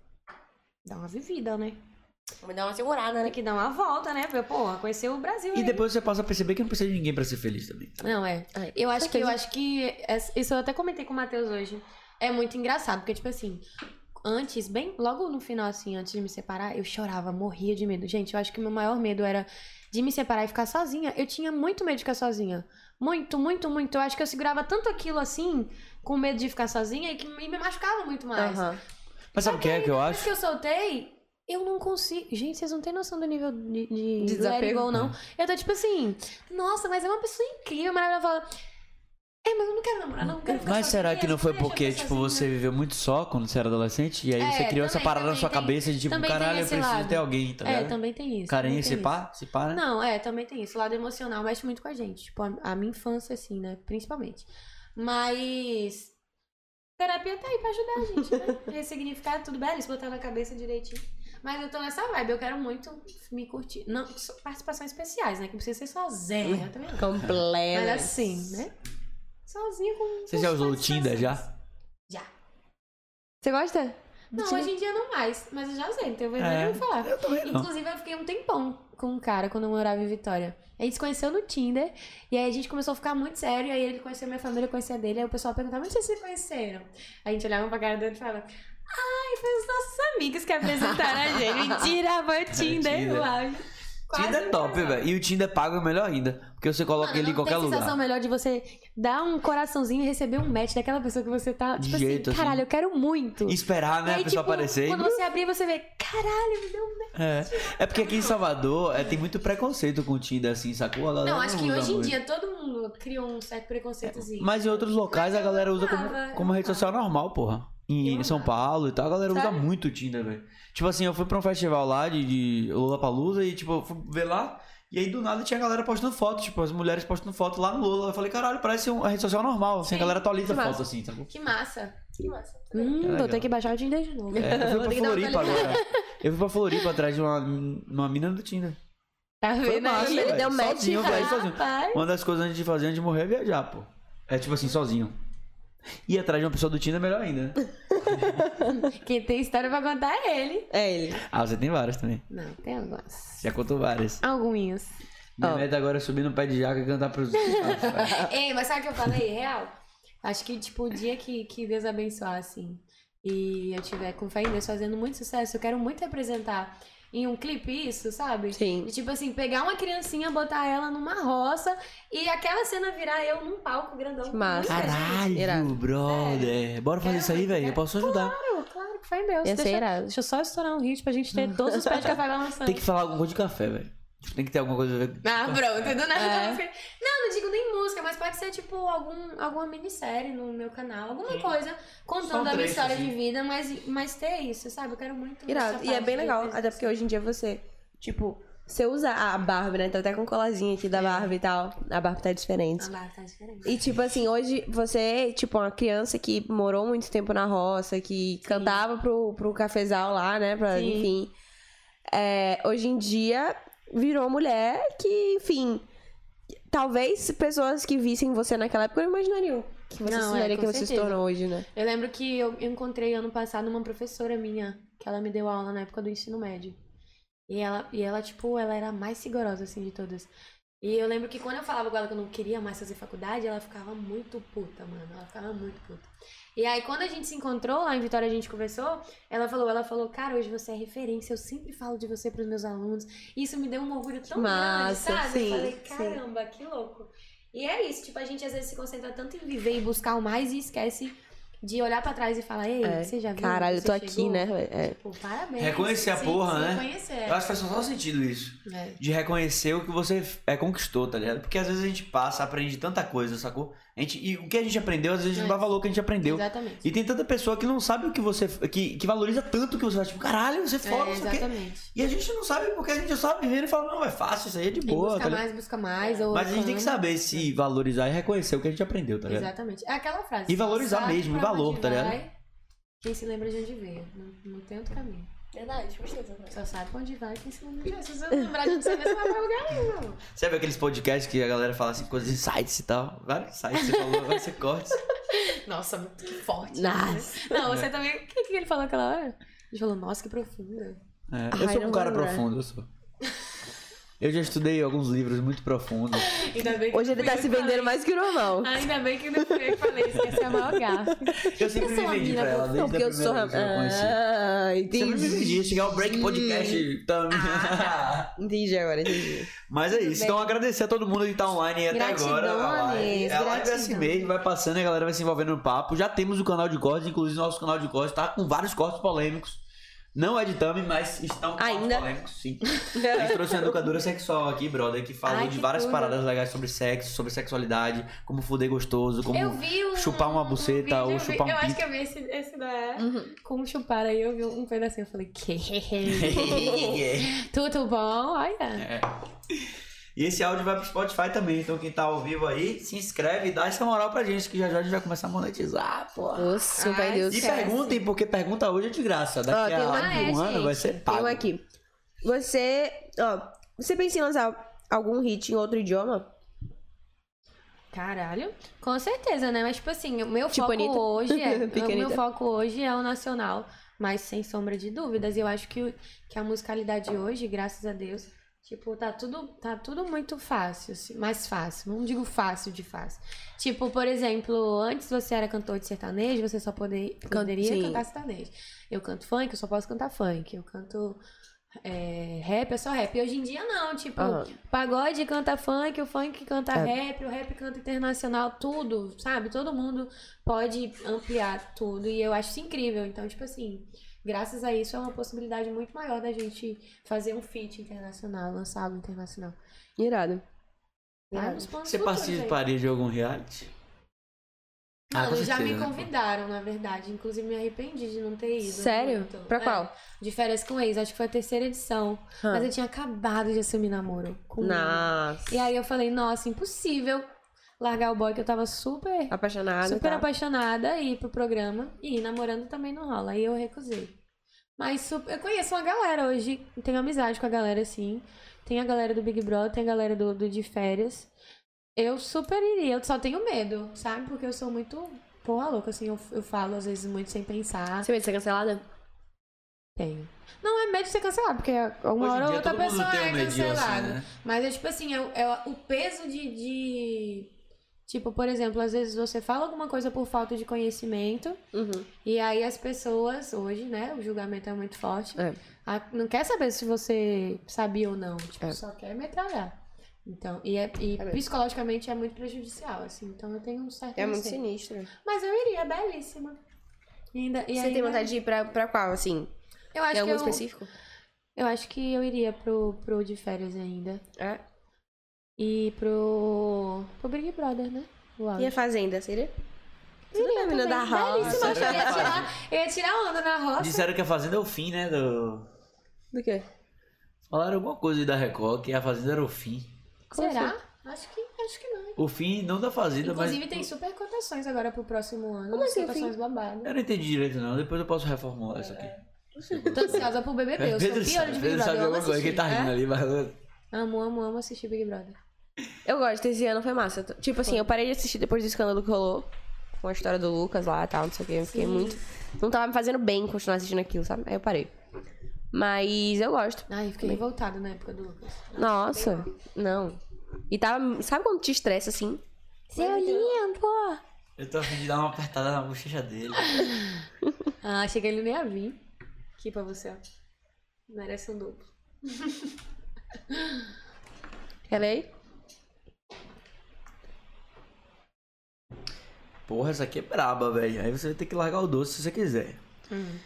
Speaker 3: dá uma vivida, né?
Speaker 4: Vou dar uma segurada,
Speaker 3: Tem que dar uma volta, né? Porque, Porra, conhecer o Brasil.
Speaker 1: E
Speaker 3: né?
Speaker 1: depois você passa a perceber que não precisa de ninguém pra ser feliz também.
Speaker 3: Não, é.
Speaker 2: Ai,
Speaker 3: Eu acho que eu
Speaker 2: certeza.
Speaker 3: acho que. essa- Isso eu até comentei com o Matheus hoje. É muito engraçado, porque, tipo assim, antes, bem, logo no final, assim, antes de me separar, eu chorava, morria de medo. Gente, eu acho que o meu maior medo era de me separar e ficar sozinha. Eu tinha muito medo de ficar sozinha. Muito, muito, muito. Eu acho que eu segurava tanto aquilo assim, com medo de ficar sozinha, e que me me machucava muito mais.
Speaker 2: Aham.
Speaker 1: Mas sabe o que é que eu
Speaker 3: Depois
Speaker 1: acho?
Speaker 3: que eu soltei, eu não consigo. Gente, vocês não têm noção do nível de, de
Speaker 2: Desapego.
Speaker 3: let it go, não.
Speaker 1: É.
Speaker 3: Eu tô tipo assim, nossa, mas é uma pessoa incrível, maravilhosa. Ela fala, É, mas eu não quero namorar, não quero ficar
Speaker 1: Mas será
Speaker 3: sozinha,
Speaker 1: que não foi
Speaker 3: deixa eu
Speaker 1: porque,
Speaker 3: ficar
Speaker 1: tipo,
Speaker 3: sozinha.
Speaker 1: você viveu muito só quando você era adolescente? E aí
Speaker 3: É,
Speaker 1: você criou essa
Speaker 3: também,
Speaker 1: parada na
Speaker 3: também
Speaker 1: sua
Speaker 3: tem-
Speaker 1: cabeça de, tipo,
Speaker 3: também tem
Speaker 1: caralho, eu
Speaker 3: esse
Speaker 1: preciso
Speaker 3: lado.
Speaker 1: ter alguém, tá
Speaker 3: É,
Speaker 1: ligado?
Speaker 3: também tem isso. também
Speaker 1: Carência,
Speaker 3: tem
Speaker 1: se
Speaker 3: isso.
Speaker 1: pá, se pá, né?
Speaker 3: Não, é, também tem isso. O lado emocional mexe muito com a gente. Tipo, a, a minha infância, assim, né? Principalmente. Mas. Terapia tá aí pra ajudar a gente, né? Ressignificar tudo belíssimo, botar na cabeça direitinho. Mas eu tô nessa vibe, eu quero muito me curtir. Não, só participações especiais, né? Que não precisa ser sozinha eu também. não. Mas
Speaker 2: Completa.
Speaker 3: assim, né? Sozinha com.
Speaker 1: Você já
Speaker 3: com
Speaker 1: usou o Tinder já?
Speaker 3: participações. Já.
Speaker 2: Você gosta?
Speaker 3: Não, hoje em dia não mais, mas eu já usei, então eu vou
Speaker 1: É.
Speaker 3: é. falar.
Speaker 1: Eu também não.
Speaker 3: Inclusive, eu fiquei um tempão com um cara quando eu morava em Vitória. A gente se conheceu no Tinder, e aí a gente começou a ficar muito sério, aí ele conheceu minha família, eu conhecia dele, aí o pessoal perguntava, onde vocês se conheceram? A gente olhava pra cara dele e falava, ai, foi os nossos amigos que apresentaram
Speaker 1: (laughs)
Speaker 3: a gente. Mentira, foi o Tinder,
Speaker 1: É Tinder.
Speaker 3: o auge. Quase
Speaker 1: Tinder é
Speaker 3: um
Speaker 1: top,
Speaker 3: casal.
Speaker 1: velho. E o Tinder pago é melhor ainda. Porque você coloca
Speaker 3: Mano,
Speaker 1: ele em
Speaker 3: não
Speaker 1: qualquer
Speaker 3: tem
Speaker 1: lugar.
Speaker 3: sensação melhor de você dar um coraçãozinho e receber um match daquela pessoa que você tá,
Speaker 1: De
Speaker 3: tipo
Speaker 1: jeito, assim.
Speaker 3: assim, caralho, eu quero muito.
Speaker 1: E esperar, né,
Speaker 3: E aí, tipo,
Speaker 1: a pessoa aparecer. (laughs)
Speaker 3: Quando você abrir, você vê, caralho, me deu um
Speaker 1: É. é porque aqui em
Speaker 3: Tipo,
Speaker 1: Salvador é, tem muito preconceito com o Tinder, assim, sacou? A galera
Speaker 3: Não, acho que
Speaker 1: usa
Speaker 3: hoje em
Speaker 1: muito.
Speaker 3: dia todo mundo criou um certo preconceitozinho.
Speaker 1: Mas em outros locais a galera usa como,
Speaker 3: amava,
Speaker 1: como
Speaker 3: eu
Speaker 1: rede social normal, porra. Em
Speaker 3: Eu
Speaker 1: São
Speaker 3: amava.
Speaker 1: Paulo e tal, a galera usa
Speaker 3: Sabe?
Speaker 1: muito o Tinder, velho. Tipo assim, eu fui pra um festival lá de, de Lollapalooza e, tipo, eu fui ver lá. E aí, do nada, tinha a galera postando foto, tipo, as mulheres postando foto lá no Lola. Eu falei, caralho, parece uma rede social normal. Assim, a
Speaker 3: Sim,
Speaker 1: galera atualiza
Speaker 3: que
Speaker 1: a foto,
Speaker 3: massa.
Speaker 1: assim,
Speaker 3: (laughs)
Speaker 1: sacou?
Speaker 3: Que massa. Que massa.
Speaker 1: É
Speaker 3: Hum,
Speaker 1: legal.
Speaker 3: vou ter que baixar o Tinder de novo.
Speaker 1: É, eu fui pra
Speaker 3: ter que dar uma
Speaker 1: Floripa
Speaker 3: atualizada.
Speaker 1: agora. Eu fui pra Floripa atrás de uma, uma mina do Tinder.
Speaker 3: Tá
Speaker 1: Foi
Speaker 3: vendo? (laughs)
Speaker 1: massa,
Speaker 2: Ele
Speaker 1: velho.
Speaker 2: deu match
Speaker 1: sozinho, velho, sozinho.
Speaker 3: Rapaz.
Speaker 1: Uma das coisas antes de fazer, antes de morrer, é viajar, pô. É tipo assim, sozinho. E atrás de uma pessoa do Tinder é melhor ainda. né?
Speaker 3: Quem tem história pra contar é ele.
Speaker 2: É ele.
Speaker 1: Ah, você tem várias também.
Speaker 3: Não, tem algumas.
Speaker 1: Já contou várias.
Speaker 3: Alguns.
Speaker 1: Minha
Speaker 2: Ó.
Speaker 1: meta agora é subir no pé de jaca e cantar pros. (laughs) Cara,
Speaker 3: Ei, mas sabe o que eu falei? Real? Acho que, tipo, o dia que, que Deus abençoar, assim, e eu tiver com fé em Deus fazendo muito sucesso, eu quero muito representar em um clipe isso, sabe?
Speaker 2: Sim.
Speaker 3: De, tipo assim, pegar uma criancinha, botar ela numa roça e aquela cena virar eu num palco grandão.
Speaker 2: Que
Speaker 3: com
Speaker 2: massa.
Speaker 3: muita gente.
Speaker 1: Caralho,
Speaker 2: Irado.
Speaker 1: brother. É. Bora fazer isso aí, velho. Eu posso ajudar.
Speaker 3: Claro, claro que foi meu.
Speaker 2: Ia ser
Speaker 3: Deixa,
Speaker 2: irado.
Speaker 3: deixa eu só estourar um hit pra
Speaker 1: (laughs)
Speaker 3: gente ter todos os pés de café balançando.
Speaker 1: Tem que falar alguma coisa de café, velho. Tipo, Tem que ter alguma coisa a ver com.
Speaker 3: Ah, pronto, do nada.
Speaker 2: É.
Speaker 3: eu falei, Não, não digo nem música, mas pode ser tipo algum, alguma minissérie no meu canal, alguma coisa
Speaker 1: Só um
Speaker 3: contando a minha
Speaker 1: trecho,
Speaker 3: história
Speaker 1: assim.
Speaker 3: de vida, mas, mas ter isso, sabe? Eu quero muito.
Speaker 2: Irado.
Speaker 3: essa
Speaker 2: E é
Speaker 3: parte
Speaker 2: bem
Speaker 3: de
Speaker 2: legal,
Speaker 3: coisas.
Speaker 2: até porque hoje em dia você, tipo, você usa a Barbie, né? Tá até com colarzinho aqui
Speaker 3: É.
Speaker 2: da Barbie e tal. A Barbie tá diferente.
Speaker 3: Ah, lá, tá diferente.
Speaker 2: E tipo assim, hoje você, tipo, uma criança que morou muito tempo na roça, que cantava pro, pro cafezal lá, né? Pra,
Speaker 3: Sim.
Speaker 2: enfim. É, hoje em dia virou mulher que, enfim. Talvez pessoas que vissem você naquela época não imaginariam que você
Speaker 3: Não,
Speaker 2: se
Speaker 3: é,
Speaker 2: tornaria
Speaker 3: com
Speaker 2: que você se
Speaker 3: certeza.
Speaker 2: tornou hoje, né?
Speaker 3: Eu lembro que eu eu encontrei ano passado uma professora minha, que ela me deu aula na época do ensino médio. E ela, e ela tipo, ela era a mais rigorosa, assim, de todas. E eu lembro que quando eu falava com ela que eu não queria mais fazer faculdade, ela ficava muito puta, mano. Ela ficava muito puta. E aí, quando a gente se encontrou lá em Vitória, a gente conversou, ela falou, ela falou, cara, hoje você é referência, eu sempre falo de você pros meus alunos. E isso me deu um orgulho tão
Speaker 2: Massa,
Speaker 3: grande, sabe?
Speaker 2: sim,
Speaker 3: eu falei,
Speaker 2: sim.
Speaker 3: caramba, que louco. E é isso, tipo, a gente às vezes se concentra tanto em viver e buscar o mais e esquece de olhar pra trás e falar, ei,
Speaker 2: É,
Speaker 3: você já viu?
Speaker 2: Caralho, eu
Speaker 3: Você
Speaker 2: tô aqui,
Speaker 3: chegou?"
Speaker 2: né? É.
Speaker 3: Tipo, parabéns.
Speaker 1: Reconhecer a
Speaker 3: Sim,
Speaker 1: porra,
Speaker 3: sim,
Speaker 1: né?
Speaker 3: Reconhecer.
Speaker 1: Eu acho que faz só sentido isso.
Speaker 3: É.
Speaker 1: de reconhecer o que você é, conquistou, tá ligado? Porque às vezes a gente passa, aprende tanta coisa, sacou? A gente, e o que a gente aprendeu, às vezes a gente
Speaker 3: É.
Speaker 1: não dá valor que a gente aprendeu.
Speaker 3: Exatamente.
Speaker 1: E tem tanta pessoa que não sabe o que você. que, que valoriza tanto o que você faz. Tipo, caralho, você é
Speaker 3: É,
Speaker 1: foda, não sei o quê.
Speaker 3: exatamente.
Speaker 1: E a gente não sabe porque a gente só vivendo e fala, não, é fácil, isso aí é de
Speaker 3: E
Speaker 1: boa,
Speaker 3: busca
Speaker 1: tá ligado?
Speaker 3: mais, busca mais. Ou
Speaker 1: Mas a gente tem que
Speaker 3: ama.
Speaker 1: saber se valorizar e reconhecer o que a gente aprendeu, tá ligado?
Speaker 3: Exatamente. É aquela frase.
Speaker 1: E valorizar
Speaker 3: sabe
Speaker 1: mesmo,
Speaker 3: pra
Speaker 1: o valor,
Speaker 3: onde
Speaker 1: tá ligado?
Speaker 3: vai, Quem se lembra de onde veio. Não, não tem outro caminho.
Speaker 4: Verdade, gostei dessa frase.
Speaker 3: Só sabe pra onde vai quem se lembra
Speaker 4: (laughs)
Speaker 3: de onde. Se você não lembrar de onde você veio, você vai pra lugar nenhum.
Speaker 1: Sabe aqueles podcasts que a galera fala assim, coisas insights e tal? Vários insights, você falou, vai
Speaker 2: (laughs)
Speaker 1: ser cortes.
Speaker 3: Nossa, muito forte. né?
Speaker 2: Nossa.
Speaker 3: Não, você também. O que, que ele falou aquela hora? Ele falou, nossa, que profunda.
Speaker 1: É,
Speaker 2: Ai,
Speaker 1: eu sou
Speaker 2: não né?
Speaker 1: um cara
Speaker 2: vou lembrar.
Speaker 1: profundo, eu sou. Eu já estudei alguns livros muito
Speaker 2: (laughs)
Speaker 1: profundos.
Speaker 3: Ainda bem que
Speaker 2: Hoje
Speaker 3: não
Speaker 2: ele
Speaker 3: fui
Speaker 2: tá
Speaker 3: eu
Speaker 2: se
Speaker 3: que
Speaker 2: vendendo
Speaker 3: falei.
Speaker 2: mais um que o normal.
Speaker 3: Ainda bem que não fui eu que falei isso, que essa é a maior gafe.
Speaker 1: Eu sempre
Speaker 3: Eu
Speaker 1: me
Speaker 2: é
Speaker 3: sou uma
Speaker 1: vendi
Speaker 3: mina
Speaker 1: pra ela desde
Speaker 2: Não, porque
Speaker 1: a
Speaker 2: eu sou.
Speaker 1: primeira vez que eu a conheci.
Speaker 2: Ah,
Speaker 1: Sempre me
Speaker 2: entendi. Ah,
Speaker 1: vendi, chegar o break podcast. Tá...
Speaker 2: Entendi agora, entendi.
Speaker 1: Mas é isso.
Speaker 3: bem.
Speaker 1: Então agradecer a todo mundo que tá online até
Speaker 3: Gratidão,
Speaker 1: agora. A live,
Speaker 3: Alex,
Speaker 1: a live é assim
Speaker 3: gratidão.
Speaker 1: mesmo, vai passando e a galera vai se envolvendo no papo. Já temos o canal de cortes, inclusive nosso canal de cortes tá com vários cortes polêmicos. Não é de thumb, mas estão cortes
Speaker 2: Ainda?
Speaker 1: polêmicos, sim.
Speaker 2: É. (laughs)
Speaker 1: A gente trouxe uma educadora sexual aqui, brother, que falou
Speaker 3: Ai,
Speaker 1: de
Speaker 3: que
Speaker 1: várias
Speaker 3: tudo.
Speaker 1: paradas legais sobre sexo, sobre sexualidade, como fuder gostoso, como
Speaker 3: Eu vi um,
Speaker 1: chupar uma buceta
Speaker 3: vídeo,
Speaker 1: ou
Speaker 3: eu vi-
Speaker 1: chupar um
Speaker 3: Eu acho
Speaker 1: pinto.
Speaker 3: que eu vi esse, esse da...
Speaker 2: Uhum.
Speaker 3: Como chupar aí, eu vi um pedacinho, eu falei,
Speaker 2: (laughs)
Speaker 1: (laughs)
Speaker 3: que...
Speaker 1: e
Speaker 3: Tudo bom? Olha.
Speaker 1: esse áudio vai pro Spotify também, então quem tá ao vivo aí, se inscreve e dá essa moral pra gente, que já já a gente vai começar a
Speaker 2: Ah,
Speaker 1: monetizar, pô.
Speaker 2: Nossa,
Speaker 3: Ai,
Speaker 2: meu Deus.
Speaker 1: E
Speaker 3: certo.
Speaker 1: perguntem, porque pergunta hoje é de graça. Daqui
Speaker 2: tem
Speaker 1: a
Speaker 2: uma-
Speaker 3: Ah, é,
Speaker 1: um ano
Speaker 3: gente.
Speaker 1: vai ser
Speaker 2: Tem
Speaker 1: pago.
Speaker 2: um aqui. Você, ó, você pensa em lançar algum hit em outro idioma?
Speaker 3: Caralho. Com certeza, né? Mas, tipo assim, o meu
Speaker 2: Tipo
Speaker 3: foco
Speaker 2: Anitta.
Speaker 3: hoje
Speaker 2: (laughs)
Speaker 3: é...
Speaker 2: Pica
Speaker 3: o meu
Speaker 2: Anitta.
Speaker 3: foco hoje é o nacional, mas sem sombra de dúvidas. E eu acho que, o- que a musicalidade hoje, graças a Deus... Tipo, tá tudo, tá tudo muito fácil, assim, mais fácil. Não digo fácil de fácil. Tipo, por exemplo, antes você era cantor de sertanejo, você só poder, poderia
Speaker 2: sim.
Speaker 3: cantar sertanejo. Eu canto funk, eu só posso cantar funk. Eu canto é, rap, é só rap. E hoje em dia não, tipo,
Speaker 2: Aham.
Speaker 3: pagode canta funk, o funk canta
Speaker 2: É.
Speaker 3: rap, o rap canta internacional, tudo, sabe? Todo mundo pode ampliar tudo e eu acho isso incrível. Então, tipo assim, graças a isso é uma possibilidade muito maior da gente fazer um feat internacional, lançar algo internacional.
Speaker 2: Irado.
Speaker 3: Ah,
Speaker 2: Irado.
Speaker 3: nos planos
Speaker 1: Você
Speaker 3: futuros aí.
Speaker 1: participaria de algum reality? Ah,
Speaker 3: Mano,
Speaker 1: com
Speaker 3: já me
Speaker 1: certeza, né?
Speaker 3: convidaram, na verdade. Inclusive, me arrependi de não ter ido.
Speaker 2: Sério?
Speaker 3: muito.
Speaker 2: Pra
Speaker 3: É,
Speaker 2: qual? Ah. é
Speaker 3: de férias com ex, acho que foi a terceira edição.
Speaker 2: Hã.
Speaker 3: Mas eu tinha acabado de assumir namoro
Speaker 2: tipo
Speaker 3: com
Speaker 2: um
Speaker 3: ele.
Speaker 2: Nossa.
Speaker 3: E aí eu falei, nossa, impossível largar o boy que eu tava super,
Speaker 2: Apaixonada.
Speaker 3: super
Speaker 2: tá?
Speaker 3: apaixonada e ir pro programa. E namorando também não rola. Aí eu recusei. Mas super- eu conheço uma galera hoje, tenho amizade com a galera, assim. Tem a galera do Big Brother, tem a galera do, do de férias. Eu super iria, eu só tenho medo, sabe? Porque eu sou muito porra louca, assim, eu, eu falo às vezes muito sem pensar.
Speaker 2: Você vai ser cancelada?
Speaker 3: Tenho. Não é medo de ser cancelado, porque
Speaker 1: Hoje
Speaker 3: alguma
Speaker 1: em
Speaker 3: hora ou
Speaker 1: dia,
Speaker 3: outra
Speaker 1: todo mundo
Speaker 3: pessoa
Speaker 1: tem um
Speaker 3: é
Speaker 1: medinho assim,
Speaker 3: cancelada.
Speaker 1: né?
Speaker 3: Mas é tipo assim, é, o- é o peso de, de, Tipo, por exemplo, às vezes você fala alguma coisa por falta de conhecimento,
Speaker 2: Uhum.
Speaker 3: e aí as pessoas, hoje, né, o julgamento é muito forte,
Speaker 2: É.
Speaker 3: a- não quer saber se você sabia ou não, tipo,
Speaker 2: É.
Speaker 3: só quer metralhar. Então, e, é- e
Speaker 2: É mesmo.
Speaker 3: psicologicamente é muito prejudicial, assim, então eu tenho um certo
Speaker 2: É muito
Speaker 3: receio.
Speaker 2: sinistro.
Speaker 3: Mas eu iria, é belíssima. E ainda, e
Speaker 2: Você
Speaker 3: ainda-
Speaker 2: tem vontade de ir pra, pra qual, assim?
Speaker 3: Eu acho
Speaker 2: tem algum
Speaker 3: que eu,
Speaker 2: específico?
Speaker 3: eu acho que eu iria pro, pro de férias ainda.
Speaker 2: É.
Speaker 3: E pro. pro Big Brother, né? O
Speaker 2: E
Speaker 3: áudio.
Speaker 2: a Fazenda, seria? Tudo
Speaker 3: Iria
Speaker 2: bem, menina da
Speaker 3: também,
Speaker 2: roça.
Speaker 3: belíssima,
Speaker 1: Sério?
Speaker 3: eu ia tirar- Eu ia tirar onda na roça.
Speaker 1: Disseram que a Fazenda é o fim, né? Do...
Speaker 2: Do quê?
Speaker 1: Falaram alguma coisa aí da Record, que a Fazenda era o fim.
Speaker 2: Como
Speaker 3: Será? Acho que, acho que não.
Speaker 1: O fim não da Fazenda,
Speaker 3: Inclusive
Speaker 1: mas...
Speaker 3: tem super cotações agora pro próximo ano.
Speaker 2: Como assim,
Speaker 3: cotações babadas.
Speaker 1: Eu não entendi direito, não. Depois eu posso reformular isso aqui.
Speaker 3: Tô ansiosa pro BBB. Eu sou
Speaker 1: Pedro
Speaker 3: pior de
Speaker 1: sabe,
Speaker 3: Big
Speaker 1: Pedro sabe
Speaker 3: Brother. Eu amo
Speaker 1: alguma coisa, que
Speaker 3: assistir. né? É?
Speaker 1: ele tá rindo ali, mas...
Speaker 3: Amo, amo, amo assistir Big Brother.
Speaker 2: Eu gosto, esse ano foi massa. Tipo assim, eu parei de assistir depois do escândalo que rolou. Com a história do Lucas lá e tal, não sei o que. Eu fiquei
Speaker 3: Sim.
Speaker 2: muito. Não tava me fazendo bem continuar assistindo aquilo, sabe? Aí eu parei. Mas eu gosto.
Speaker 3: Ai, fiquei revoltada na época do Lucas.
Speaker 2: Nossa, não. E tava. Sabe quando te estressa assim? Seu lindo!
Speaker 1: Eu tô afim de dar uma apertada na bochecha dele.
Speaker 3: Ah, achei que ele nem ia vir. Aqui pra você, ó. Merece um duplo.
Speaker 2: Ela aí?
Speaker 1: Porra, essa aqui é braba, velho. Aí você vai ter que largar o doce se você quiser.
Speaker 3: Hum.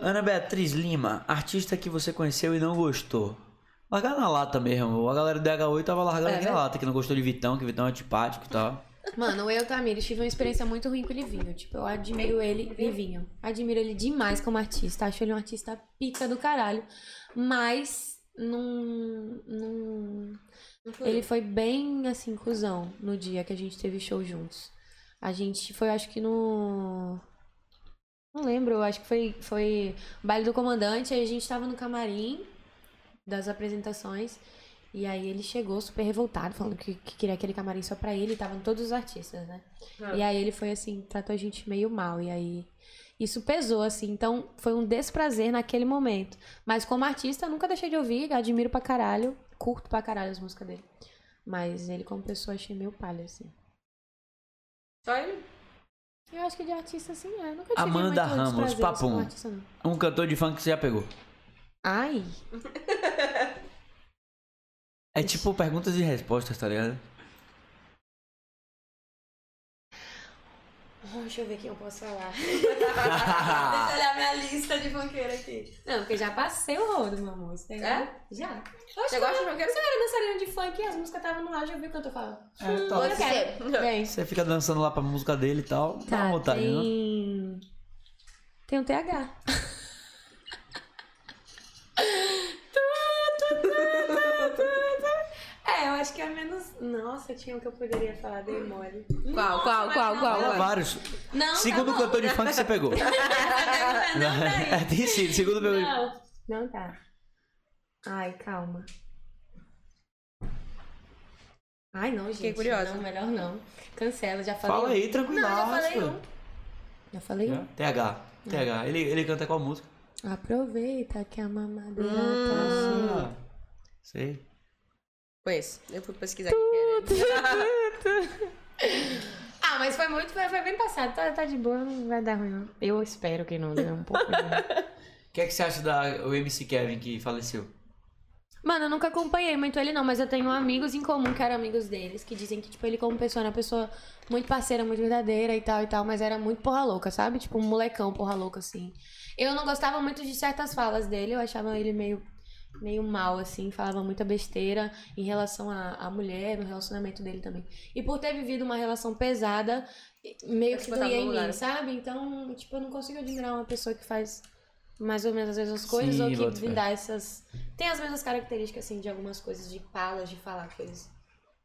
Speaker 1: Ana Beatriz Lima, artista que você conheceu e não gostou. Largar na lata mesmo. A galera do DH8 tava largando
Speaker 3: É, né?
Speaker 1: aqui na lata, que não gostou de Vitão, que Vitão é antipático e tal.
Speaker 3: Mano, eu, Tamires, tive uma experiência muito ruim com o Livinho. Tipo, eu admiro ele, Livinho. Admiro ele demais como artista. Acho ele um artista pica do caralho. Mas, num. num... Ele foi bem, assim, cuzão no dia que a gente teve show juntos. A gente foi, acho que no. Não lembro, acho que foi, foi baile do comandante. Aí a gente tava no camarim das apresentações. E aí ele chegou super revoltado, falando que, que queria aquele camarim só pra ele, e estavam todos os artistas, né? E aí ele foi assim, tratou a gente meio mal, e aí isso pesou, assim, então foi um desprazer naquele momento. Mas como artista, eu nunca deixei de ouvir, admiro pra caralho, curto pra caralho as músicas dele. Mas ele como pessoa achei meio palha, assim.
Speaker 2: Só ele?
Speaker 3: Eu acho que de artista, assim, é. Eu nunca tive
Speaker 1: Amanda
Speaker 3: muito
Speaker 1: Ramos,
Speaker 3: desprazer, assim,
Speaker 1: papum.
Speaker 3: como artista, não.
Speaker 1: Um cantor de funk que você já pegou.
Speaker 3: Ai,
Speaker 1: É tipo perguntas e respostas, tá ligado?
Speaker 3: deixa eu ver quem eu posso falar.
Speaker 4: Deixa eu olhar minha lista de funkeira aqui.
Speaker 3: Não, porque já passei o rodo, meu amor. Você tem-
Speaker 4: É?
Speaker 3: Já.
Speaker 4: Você gosta de
Speaker 3: funkeiro? Você era dançarina de funk e as músicas estavam no auge, eu vi o cantor falando.
Speaker 1: É,
Speaker 3: Hum,
Speaker 1: top.
Speaker 3: eu quero. Vem.
Speaker 1: Você fica dançando lá pra música dele e tal. Dá uma
Speaker 3: Tá,
Speaker 1: vontade, né?
Speaker 3: tem... Tem um TH. (laughs) é, eu acho que é menos... Nossa, tinha o que eu poderia falar, dei mole.
Speaker 2: Qual, qual, qual, qual?
Speaker 1: Fala
Speaker 2: qual?
Speaker 1: vários.
Speaker 3: Não,
Speaker 1: Segundo
Speaker 3: tá bom.
Speaker 1: cantor de funk que você
Speaker 3: (laughs)
Speaker 1: pegou. (laughs) É, tem sido. Segundo pegou.
Speaker 3: Não, não tá. Ai, calma. Ai, não, gente.
Speaker 2: Fiquei curiosa.
Speaker 3: Não, melhor não. Cancela, já falei.
Speaker 1: Fala
Speaker 3: um.
Speaker 1: aí, tranquilo.
Speaker 3: Não, já falei um. Já falei um.
Speaker 1: TH. TH. Ele, ele canta qual música?
Speaker 3: Aproveita que a mamadeira tá cheia.
Speaker 1: Sei.
Speaker 2: Conheço. Eu fui pesquisar aqui. pera.
Speaker 3: Ah, mas foi muito, foi, foi bem passado. Tá, tá de boa, não vai dar ruim, não. Eu espero que não dê um pouco de ruim.
Speaker 1: O que é que você acha da o MC Kevin que faleceu?
Speaker 3: Mano, eu nunca acompanhei muito ele, não, mas eu tenho amigos em comum que eram amigos deles, que dizem que, tipo, ele como pessoa era uma pessoa muito parceira, muito verdadeira e tal e tal, mas era muito porra louca, sabe? Tipo, um molecão porra louca, assim. Eu não gostava muito de certas falas dele, eu achava ele meio, meio mal, assim, falava muita besteira em relação à, à mulher, no relacionamento dele também. E por ter vivido uma relação pesada, meio
Speaker 2: Eu
Speaker 3: que
Speaker 2: te botava
Speaker 3: doía
Speaker 2: no
Speaker 3: em
Speaker 2: lugar.
Speaker 3: mim, sabe? Então, tipo, eu não consigo admirar uma pessoa que faz mais ou menos as mesmas coisas
Speaker 1: Sim,
Speaker 3: ou que
Speaker 1: boto fé.
Speaker 3: me dá essas. Tem as mesmas características, assim, de algumas coisas, de falas, de falar coisas.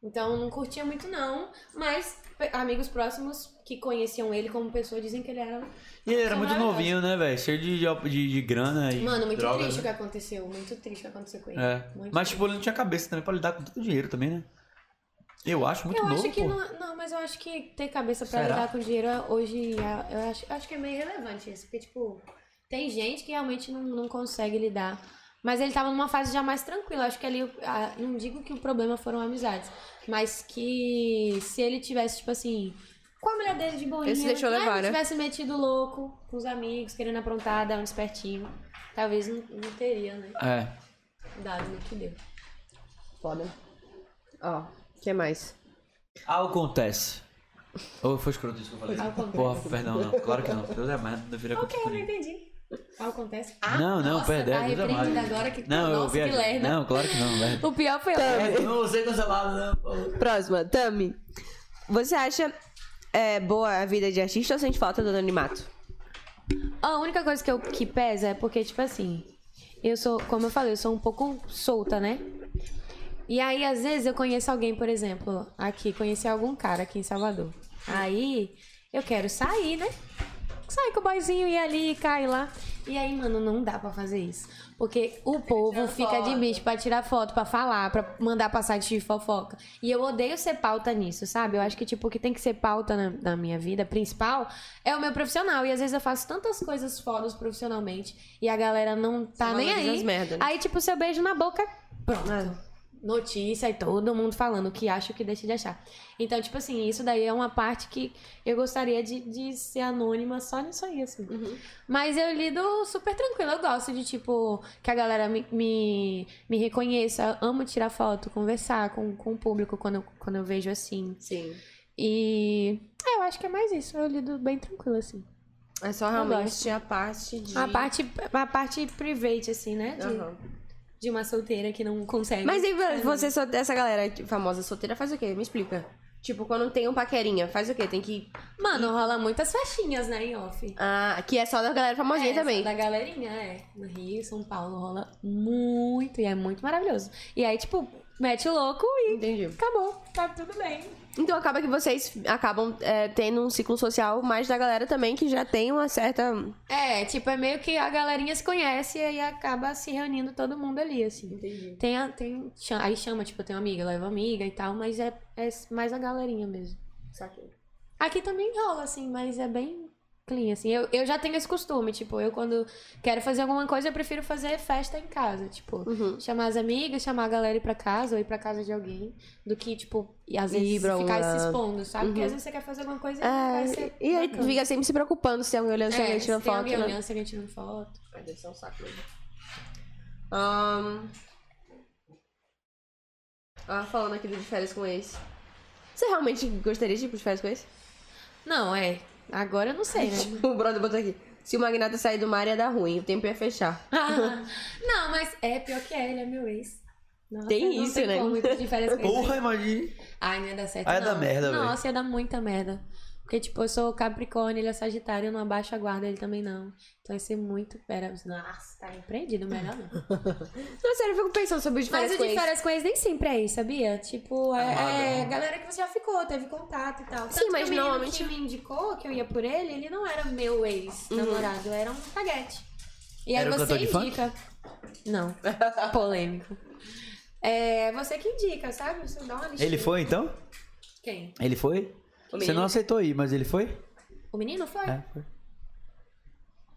Speaker 3: Então, eu não curtia muito, não. Mas pe- amigos próximos que conheciam ele como pessoa dizem que ele era.
Speaker 1: E ele era
Speaker 3: São
Speaker 1: muito
Speaker 3: maravilhosos.
Speaker 1: novinho, né, velho? Cheio de, de, de- de grana e.
Speaker 3: Mano, muito
Speaker 1: droga,
Speaker 3: triste o que
Speaker 1: né?
Speaker 3: aconteceu. Muito triste o que aconteceu com ele.
Speaker 1: É.
Speaker 3: Muito
Speaker 1: Mas,
Speaker 3: triste.
Speaker 1: tipo, ele não tinha cabeça também pra lidar com todo o dinheiro também, né? Eu acho muito
Speaker 3: eu
Speaker 1: novo,
Speaker 3: acho que
Speaker 1: pô.
Speaker 3: não, não, mas eu acho que ter cabeça pra
Speaker 1: Será?
Speaker 3: lidar com dinheiro é- hoje, é- eu acho, eu acho que é meio relevante isso, porque tipo, tem gente que realmente não, não consegue lidar, Mas ele tava numa fase já mais tranquila. Acho que ali, ah, não digo que o problema foram amizades, mas que se ele tivesse, tipo assim, com a mulher dele de boinha,
Speaker 2: Ele se deixou
Speaker 3: né?
Speaker 2: levar, né?
Speaker 3: tivesse metido louco com os amigos, querendo aprontar, dar um despertinho, talvez não, não teria, né?
Speaker 1: É.
Speaker 3: Dado no que deu.
Speaker 2: Foda. Ó, o que mais?
Speaker 1: Acontece. Ou foi escroto isso que eu falei?
Speaker 3: Acontece.
Speaker 1: Porra, perdão, não. Claro que não. Deus é mais, não deveria acontecer
Speaker 3: Ok, não
Speaker 1: comigo.
Speaker 3: entendi. Acontece.
Speaker 1: Não, não,
Speaker 3: nossa,
Speaker 1: perdão.
Speaker 3: Tá
Speaker 1: Deus é
Speaker 3: repreendida
Speaker 1: mais.
Speaker 3: agora que tá
Speaker 1: Não, eu
Speaker 3: nossa, que
Speaker 1: viajei.
Speaker 3: lerda.
Speaker 1: Não, claro que não, né? velho.
Speaker 2: O pior foi ela.
Speaker 1: É, não vou ser cancelado, não. pô.
Speaker 2: Próxima, Tami. Você acha é, boa a vida de artista ou sente falta do anonimato?
Speaker 3: A única coisa que, eu, que pesa é porque, tipo assim, eu sou, como eu falei, eu sou um pouco solta, né? E aí, às vezes, eu conheço alguém, por exemplo, aqui, conheci algum cara aqui em Salvador. Aí, eu quero sair, né? Sai com o boyzinho e ali, cai lá. E aí, mano, não dá pra fazer isso. Porque o povo fica de bicho pra tirar foto, pra falar, pra mandar pra site de fofoca. E eu odeio ser pauta nisso, sabe? Eu acho que, tipo, o que tem que ser pauta na, na minha vida principal é o meu profissional. E às vezes eu faço tantas coisas fodas profissionalmente e a galera não tá
Speaker 2: Só
Speaker 3: nem
Speaker 2: valoriza
Speaker 3: aí.
Speaker 2: as merda, né?
Speaker 3: Aí, tipo, seu beijo na boca, pronto. Notícia e todo mundo falando o que acha e o que deixa de achar. Então, tipo assim, isso daí é uma parte que eu gostaria de, de ser anônima só nisso aí, assim. Mas eu lido super tranquilo. Eu gosto de, tipo, que a galera me, me, me reconheça. Eu amo tirar foto, conversar com, com o público quando, eu- quando eu vejo assim.
Speaker 2: Sim.
Speaker 3: E é, eu acho que é mais isso. Eu lido bem tranquilo, assim.
Speaker 2: É só
Speaker 3: realmente
Speaker 2: a parte de.
Speaker 3: A parte, a parte private, assim, né? De, de uma solteira que não consegue.
Speaker 2: Mas aí você, sol- essa galera famosa solteira, faz o quê? Me explica. Tipo, quando tem um paquerinha, faz o quê? Tem que.
Speaker 3: Mano, rola muitas festinhas, né, em off.
Speaker 2: Ah, que é só da galera famosinha
Speaker 3: É,
Speaker 2: também.
Speaker 3: Da galerinha, é. No Rio, São Paulo rola muito e é muito maravilhoso. E aí, tipo, mete o louco e
Speaker 2: Entendi.
Speaker 3: acabou. Tá tudo bem.
Speaker 2: Então acaba que vocês acabam é, tendo um ciclo social mais da galera também que já tem uma certa.
Speaker 3: É, tipo, é meio que a galerinha se conhece e aí acaba se reunindo todo mundo ali, assim.
Speaker 2: Entendi.
Speaker 3: Tem, a- tem, cha- aí chama, tipo, eu tenho amiga, leva amiga e tal, mas é, é mais a galerinha mesmo. Aqui também rola, assim, mas é bem clean, assim. Eu, eu já tenho esse costume, tipo, eu quando quero fazer alguma coisa, eu prefiro fazer festa em casa, tipo.
Speaker 2: Uhum.
Speaker 3: Chamar as amigas, chamar a galera ir pra casa ou ir pra casa de alguém, do que, tipo, e às
Speaker 2: Ir
Speaker 3: vezes
Speaker 2: pra um
Speaker 3: ficar se
Speaker 2: lado.
Speaker 3: expondo, sabe? Porque
Speaker 2: Uhum.
Speaker 3: às vezes você quer fazer alguma coisa e não vai ser.
Speaker 2: É, e aí
Speaker 3: bacana.
Speaker 2: fica sempre se preocupando se tem alguém olhando, se
Speaker 3: é,
Speaker 2: alguém
Speaker 3: se
Speaker 2: tirando
Speaker 3: tem
Speaker 2: foto.
Speaker 3: alguém
Speaker 2: né?
Speaker 3: olhando, se alguém tirando foto.
Speaker 2: Ai, deve ser um saco mesmo. Ahn. Ah, falando aqui do de férias com ex. Você realmente gostaria de ir pro de férias com ex? Tipo,
Speaker 3: Não, é. Agora eu não sei, né?
Speaker 2: o brother botou aqui. Se o magnata sair do mar ia dar ruim, o tempo ia fechar.
Speaker 3: Ah, (laughs) não, mas é pior que é, ele é meu ex. Nossa,
Speaker 2: Tem
Speaker 3: não
Speaker 2: isso,
Speaker 3: tem
Speaker 2: né?
Speaker 3: Como, muito diferença com isso.
Speaker 1: Porra, imagina.
Speaker 3: Ai, não ia dar certo.
Speaker 1: Aí ia
Speaker 3: não.
Speaker 1: dar merda, velho.
Speaker 3: Nossa, ia dar muita merda. Porque, tipo, eu sou Capricórnio, ele é Sagitário, eu não abaixo a guarda, ele também não. Então ia ser muito. Pera, nossa, tá empreendido, melhor não.
Speaker 2: Não, sério, eu fico pensando sobre o de férias
Speaker 3: Mas o
Speaker 2: com
Speaker 3: de
Speaker 2: ex.
Speaker 3: férias com ex nem sempre é isso, sabia? Tipo,
Speaker 1: Amada.
Speaker 3: é, é galera que você já ficou, teve contato e tal.
Speaker 2: Sim,
Speaker 3: Tanto
Speaker 2: mas
Speaker 3: que o menino
Speaker 2: normalmente- Uhum.
Speaker 3: que me indicou que eu ia por ele, ele não era meu ex-namorado, era um paguete. E aí
Speaker 1: Era o
Speaker 3: você
Speaker 1: cantor de funk?
Speaker 3: indica. Não,
Speaker 1: (laughs)
Speaker 3: polêmico. É você que indica, sabe? Você dá uma listinha.
Speaker 1: Ele foi então?
Speaker 3: Quem?
Speaker 1: Ele foi? Você não aceitou ir, mas ele foi?
Speaker 3: O menino foi?
Speaker 1: É, foi.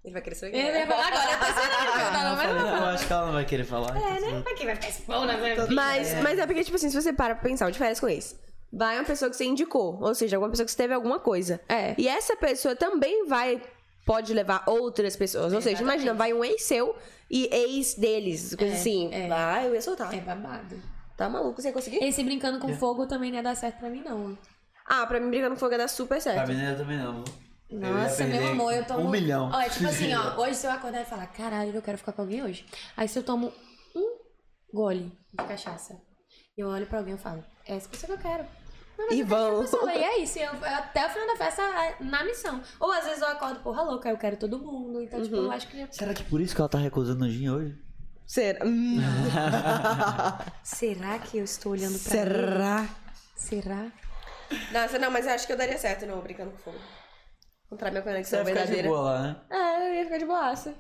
Speaker 2: Ele vai crescer
Speaker 3: Ele ia falar agora, eu tô
Speaker 1: (laughs)
Speaker 3: sendo mas não.
Speaker 1: Eu acho que ela não vai querer falar. então, assim,
Speaker 3: Né? Pra que vai ficar expondo, né?
Speaker 2: Mas é. mas é porque, tipo assim, se você para pra pensar, o de férias com ex. Vai uma pessoa que você indicou, ou seja, alguma pessoa que você teve alguma coisa.
Speaker 3: É.
Speaker 2: E essa pessoa também vai. Pode levar outras pessoas. Ou seja, imagina, vai um ex seu e ex deles. Coisa
Speaker 3: É,
Speaker 2: assim.
Speaker 3: é.
Speaker 2: Vai, eu ia soltar.
Speaker 3: É babado.
Speaker 2: Tá maluco? Você ia conseguir?
Speaker 3: Esse brincando
Speaker 1: É.
Speaker 3: com fogo também não ia dar certo pra mim, não.
Speaker 2: Ah, pra mim, brigando com fogo ia dar super
Speaker 1: Pra
Speaker 2: certo.
Speaker 1: mim eu também não. Eu ia
Speaker 3: Nossa,
Speaker 1: perder
Speaker 3: meu amor, eu tomo.
Speaker 1: Um milhão.
Speaker 3: Ó, é tipo assim, (laughs) ó. Hoje se eu acordar e falar, caralho, eu quero ficar com alguém hoje. Aí se eu tomo um gole de cachaça, eu olho pra alguém e falo, é essa pessoa que eu quero. Não, mas
Speaker 2: E
Speaker 3: eu quero
Speaker 2: vão.
Speaker 3: essa pessoa. E é isso, eu, eu- até o final da festa é na missão. Ou às vezes eu acordo, porra louca, eu quero todo mundo. Então, tipo, eu acho que.
Speaker 1: Será que por isso que ela tá recusando o Gin hoje?
Speaker 2: Será? Hum,
Speaker 3: Será que eu estou olhando pra ele?
Speaker 2: será?
Speaker 3: Será?
Speaker 2: Nossa, não, mas eu acho que eu daria certo não brigando com fogo. Encontrar minha
Speaker 1: Você
Speaker 3: é
Speaker 2: conexão
Speaker 1: vai ficar de
Speaker 2: verdadeira.
Speaker 1: boa lá, né?
Speaker 2: É, eu ia ficar de boaça.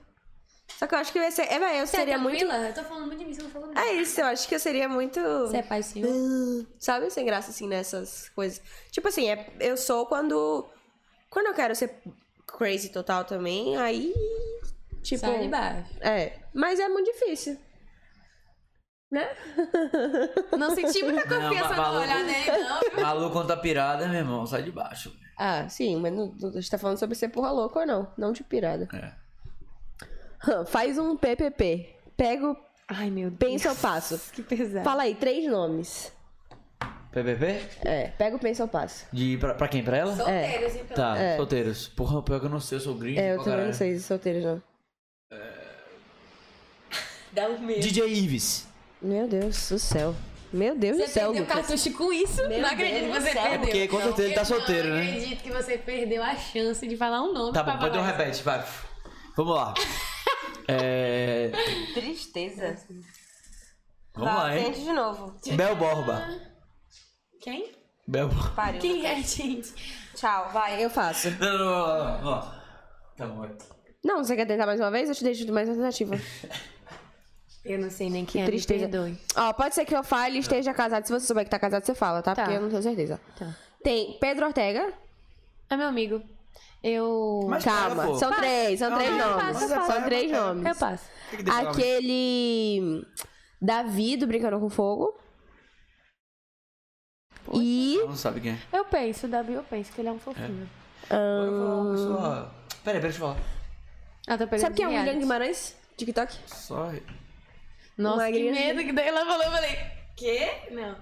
Speaker 2: Só que eu acho que eu ia ser. É, véi, eu
Speaker 3: Você
Speaker 2: seria
Speaker 3: é
Speaker 2: muito.
Speaker 3: tranquila? Eu tô falando muito de mim, você não falou nada.
Speaker 2: É isso, eu acho que eu seria muito.
Speaker 3: Você é pai, senhor?
Speaker 2: Sabe, sem graça, assim, nessas coisas. Tipo assim, é, eu sou quando. Quando eu quero ser crazy total também, aí. Tipo.
Speaker 3: Sai de baixo.
Speaker 2: É. Mas é muito difícil. Né?
Speaker 3: (laughs) Não senti muita
Speaker 1: Não,
Speaker 3: confiança
Speaker 1: mas
Speaker 3: no
Speaker 1: maluco-
Speaker 3: olhar dele, não. viu?
Speaker 1: Malu conta pirada, meu irmão, sai de baixo.
Speaker 2: Ah, sim, mas não, não- a gente tá falando sobre ser porra louca ou não, não de pirada. (laughs)
Speaker 1: É.
Speaker 2: Faz um PPP. Pego,
Speaker 3: Ai, meu Deus.
Speaker 2: pensa ou passo.
Speaker 3: Que pesado.
Speaker 2: Fala aí, três nomes.
Speaker 1: PPP?
Speaker 2: É, pego, pensa ou passo.
Speaker 1: De, pra, pra quem? Pra ela?
Speaker 3: Solteiros, então.
Speaker 1: Tá,
Speaker 2: É.
Speaker 1: solteiros. Porra, pior que eu não sei, eu sou gringo.
Speaker 2: É, eu
Speaker 1: pra
Speaker 2: também não
Speaker 1: caralho.
Speaker 2: sei se solteiro não.
Speaker 4: Dá um medo.
Speaker 1: DJ Ives.
Speaker 2: Meu Deus do céu. Meu Deus do
Speaker 3: Você
Speaker 2: céu,
Speaker 3: perdeu
Speaker 2: Lucas.
Speaker 3: cartucho com isso?
Speaker 2: Meu
Speaker 3: não acredito
Speaker 2: Deus
Speaker 3: que
Speaker 2: do
Speaker 3: você
Speaker 2: céu.
Speaker 3: perdeu.
Speaker 1: Porque com certeza ele tá solteiro,
Speaker 3: não
Speaker 1: né?
Speaker 3: acredito que você perdeu a chance de falar um nome
Speaker 1: Tá
Speaker 3: pra
Speaker 1: bom, pode dar um
Speaker 3: falar
Speaker 1: repete, vai. Vamos lá. É,
Speaker 2: Tristeza.
Speaker 3: Tá,
Speaker 1: Vamos lá, hein?
Speaker 2: Tá, de novo.
Speaker 1: Bel Borba.
Speaker 3: isso. Quem?
Speaker 1: Bel Borba.
Speaker 2: Pariu.
Speaker 3: Quem é, gente?
Speaker 2: Tchau, vai, eu faço.
Speaker 1: Não, não, não, não, não, não. Tá bom.
Speaker 2: Não, você quer tentar mais uma vez? Eu te deixo mais alternativa.
Speaker 3: Eu não sei nem quem
Speaker 2: Tristeza.
Speaker 3: é. me perdoe.
Speaker 2: Ó, pode ser que eu fale e esteja casado. Se você souber que tá casado, você fala, tá?
Speaker 3: Tá.
Speaker 2: Porque eu não tenho certeza.
Speaker 3: Tá.
Speaker 2: Tem Pedro Ortega.
Speaker 3: É meu amigo. Eu.
Speaker 1: Mas
Speaker 2: Calma,
Speaker 1: pega, pô.
Speaker 2: são
Speaker 1: Passa.
Speaker 2: três, são
Speaker 1: Não,
Speaker 2: três
Speaker 1: eu
Speaker 2: nomes.
Speaker 3: passo, eu passo.
Speaker 2: São três
Speaker 1: Eu
Speaker 2: nomes.
Speaker 3: Eu passo.
Speaker 1: Tem que deixar uma-
Speaker 2: Aquele Davi do Brincando com Fogo. E.
Speaker 1: Não sabe quem é.
Speaker 3: Eu penso, o Davi, eu penso que ele é um fofinho.
Speaker 1: Agora eu vou falar uma pessoa. Peraí, peraí, deixa eu falar.
Speaker 3: Ah, tô pegando
Speaker 2: Sabe quem é o
Speaker 3: de
Speaker 2: William
Speaker 3: reality.
Speaker 2: Guimarães? TikTok?
Speaker 1: Só.
Speaker 3: Nossa,
Speaker 2: Uma
Speaker 3: que
Speaker 2: grande-
Speaker 3: medo que daí ela falou, eu falei, quê? Não.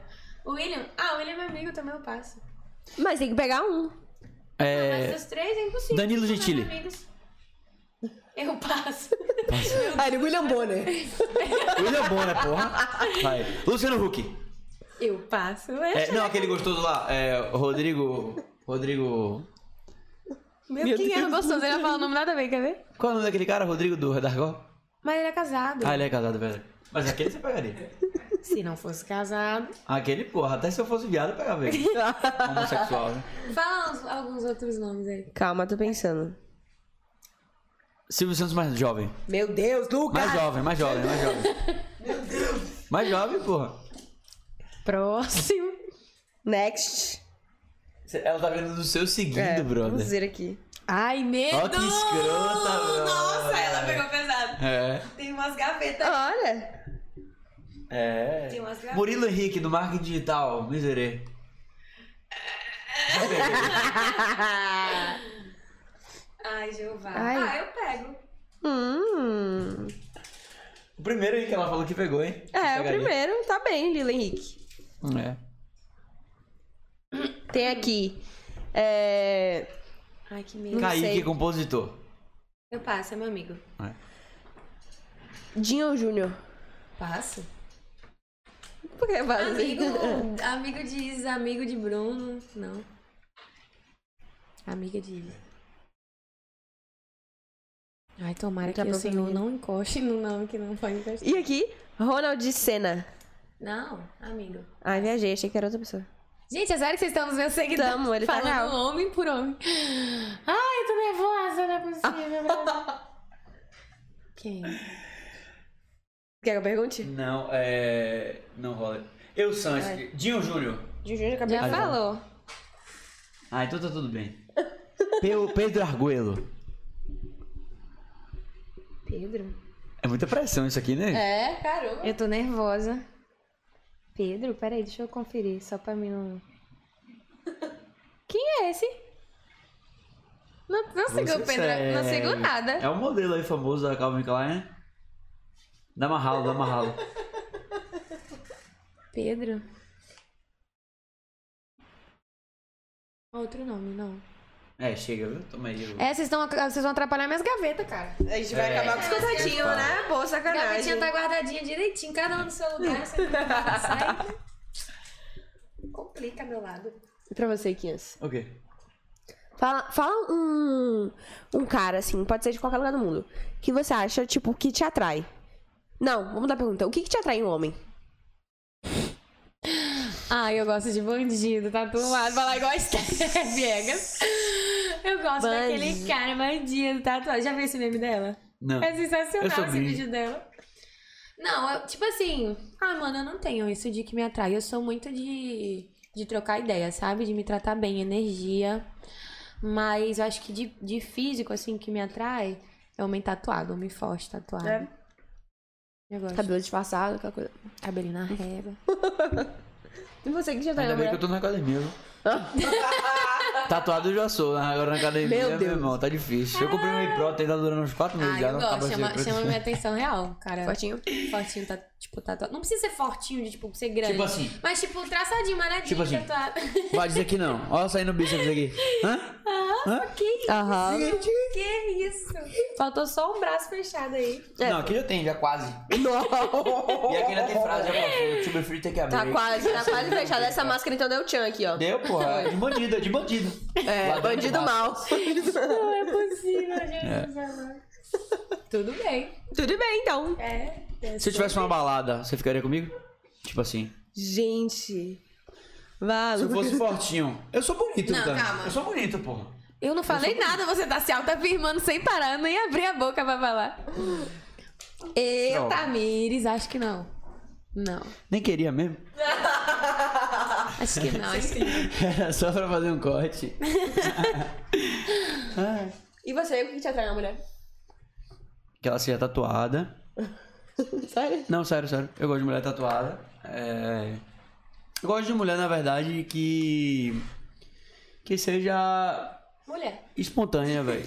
Speaker 3: O William? Ah, o William é meu amigo, também eu passo.
Speaker 2: Mas tem que pegar um.
Speaker 1: É.
Speaker 3: Mas os três é impossível.
Speaker 1: Danilo
Speaker 3: são meus
Speaker 1: Gentili.
Speaker 3: amigos. Eu passo.
Speaker 2: Ah, ele é William (laughs) Bonner.
Speaker 1: William Bonner, porra. Vai. Luciano Huck.
Speaker 3: (laughs) Eu passo.
Speaker 1: É, não, aquele gostoso lá. É. Rodrigo. Rodrigo.
Speaker 3: Meu, quem era é gostoso? Ele não fala o nome nada a ver, quer ver?
Speaker 1: Qual é o nome daquele cara? Rodrigo do Redargó?
Speaker 3: Mas ele é casado.
Speaker 1: Ah, ele é casado, velho. Mas aquele você pegaria.
Speaker 3: Se não fosse casado.
Speaker 1: Aquele, porra, até se eu fosse viado, eu pegava ele. Homossexual, né?
Speaker 3: Fala uns- alguns outros nomes aí.
Speaker 2: Calma, tô pensando.
Speaker 1: Silvio Santos mais jovem.
Speaker 2: Meu Deus, Lucas!
Speaker 1: Mais jovem, mais jovem, mais jovem. Meu Deus! Mais jovem, porra.
Speaker 3: Próximo.
Speaker 2: Next.
Speaker 1: Cê- Ela tá vendo do seu seguindo,
Speaker 2: É, Vamos
Speaker 1: brother.
Speaker 2: ver aqui.
Speaker 3: Ai, medo!
Speaker 1: Ó, que escrota, brother.
Speaker 3: Nossa, ela pegou pesado.
Speaker 1: É.
Speaker 3: Tem umas gavetas.
Speaker 2: Olha!
Speaker 1: É.
Speaker 3: Tem umas gavetas.
Speaker 1: Murilo Henrique, do marketing digital, miserê.
Speaker 3: Ai, Jeová.
Speaker 2: Ai.
Speaker 3: Ah, eu pego.
Speaker 2: Hum.
Speaker 1: O primeiro aí que ela falou que pegou, hein?
Speaker 2: É, o
Speaker 1: Pegaria.
Speaker 2: primeiro tá bem, Lila Henrique.
Speaker 1: É.
Speaker 2: Tem aqui. É.
Speaker 3: Ai, que medo.
Speaker 2: Não
Speaker 1: Kaique, é
Speaker 2: sei.
Speaker 1: compositor.
Speaker 3: Eu passo, é meu amigo.
Speaker 1: É.
Speaker 2: Dinho Júnior.
Speaker 3: Passo?
Speaker 2: Por que fala assim? (laughs)
Speaker 3: Amigo, amigo de Isis, amigo de Bruno. Não. Amiga de Isis. Ai, tomara
Speaker 2: Tá
Speaker 3: que o
Speaker 2: pronto,
Speaker 3: senhor
Speaker 2: amiga.
Speaker 3: não encoste no nome que não pode encostar.
Speaker 2: E aqui, Ronald Senna.
Speaker 3: Não, amigo.
Speaker 2: Ai, viajei, achei que era outra (laughs) pessoa.
Speaker 3: Gente, é sério que vocês estão nos meus seguidores
Speaker 2: Tamo, ele tá
Speaker 3: falando
Speaker 2: real.
Speaker 3: homem por homem. Ai, eu tô nervosa, não é possível.
Speaker 2: (laughs)
Speaker 3: Quem?
Speaker 2: Quer que eu pergunte?
Speaker 1: Não, é. Não rola. Eu, Sanches. Dinho Júnior.
Speaker 2: Dinho Júnior acabei
Speaker 3: Já
Speaker 2: de falar.
Speaker 3: falou.
Speaker 1: Ah, então tá tudo bem. Pe- Pedro Arguello.
Speaker 3: Pedro?
Speaker 1: É muita pressão isso aqui, né?
Speaker 3: É, caramba. Eu tô nervosa. Pedro, peraí, deixa eu conferir, só pra mim não. (laughs) Quem é esse? Não, não
Speaker 1: Vamos
Speaker 3: sigo
Speaker 1: ser
Speaker 3: o Pedro, não sigo
Speaker 1: sérios.
Speaker 3: nada.
Speaker 1: É um modelo aí famoso da Calvin Klein, né? Dá uma rala, dá uma rala.
Speaker 3: Pedro? Outro nome, não.
Speaker 1: É, chega, viu? Toma aí. eu-
Speaker 3: É, vocês, tão, vocês vão atrapalhar minhas gavetas, cara.
Speaker 2: A gente vai
Speaker 1: É.
Speaker 2: acabar com os contatinhos, né? Pô,
Speaker 3: A gavetinha
Speaker 2: sacanagem.
Speaker 3: tá guardadinha direitinho, cada um no seu lugar. Você (laughs) não sai, né? Complica meu lado.
Speaker 2: (laughs) E pra você, Quinhas?
Speaker 1: O quê?
Speaker 2: Fala, fala um, um cara, assim, pode ser de qualquer lugar do mundo, que você acha, tipo, que te atrai. Não, vamos mudar a pergunta. O que, que te atrai em um homem?
Speaker 3: Ai, eu gosto de bandido, tá tatuado. Falar igual a (laughs) Esther Viegas. Eu gosto daquele
Speaker 2: Bandido.
Speaker 3: cara bandido, tatuado. Já viu esse meme dela?
Speaker 1: Não.
Speaker 3: É
Speaker 1: Eu sou
Speaker 3: sensacional esse
Speaker 1: gay.
Speaker 3: vídeo dela. Não, eu- tipo assim... Ah, mano, eu não tenho isso de que me atrai. Eu sou muito de, de trocar ideia, sabe? De me tratar bem, energia. Mas eu acho que de, é
Speaker 2: É.
Speaker 3: de físico, assim, que me atrai... É homem tatuado, homem forte tatuado. Eu gosto.
Speaker 2: Cabelo disfarçado, aquela coisa.
Speaker 3: Cabelinho na régua.
Speaker 2: E você que já tá
Speaker 1: Ainda bem que eu tô na academia, viu? Tatuado eu já sou, né? agora na academia,
Speaker 2: Meu
Speaker 1: meu,
Speaker 2: Deus.
Speaker 1: irmão, tá difícil. Eu comprei meu Pro, tem tá durando uns 4 meses
Speaker 3: Ah,
Speaker 1: já,
Speaker 3: eu
Speaker 1: não
Speaker 3: gosto.
Speaker 1: acaba
Speaker 3: Chama,
Speaker 1: assim,
Speaker 3: chama minha atenção real, cara.
Speaker 2: Fortinho.
Speaker 3: Fortinho, tá, tipo, tatuado. Não precisa ser fortinho de, tipo, ser grande.
Speaker 1: Tipo
Speaker 3: (laughs)
Speaker 1: assim.
Speaker 3: Mas, tipo, traçadinho, manadinho,
Speaker 1: Tipo assim.
Speaker 2: (laughs)
Speaker 3: tatuado.
Speaker 1: Vai dizer que não. Olha saindo o bíceps aqui. Hã?
Speaker 3: que
Speaker 2: (laughs)
Speaker 3: isso?
Speaker 2: Aham.
Speaker 3: Que isso? Faltou só um braço fechado aí.
Speaker 2: É.
Speaker 1: Não, aqui já tem, já quase.
Speaker 2: Não.
Speaker 1: E aqui ainda tem frase, já passou. O tubo free tem que abrir.
Speaker 2: Tá quase, tá quase fechado. Essa máscara então deu tchan aqui, ó.
Speaker 1: Deu, porra. É De bandido, é de bandido.
Speaker 2: É,
Speaker 1: Ladrão de
Speaker 2: bandido
Speaker 1: máscara.
Speaker 2: mal.
Speaker 3: Não é possível,
Speaker 1: É.
Speaker 3: Jesus
Speaker 2: é
Speaker 3: amado. Tudo bem.
Speaker 2: (laughs) Tudo bem, então.
Speaker 3: É.
Speaker 1: Se eu tivesse uma balada, você ficaria comigo? Tipo assim.
Speaker 2: Gente. Vá,
Speaker 1: Se eu
Speaker 2: Lucas.
Speaker 1: fosse fortinho. Eu sou bonito,
Speaker 3: Não,
Speaker 1: cara.
Speaker 3: calma.
Speaker 1: Eu sou bonito, porra.
Speaker 3: Eu não falei nada, você tá se autoafirmando sem parar, eu nem abri a boca pra falar. Eu,
Speaker 1: Não.
Speaker 3: Tamires, acho que não. Não,
Speaker 1: Nem queria mesmo.
Speaker 3: acho que não. acho que
Speaker 1: (laughs)
Speaker 3: não.
Speaker 1: Era só pra fazer um corte. Ah,
Speaker 2: (laughs) E você, o que te atrai na mulher?
Speaker 1: que ela seja tatuada.
Speaker 2: (laughs) Sério?
Speaker 1: Não, sério, sério. Eu gosto de mulher tatuada. É... Eu gosto de mulher, na verdade, que. que seja
Speaker 3: Mulher.
Speaker 1: espontânea, velho.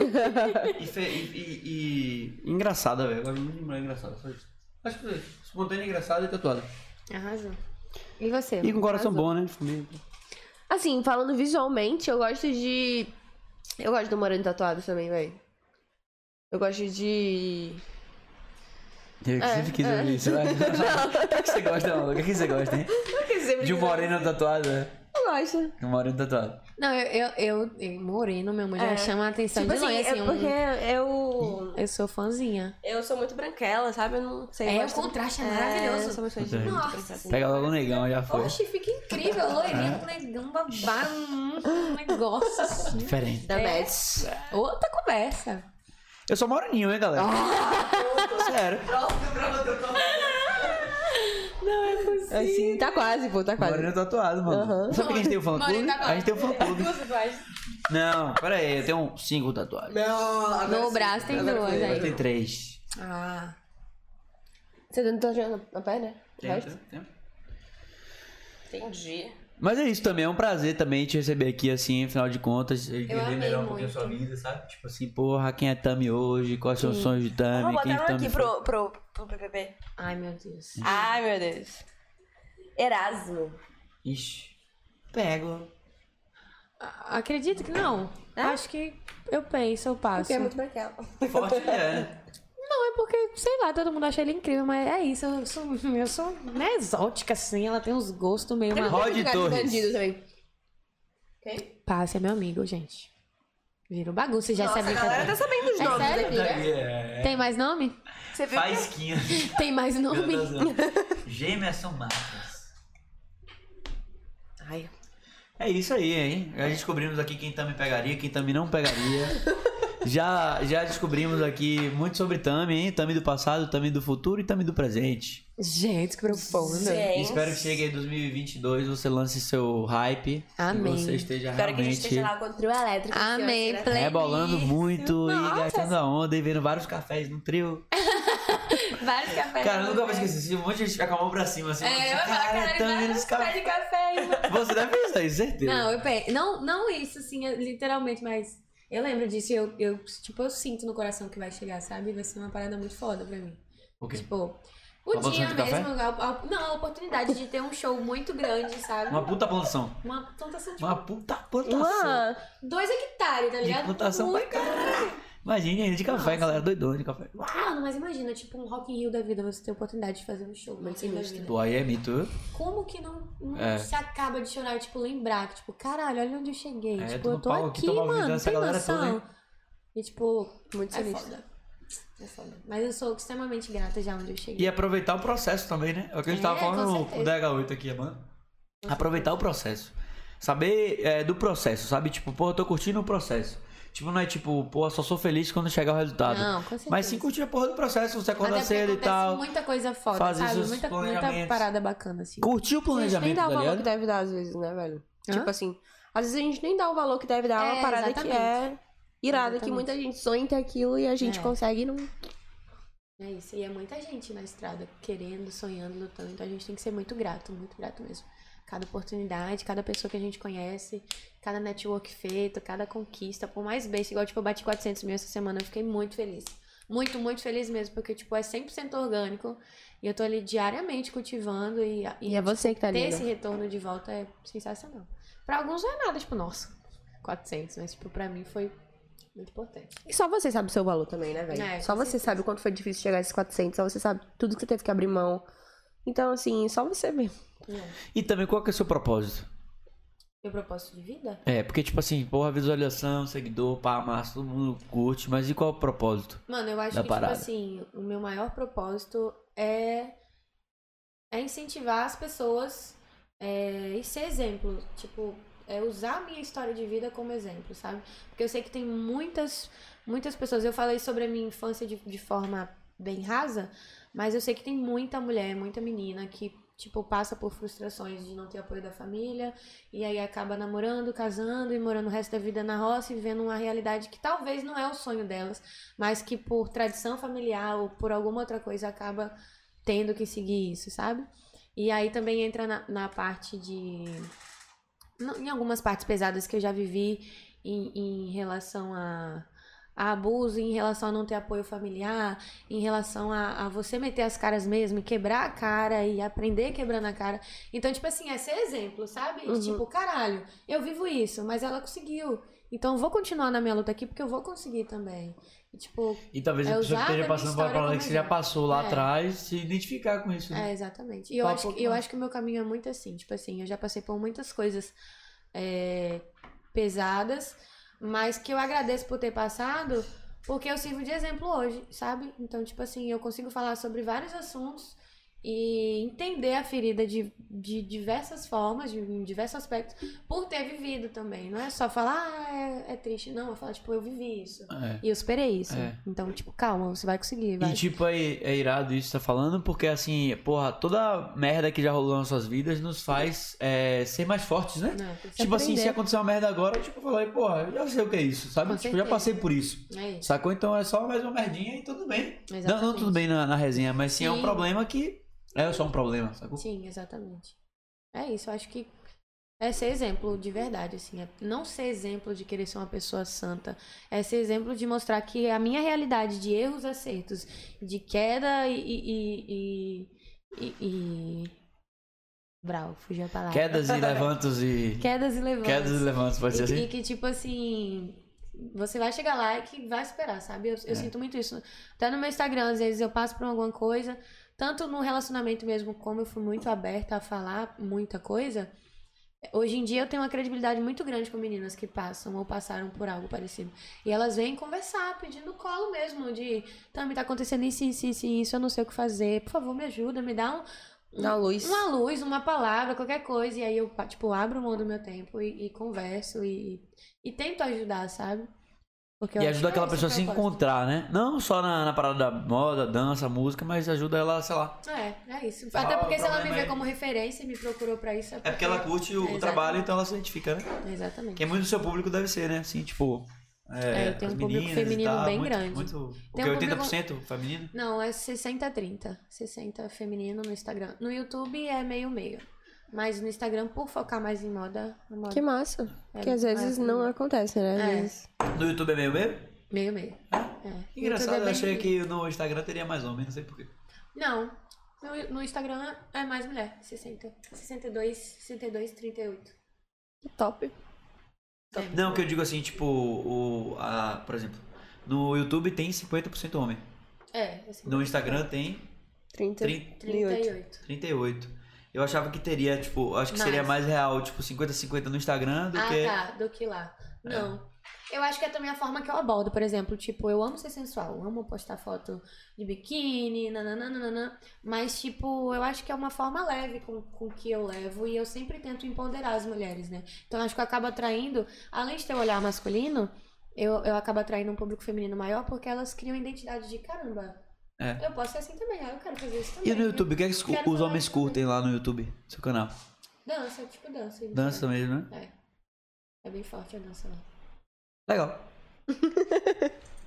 Speaker 1: e, fe- e- e- e engraçada, velho. Eu gosto muito de mulher engraçada, só isso. Acho que foi isso. espontânea, engraçada e tatuada.
Speaker 3: Arrasou. E você?
Speaker 1: E com coração bom, né? Família.
Speaker 2: Assim, falando visualmente, eu gosto de. Eu gosto do moreno tatuado também, velho. Eu gosto de.
Speaker 1: Eu sempre quis ouvir isso. vai. O que, que você gosta, maluco? O que, que você gosta, hein? De um moreno tatuado, né?
Speaker 2: Eu gosto.
Speaker 1: De um moreno tatuado.
Speaker 3: Não, eu, eu, eu, eu- moreno, meu amor, já
Speaker 2: É.
Speaker 3: chama a atenção
Speaker 2: Tipo
Speaker 3: de longe,
Speaker 2: assim,
Speaker 3: assim,
Speaker 2: é
Speaker 3: um-
Speaker 2: porque eu.
Speaker 3: Eu sou fãzinha.
Speaker 2: Eu sou muito branquela, sabe? Eu não sei. eu
Speaker 3: É, o
Speaker 2: gosto-
Speaker 3: contraste é
Speaker 2: eu sou
Speaker 3: maravilhoso.
Speaker 2: muito fã de
Speaker 1: Entendi.
Speaker 2: muito
Speaker 3: Nossa.
Speaker 2: branquela.
Speaker 1: Pega logo o negão, já foi. É.
Speaker 3: Oxe, fica incrível.
Speaker 2: um
Speaker 3: Loirinho, negão, babado, um (laughs) negócio assim.
Speaker 1: Diferente.
Speaker 2: Da
Speaker 3: É.
Speaker 2: Mads.
Speaker 3: Outra conversa.
Speaker 1: Eu sou moreninho, hein,
Speaker 2: (laughs)
Speaker 1: galera? Sério.
Speaker 3: Não é possível.
Speaker 2: Assim, tá quase, pô, tá quase.
Speaker 1: Moreno tatuado, mano.
Speaker 2: Aham.
Speaker 1: Sabe que a gente tem o fã
Speaker 3: Moreno
Speaker 1: clube?
Speaker 3: tatuado.
Speaker 1: A gente tem o fã clube.
Speaker 3: Duas iguais.
Speaker 1: Não, pera aí, eu tenho cinco tatuagens.
Speaker 2: Não,
Speaker 3: No braço tem duas
Speaker 1: Ah, Agora
Speaker 3: aí.
Speaker 1: tem três.
Speaker 3: Ah.
Speaker 2: Você não tá jogando na perna?
Speaker 1: Tem,
Speaker 2: Resto?
Speaker 1: tem, tem.
Speaker 2: Entendi.
Speaker 1: Mas é isso também, é um prazer também te receber aqui, assim, afinal de contas, e entender
Speaker 3: amei
Speaker 1: melhor um pouquinho a
Speaker 3: muito.
Speaker 1: sua vida, sabe? Tipo assim, porra, quem é Tami hoje, quais são os sonhos de Tami,
Speaker 2: Vou
Speaker 1: quem é
Speaker 2: botar um
Speaker 1: Tami
Speaker 2: aqui
Speaker 1: foi.
Speaker 2: pro, pro, pro PPP.
Speaker 3: Ai, meu Deus.
Speaker 2: Ai, meu Deus. Erasmo.
Speaker 1: Ixi, pego.
Speaker 3: A- Acredito que não.
Speaker 2: É?
Speaker 3: Acho que eu penso, eu passo.
Speaker 2: branquela.
Speaker 1: Forte é, né?
Speaker 3: Não, é porque, sei lá, todo mundo acha ele incrível, mas é isso. Eu sou, eu sou né, exótica, assim. Ela tem uns gostos meio
Speaker 1: Rod
Speaker 3: malucos.
Speaker 1: Torres.
Speaker 2: bandido também. Quem?
Speaker 3: Passe é meu amigo, gente. Virou bagunça, já sabia que era.
Speaker 2: tá sabendo os né?
Speaker 3: É sério?
Speaker 1: É.
Speaker 3: Tem mais nome?
Speaker 2: Você viu?
Speaker 1: Faísquinha.
Speaker 3: Tem mais nome?
Speaker 1: (laughs) Gêmeas são marcas.
Speaker 2: Ai.
Speaker 1: É isso aí, hein? Já descobrimos aqui quem Tami pegaria, quem Tami não pegaria. já, já descobrimos aqui muito sobre Tami, hein? Tami do passado, Tami do futuro e Tami do presente.
Speaker 3: Gente, que profundo.
Speaker 2: Gente.
Speaker 1: Espero que chegue em 2022, você lance seu hype.
Speaker 3: Amém.
Speaker 1: Que você esteja
Speaker 2: Espero que a
Speaker 1: realmente
Speaker 2: gente esteja lá com o trio elétrico.
Speaker 3: Amém,
Speaker 2: senhora.
Speaker 3: play.
Speaker 1: rebolando muito
Speaker 3: Nossa.
Speaker 1: e gastando a onda e vendo vários cafés no trio.
Speaker 3: Vários cafés.
Speaker 1: Cara, eu nunca vou esquecer. Se um monte de gente ficar com a mão pra cima, assim.
Speaker 3: É, eu ia falar,
Speaker 1: cara,
Speaker 3: caralho,
Speaker 1: Tami
Speaker 3: vários
Speaker 1: nos
Speaker 3: cafés de
Speaker 1: cafés.
Speaker 3: café aí.
Speaker 1: Você deve pensar isso, certeza.
Speaker 3: Não, eu pe... não, não isso, assim, é- literalmente, mas eu lembro disso e eu, eu, tipo, eu sinto no coração que vai chegar, sabe? Vai ser uma parada muito foda pra mim.
Speaker 1: O quê?
Speaker 3: Tipo,
Speaker 1: Uma
Speaker 3: o
Speaker 1: produção
Speaker 3: dia
Speaker 1: de café?
Speaker 3: mesmo, a- a- não, a oportunidade de ter um show muito grande, sabe?
Speaker 1: Uma puta plantação.
Speaker 3: Uma plantação de
Speaker 1: Uma puta plantação.
Speaker 2: Uma...
Speaker 3: dois hectares, tá
Speaker 1: de
Speaker 3: ligado?
Speaker 1: plantação pra
Speaker 3: muito
Speaker 1: caralho. Imagina ainda de café, galera doidona de café.
Speaker 3: Mano, mas imagina, tipo, um Rock in Rio da vida, você ter a oportunidade de fazer um show. Rock in Rio da vida.
Speaker 1: Pô, aí é mito. viu?
Speaker 3: Como que não, não
Speaker 1: É.
Speaker 3: se acaba de chorar, tipo, lembrar que, tipo, caralho, olha onde eu cheguei.
Speaker 1: É,
Speaker 3: tipo,
Speaker 1: tô no
Speaker 3: eu tô
Speaker 1: palco aqui,
Speaker 3: aqui,
Speaker 1: tô
Speaker 3: mano,
Speaker 1: ouvindo
Speaker 3: não
Speaker 1: essa
Speaker 3: tem
Speaker 1: galera
Speaker 3: noção.
Speaker 1: toda,
Speaker 3: e, tipo,
Speaker 2: Muito
Speaker 3: é
Speaker 2: sinistro.
Speaker 3: foda. É foda. Mas eu sou extremamente grata já onde eu cheguei.
Speaker 1: E é aproveitar o processo também, né? É o que a gente
Speaker 3: É,
Speaker 1: tava falando
Speaker 3: com
Speaker 1: no-
Speaker 3: certeza.
Speaker 1: com o DH8 aqui, mano. Aproveitar o processo. Saber é, do processo, sabe? Tipo, pô, eu tô curtindo o processo. Tipo, não é tipo, pô, só sou feliz quando chegar o resultado.
Speaker 3: Não, com certeza.
Speaker 1: Mas sim curtir a porra do processo, você
Speaker 3: Até
Speaker 1: acorda
Speaker 3: porque
Speaker 1: cedo e
Speaker 3: acontece
Speaker 1: tal.
Speaker 3: muita coisa foda,
Speaker 1: fazer
Speaker 3: sabe?
Speaker 1: seus
Speaker 3: Muita, muita
Speaker 1: planejamentos.
Speaker 3: parada bacana, assim.
Speaker 1: Curtir o
Speaker 2: A gente
Speaker 1: planejamento,
Speaker 2: nem dá o
Speaker 1: tá
Speaker 2: valor que
Speaker 1: ligado?
Speaker 2: deve dar às vezes, né, velho?
Speaker 3: Hã?
Speaker 2: Tipo assim, às vezes a gente nem dá o valor que deve dar, é
Speaker 3: É,
Speaker 2: uma parada que é
Speaker 3: exatamente.
Speaker 2: irada, que
Speaker 3: Exatamente.
Speaker 2: muita gente sonha em ter aquilo e a gente
Speaker 3: É.
Speaker 2: consegue e não...
Speaker 3: É isso. E é muita gente na estrada querendo, sonhando, lutando. Então a gente tem que ser muito grato, muito grato mesmo. Cada oportunidade, cada pessoa que a gente conhece, cada network feito, cada conquista, por mais besta, igual tipo, eu bati 400 mil essa semana, eu fiquei muito feliz. Muito, muito feliz mesmo, porque tipo, é 100% orgânico e eu tô ali diariamente cultivando e, e
Speaker 2: E é você que tá
Speaker 3: ter
Speaker 2: ali.
Speaker 3: esse retorno de volta é sensacional. Pra alguns não é nada, tipo, nossa, 400, mas tipo, pra mim foi muito importante.
Speaker 2: E só você sabe o seu valor também, né, velho?
Speaker 3: É,
Speaker 2: só
Speaker 3: com
Speaker 2: você sabe o quanto foi difícil chegar a esses 400, só você sabe tudo que você teve que abrir mão. Então, assim, só você mesmo.
Speaker 1: E também qual que é o seu propósito?
Speaker 3: Meu propósito de vida?
Speaker 1: É, porque tipo assim, porra, visualização, seguidor, pá, massa, todo mundo curte, mas e qual é o propósito?
Speaker 3: Mano, eu acho
Speaker 1: Da
Speaker 3: que,
Speaker 1: parada.
Speaker 3: tipo assim, o meu maior propósito é, é incentivar as pessoas é, e ser exemplo. Tipo, é usar a minha história de vida como exemplo, sabe? Porque eu sei que tem muitas, muitas pessoas. Eu falei sobre a minha infância de, de forma bem rasa, mas eu sei que tem muita mulher, muita menina que, tipo, passa por frustrações de não ter apoio da família e aí acaba namorando, casando e morando o resto da vida na roça e vivendo uma realidade que talvez não é o sonho delas, mas que por tradição familiar ou por alguma outra coisa acaba tendo que seguir isso, sabe? E aí também entra na, na parte de. no- Em algumas partes pesadas que eu já vivi em, em relação a, a abuso, em relação a não ter apoio familiar, em relação a, a você meter as caras mesmo e quebrar a cara e aprender quebrando a cara. Então, tipo assim, é ser exemplo, sabe?
Speaker 2: Uhum.
Speaker 3: Tipo, caralho, eu vivo isso, mas ela conseguiu. Então, eu vou continuar na minha luta aqui porque eu vou conseguir também. E, tipo,
Speaker 1: E talvez
Speaker 3: É
Speaker 1: a pessoa
Speaker 3: usar
Speaker 1: que esteja
Speaker 3: da minha
Speaker 1: passando por um
Speaker 3: história
Speaker 1: problema
Speaker 3: como
Speaker 1: que você já
Speaker 3: exemplo.
Speaker 1: passou lá
Speaker 3: É.
Speaker 1: atrás, se identificar com isso, né?
Speaker 3: É, exatamente. E eu
Speaker 1: Fala um
Speaker 3: acho, que,
Speaker 1: pouquinho
Speaker 3: eu
Speaker 1: mais.
Speaker 3: acho que o meu caminho é muito assim. Tipo assim, eu já passei por muitas coisas é, pesadas, mas que eu agradeço por ter passado, porque eu sirvo de exemplo hoje, sabe? Então, tipo assim, eu consigo falar sobre vários assuntos e entender a ferida de, de diversas formas, de, em diversos aspectos, por ter vivido também. Não é só falar, ah, é, é triste. Não, eu falo, tipo, eu vivi isso.
Speaker 1: É.
Speaker 3: E eu superei isso.
Speaker 1: É.
Speaker 3: Então, tipo, calma, você vai conseguir. Vai.
Speaker 1: E tipo, é, é irado isso que tá falando, porque assim, porra, toda merda que já rolou nas nossas vidas nos faz é, ser mais fortes, né?
Speaker 3: Não, é
Speaker 1: tipo assim,
Speaker 2: aprender.
Speaker 1: se acontecer uma merda agora, tipo, eu falei, porra, eu já sei o que é isso, sabe?
Speaker 3: Com
Speaker 1: tipo, já
Speaker 3: certeza.
Speaker 1: passei por isso.
Speaker 3: é isso.
Speaker 1: Sacou? Então é só mais uma merdinha e tudo bem. Não, não
Speaker 3: Exatamente.
Speaker 1: tudo bem na, na resenha, mas sim, é um
Speaker 3: Sim.
Speaker 1: problema que. É só um problema, sacou?
Speaker 3: Sim, exatamente. É isso, eu acho que é ser exemplo de verdade, assim. É não ser exemplo de querer ser uma pessoa santa. É ser exemplo de mostrar que a minha realidade de erros, acertos, de queda e. e, e, e, e- Brau, fugiu a palavra.
Speaker 1: Quedas e levantos e.
Speaker 3: (laughs) Quedas e levantes.
Speaker 1: Quedas e levantos, pode
Speaker 3: E,
Speaker 1: ser
Speaker 3: que- e
Speaker 1: assim?
Speaker 3: que, tipo assim, você vai chegar lá e que vai superar, sabe? Eu, eu
Speaker 1: É.
Speaker 3: sinto muito isso. Até no meu Instagram, às vezes eu passo por alguma coisa, tanto no relacionamento mesmo, como eu fui muito aberta a falar muita coisa. Hoje em dia eu tenho uma credibilidade muito grande com meninas que passam ou passaram por algo parecido. E elas vêm conversar, pedindo colo mesmo, de Tami, tá acontecendo isso, isso, isso, isso, eu não sei o que fazer, por favor, me ajuda, me dá um,
Speaker 2: Na luz.
Speaker 3: uma luz, uma palavra, qualquer coisa. E aí eu, pa- tipo, abro mão do meu tempo e, e converso e, e tento ajudar, sabe? Porque eu
Speaker 1: E
Speaker 3: acho
Speaker 1: ajuda
Speaker 3: que é
Speaker 1: aquela
Speaker 3: esse
Speaker 1: pessoa a
Speaker 3: o
Speaker 1: se
Speaker 3: propósito.
Speaker 1: encontrar, né? Não só na, na parada da moda, dança, música, mas ajuda ela, sei lá.
Speaker 3: É, é isso.
Speaker 1: Ah,
Speaker 3: Até porque
Speaker 1: o
Speaker 3: se ela me
Speaker 1: problema
Speaker 3: vê
Speaker 1: é-
Speaker 3: como referência e me procurou pra isso.
Speaker 1: É porque ela curte o,
Speaker 3: Exatamente.
Speaker 1: trabalho, então ela se identifica, né?
Speaker 3: Exatamente.
Speaker 1: Quem muito do seu público deve ser, né? Assim, tipo. É,
Speaker 3: É, tem um
Speaker 1: as
Speaker 3: público
Speaker 1: meninas e
Speaker 3: feminino
Speaker 1: tal,
Speaker 3: bem
Speaker 1: muito-
Speaker 3: grande.
Speaker 1: Muito, o
Speaker 3: Tem
Speaker 1: quê?
Speaker 3: um
Speaker 1: 80% feminino?
Speaker 3: Não, é 60-30. 60 feminino no Instagram. No YouTube é meio-meio. Mas no Instagram, por focar mais em moda, a moda
Speaker 2: Que massa.
Speaker 3: É,
Speaker 2: que às vezes
Speaker 3: é,
Speaker 2: não acontece, né? Às
Speaker 3: É.
Speaker 2: vezes.
Speaker 1: No YouTube é meio mesmo?
Speaker 3: meio-meio. É.
Speaker 1: Engraçado,
Speaker 3: YouTube é
Speaker 1: eu
Speaker 3: bem-
Speaker 1: achei que no Instagram teria mais homem, não sei porquê.
Speaker 3: Não. No, no Instagram é mais mulher. 60. 62, 62, 38.
Speaker 2: Que top.
Speaker 3: É.
Speaker 1: Não, que eu digo assim, tipo, o, a, por exemplo, no YouTube tem 50% homem.
Speaker 3: É, assim,
Speaker 1: No Instagram tem
Speaker 2: 30.
Speaker 1: 30,
Speaker 3: 38.
Speaker 1: 38. Eu achava que teria, tipo, acho que seria mais
Speaker 3: Mais.
Speaker 1: real, tipo, 50-50 no Instagram do
Speaker 3: ah,
Speaker 1: que.
Speaker 3: tá, do que lá. Não. Eu acho que é também a forma que eu abordo, por exemplo, tipo, eu amo ser sensual, eu amo postar foto de biquíni, nananana, mas tipo, eu acho que é uma forma leve com, com que eu levo e eu sempre tento empoderar as mulheres, né? Então acho que eu acabo atraindo, além de ter um olhar masculino, eu, eu acabo atraindo um público feminino maior porque elas criam identidade de caramba.
Speaker 1: É.
Speaker 3: Eu posso ser assim também, ah, eu quero fazer isso também.
Speaker 1: E no
Speaker 3: né?
Speaker 1: YouTube, o que, é que os-
Speaker 3: Quero
Speaker 1: os
Speaker 3: falar
Speaker 1: homens
Speaker 3: isso
Speaker 1: curtem lá no YouTube, seu canal?
Speaker 3: Dança, tipo dança.
Speaker 1: Dança mesmo, né?
Speaker 3: (laughs) É. É bem forte a dança lá.
Speaker 1: Legal.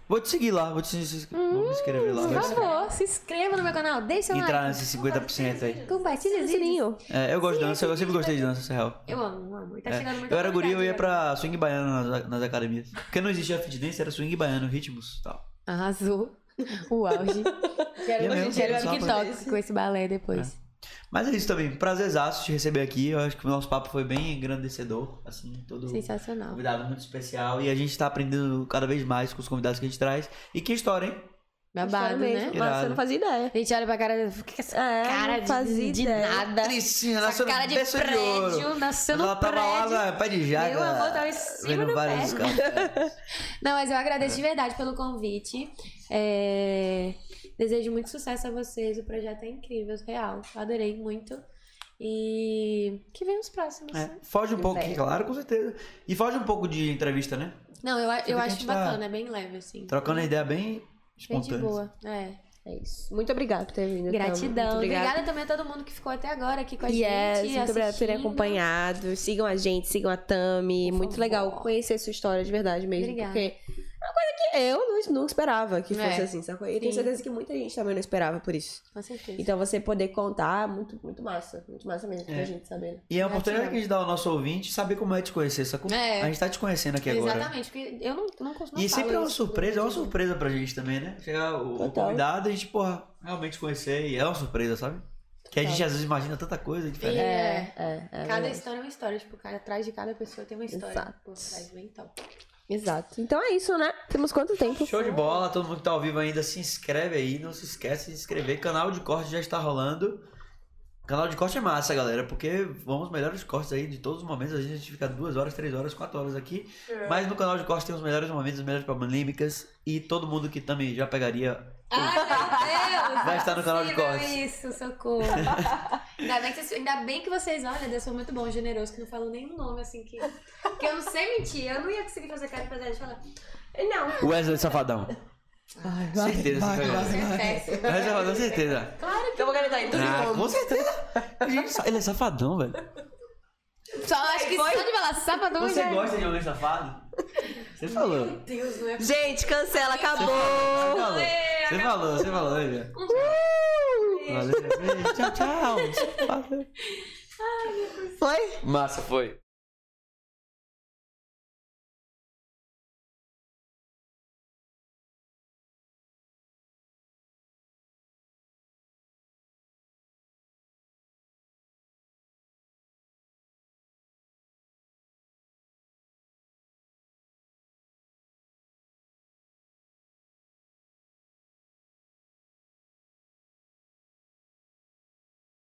Speaker 1: Vou te seguir lá, vou te vou me
Speaker 3: Hum,
Speaker 1: inscrever lá.
Speaker 3: Por
Speaker 1: Vai
Speaker 3: favor, se inscreva no meu canal, deixe seu
Speaker 1: entrar
Speaker 3: like.
Speaker 1: nesses 50% aí.
Speaker 3: Compartilha
Speaker 2: No
Speaker 3: os vídeos.
Speaker 2: sininho.
Speaker 1: É, eu gosto de dança, eu sempre gostei de dança, isso é real.
Speaker 3: Eu amo, amo. E tá
Speaker 1: É,
Speaker 3: chegando muito
Speaker 1: Eu era guri, eu ia pra swing baiano nas, nas academias. Porque não existia fit dance, era swing baiano, ritmos e tal.
Speaker 3: Arrasou. O (laughs) auge. Quero
Speaker 1: E é
Speaker 3: hoje em
Speaker 1: mesmo,
Speaker 3: dia era
Speaker 1: só
Speaker 3: TikTok com esse balé depois.
Speaker 1: Mas é isso também, prazerzaço te receber aqui. Eu acho que o nosso papo foi bem engrandecedor, assim, todo
Speaker 3: Sensacional.
Speaker 1: convidado muito especial. E a gente tá aprendendo cada vez mais com os convidados que a gente traz. E que história, hein?
Speaker 3: Babado,
Speaker 2: é mesmo.
Speaker 3: né?
Speaker 2: Nossa,
Speaker 1: Irado.
Speaker 2: eu não fazia ideia.
Speaker 3: A gente olha pra cara do- que que essa
Speaker 2: É,
Speaker 3: cara
Speaker 2: não fazia
Speaker 3: de, de
Speaker 2: ideia.
Speaker 3: nada.
Speaker 1: Patricinha,
Speaker 3: Essa
Speaker 1: nasceu
Speaker 3: cara de
Speaker 1: berço de ouro.
Speaker 3: prédio, nasceu no
Speaker 1: Ela tava lá,
Speaker 3: prédio.
Speaker 1: na pé de jaca.
Speaker 3: Meu amor, tava em cima
Speaker 1: vendo
Speaker 3: do
Speaker 1: vários né?
Speaker 3: prédio. (laughs)
Speaker 1: carros.
Speaker 3: Não, mas eu agradeço de verdade pelo convite. É, Desejo muito sucesso a vocês. O projeto é incrível, real. Adorei muito. E que venham os próximos.
Speaker 1: É, foge um pouco,
Speaker 3: Inveja.
Speaker 1: claro, com certeza. E foge um pouco de entrevista, né?
Speaker 3: Não, eu,
Speaker 1: Você
Speaker 3: a-
Speaker 1: vê
Speaker 3: eu
Speaker 1: que a
Speaker 3: acho
Speaker 1: gente tá
Speaker 3: bacana, é bem leve, assim.
Speaker 1: Trocando a ideia bem
Speaker 3: Bem de
Speaker 1: espontânea. assim.
Speaker 3: boa. É.
Speaker 2: É isso. Muito obrigada por ter vindo. então.
Speaker 3: Gratidão.
Speaker 2: Muito obrigada.
Speaker 3: Obrigada também a todo mundo que ficou até agora aqui com a gente.
Speaker 2: Yes, muito obrigada por terem
Speaker 3: assistindo.
Speaker 2: acompanhado. Sigam a gente, sigam a Tami.
Speaker 3: Por
Speaker 2: muito
Speaker 3: favor.
Speaker 2: legal conhecer sua história de verdade mesmo.
Speaker 3: Obrigada.
Speaker 2: Porque é uma coisa que eu não, não esperava que fosse
Speaker 3: É.
Speaker 2: assim, sacou? E tenho
Speaker 3: Sim.
Speaker 2: certeza que muita gente também não esperava por isso.
Speaker 3: Com certeza.
Speaker 2: Então você poder contar, muito, muito massa. Muito massa mesmo pra
Speaker 1: É.
Speaker 2: gente saber.
Speaker 1: E é a oportunidade
Speaker 3: Gratidão.
Speaker 1: que a gente dá ao nosso ouvinte saber como é te conhecer, sacou?
Speaker 3: É.
Speaker 1: A gente tá te conhecendo aqui agora.
Speaker 3: Exatamente, porque eu não, não costumo
Speaker 1: E
Speaker 3: não falo
Speaker 1: sempre é uma
Speaker 3: isso.
Speaker 1: surpresa, é uma surpresa pra gente também, né? Chegar o, o
Speaker 2: Total.
Speaker 1: convidado e a gente, porra, realmente conhecer. E é uma surpresa, sabe? Que a
Speaker 2: Total.
Speaker 1: gente às vezes imagina tanta coisa diferente.
Speaker 3: É.
Speaker 2: é, é
Speaker 3: Cada
Speaker 2: verdade.
Speaker 3: história é uma história, tipo, cara, atrás de cada pessoa tem uma história.
Speaker 2: Exato.
Speaker 3: Por trás, bem top.
Speaker 2: Exato. Então é isso, né? Temos quanto tempo?
Speaker 1: Show de bola, todo mundo que tá ao vivo ainda, se inscreve aí, não se esquece de se inscrever. Canal de corte já está rolando. Canal de corte é massa, galera, porque vamos os melhores cortes aí de todos os momentos. Às vezes A gente fica duas horas, três horas, quatro horas aqui.
Speaker 2: É.
Speaker 1: Mas no canal de corte tem os melhores momentos, as melhores polêmicas. E todo mundo que também já pegaria.
Speaker 3: Ai, Ah, meu Deus!
Speaker 1: Vai estar no canal de
Speaker 3: Impossível
Speaker 1: cortes.
Speaker 3: Isso, socorro. ainda, bem que vocês, ainda bem que vocês, olha, Deus foi muito bom, generoso, que não falou nenhum nome, assim, que, que eu não sei mentir. Eu não ia conseguir fazer cara pra Zé falar. Não,
Speaker 1: Wesley
Speaker 2: (laughs)
Speaker 1: Safadão. certeza, você vai
Speaker 3: você
Speaker 1: gostar. (laughs)
Speaker 3: é péssimo.
Speaker 1: Wesley Safadão, certeza.
Speaker 3: Claro que
Speaker 2: Eu vou gritar em todo
Speaker 1: Ah, com certeza. Gente, só- ele é safadão, velho.
Speaker 3: Só acho que só de falar sapatão
Speaker 1: Você
Speaker 3: já...
Speaker 1: gosta de homem safado? Você falou.
Speaker 3: Meu Deus, não é
Speaker 2: Gente, cancela, acabou!
Speaker 1: Você falou, você falou, você falou, Olivia. Valeu. Tchau, tchau.
Speaker 2: Foi?
Speaker 1: Massa, foi.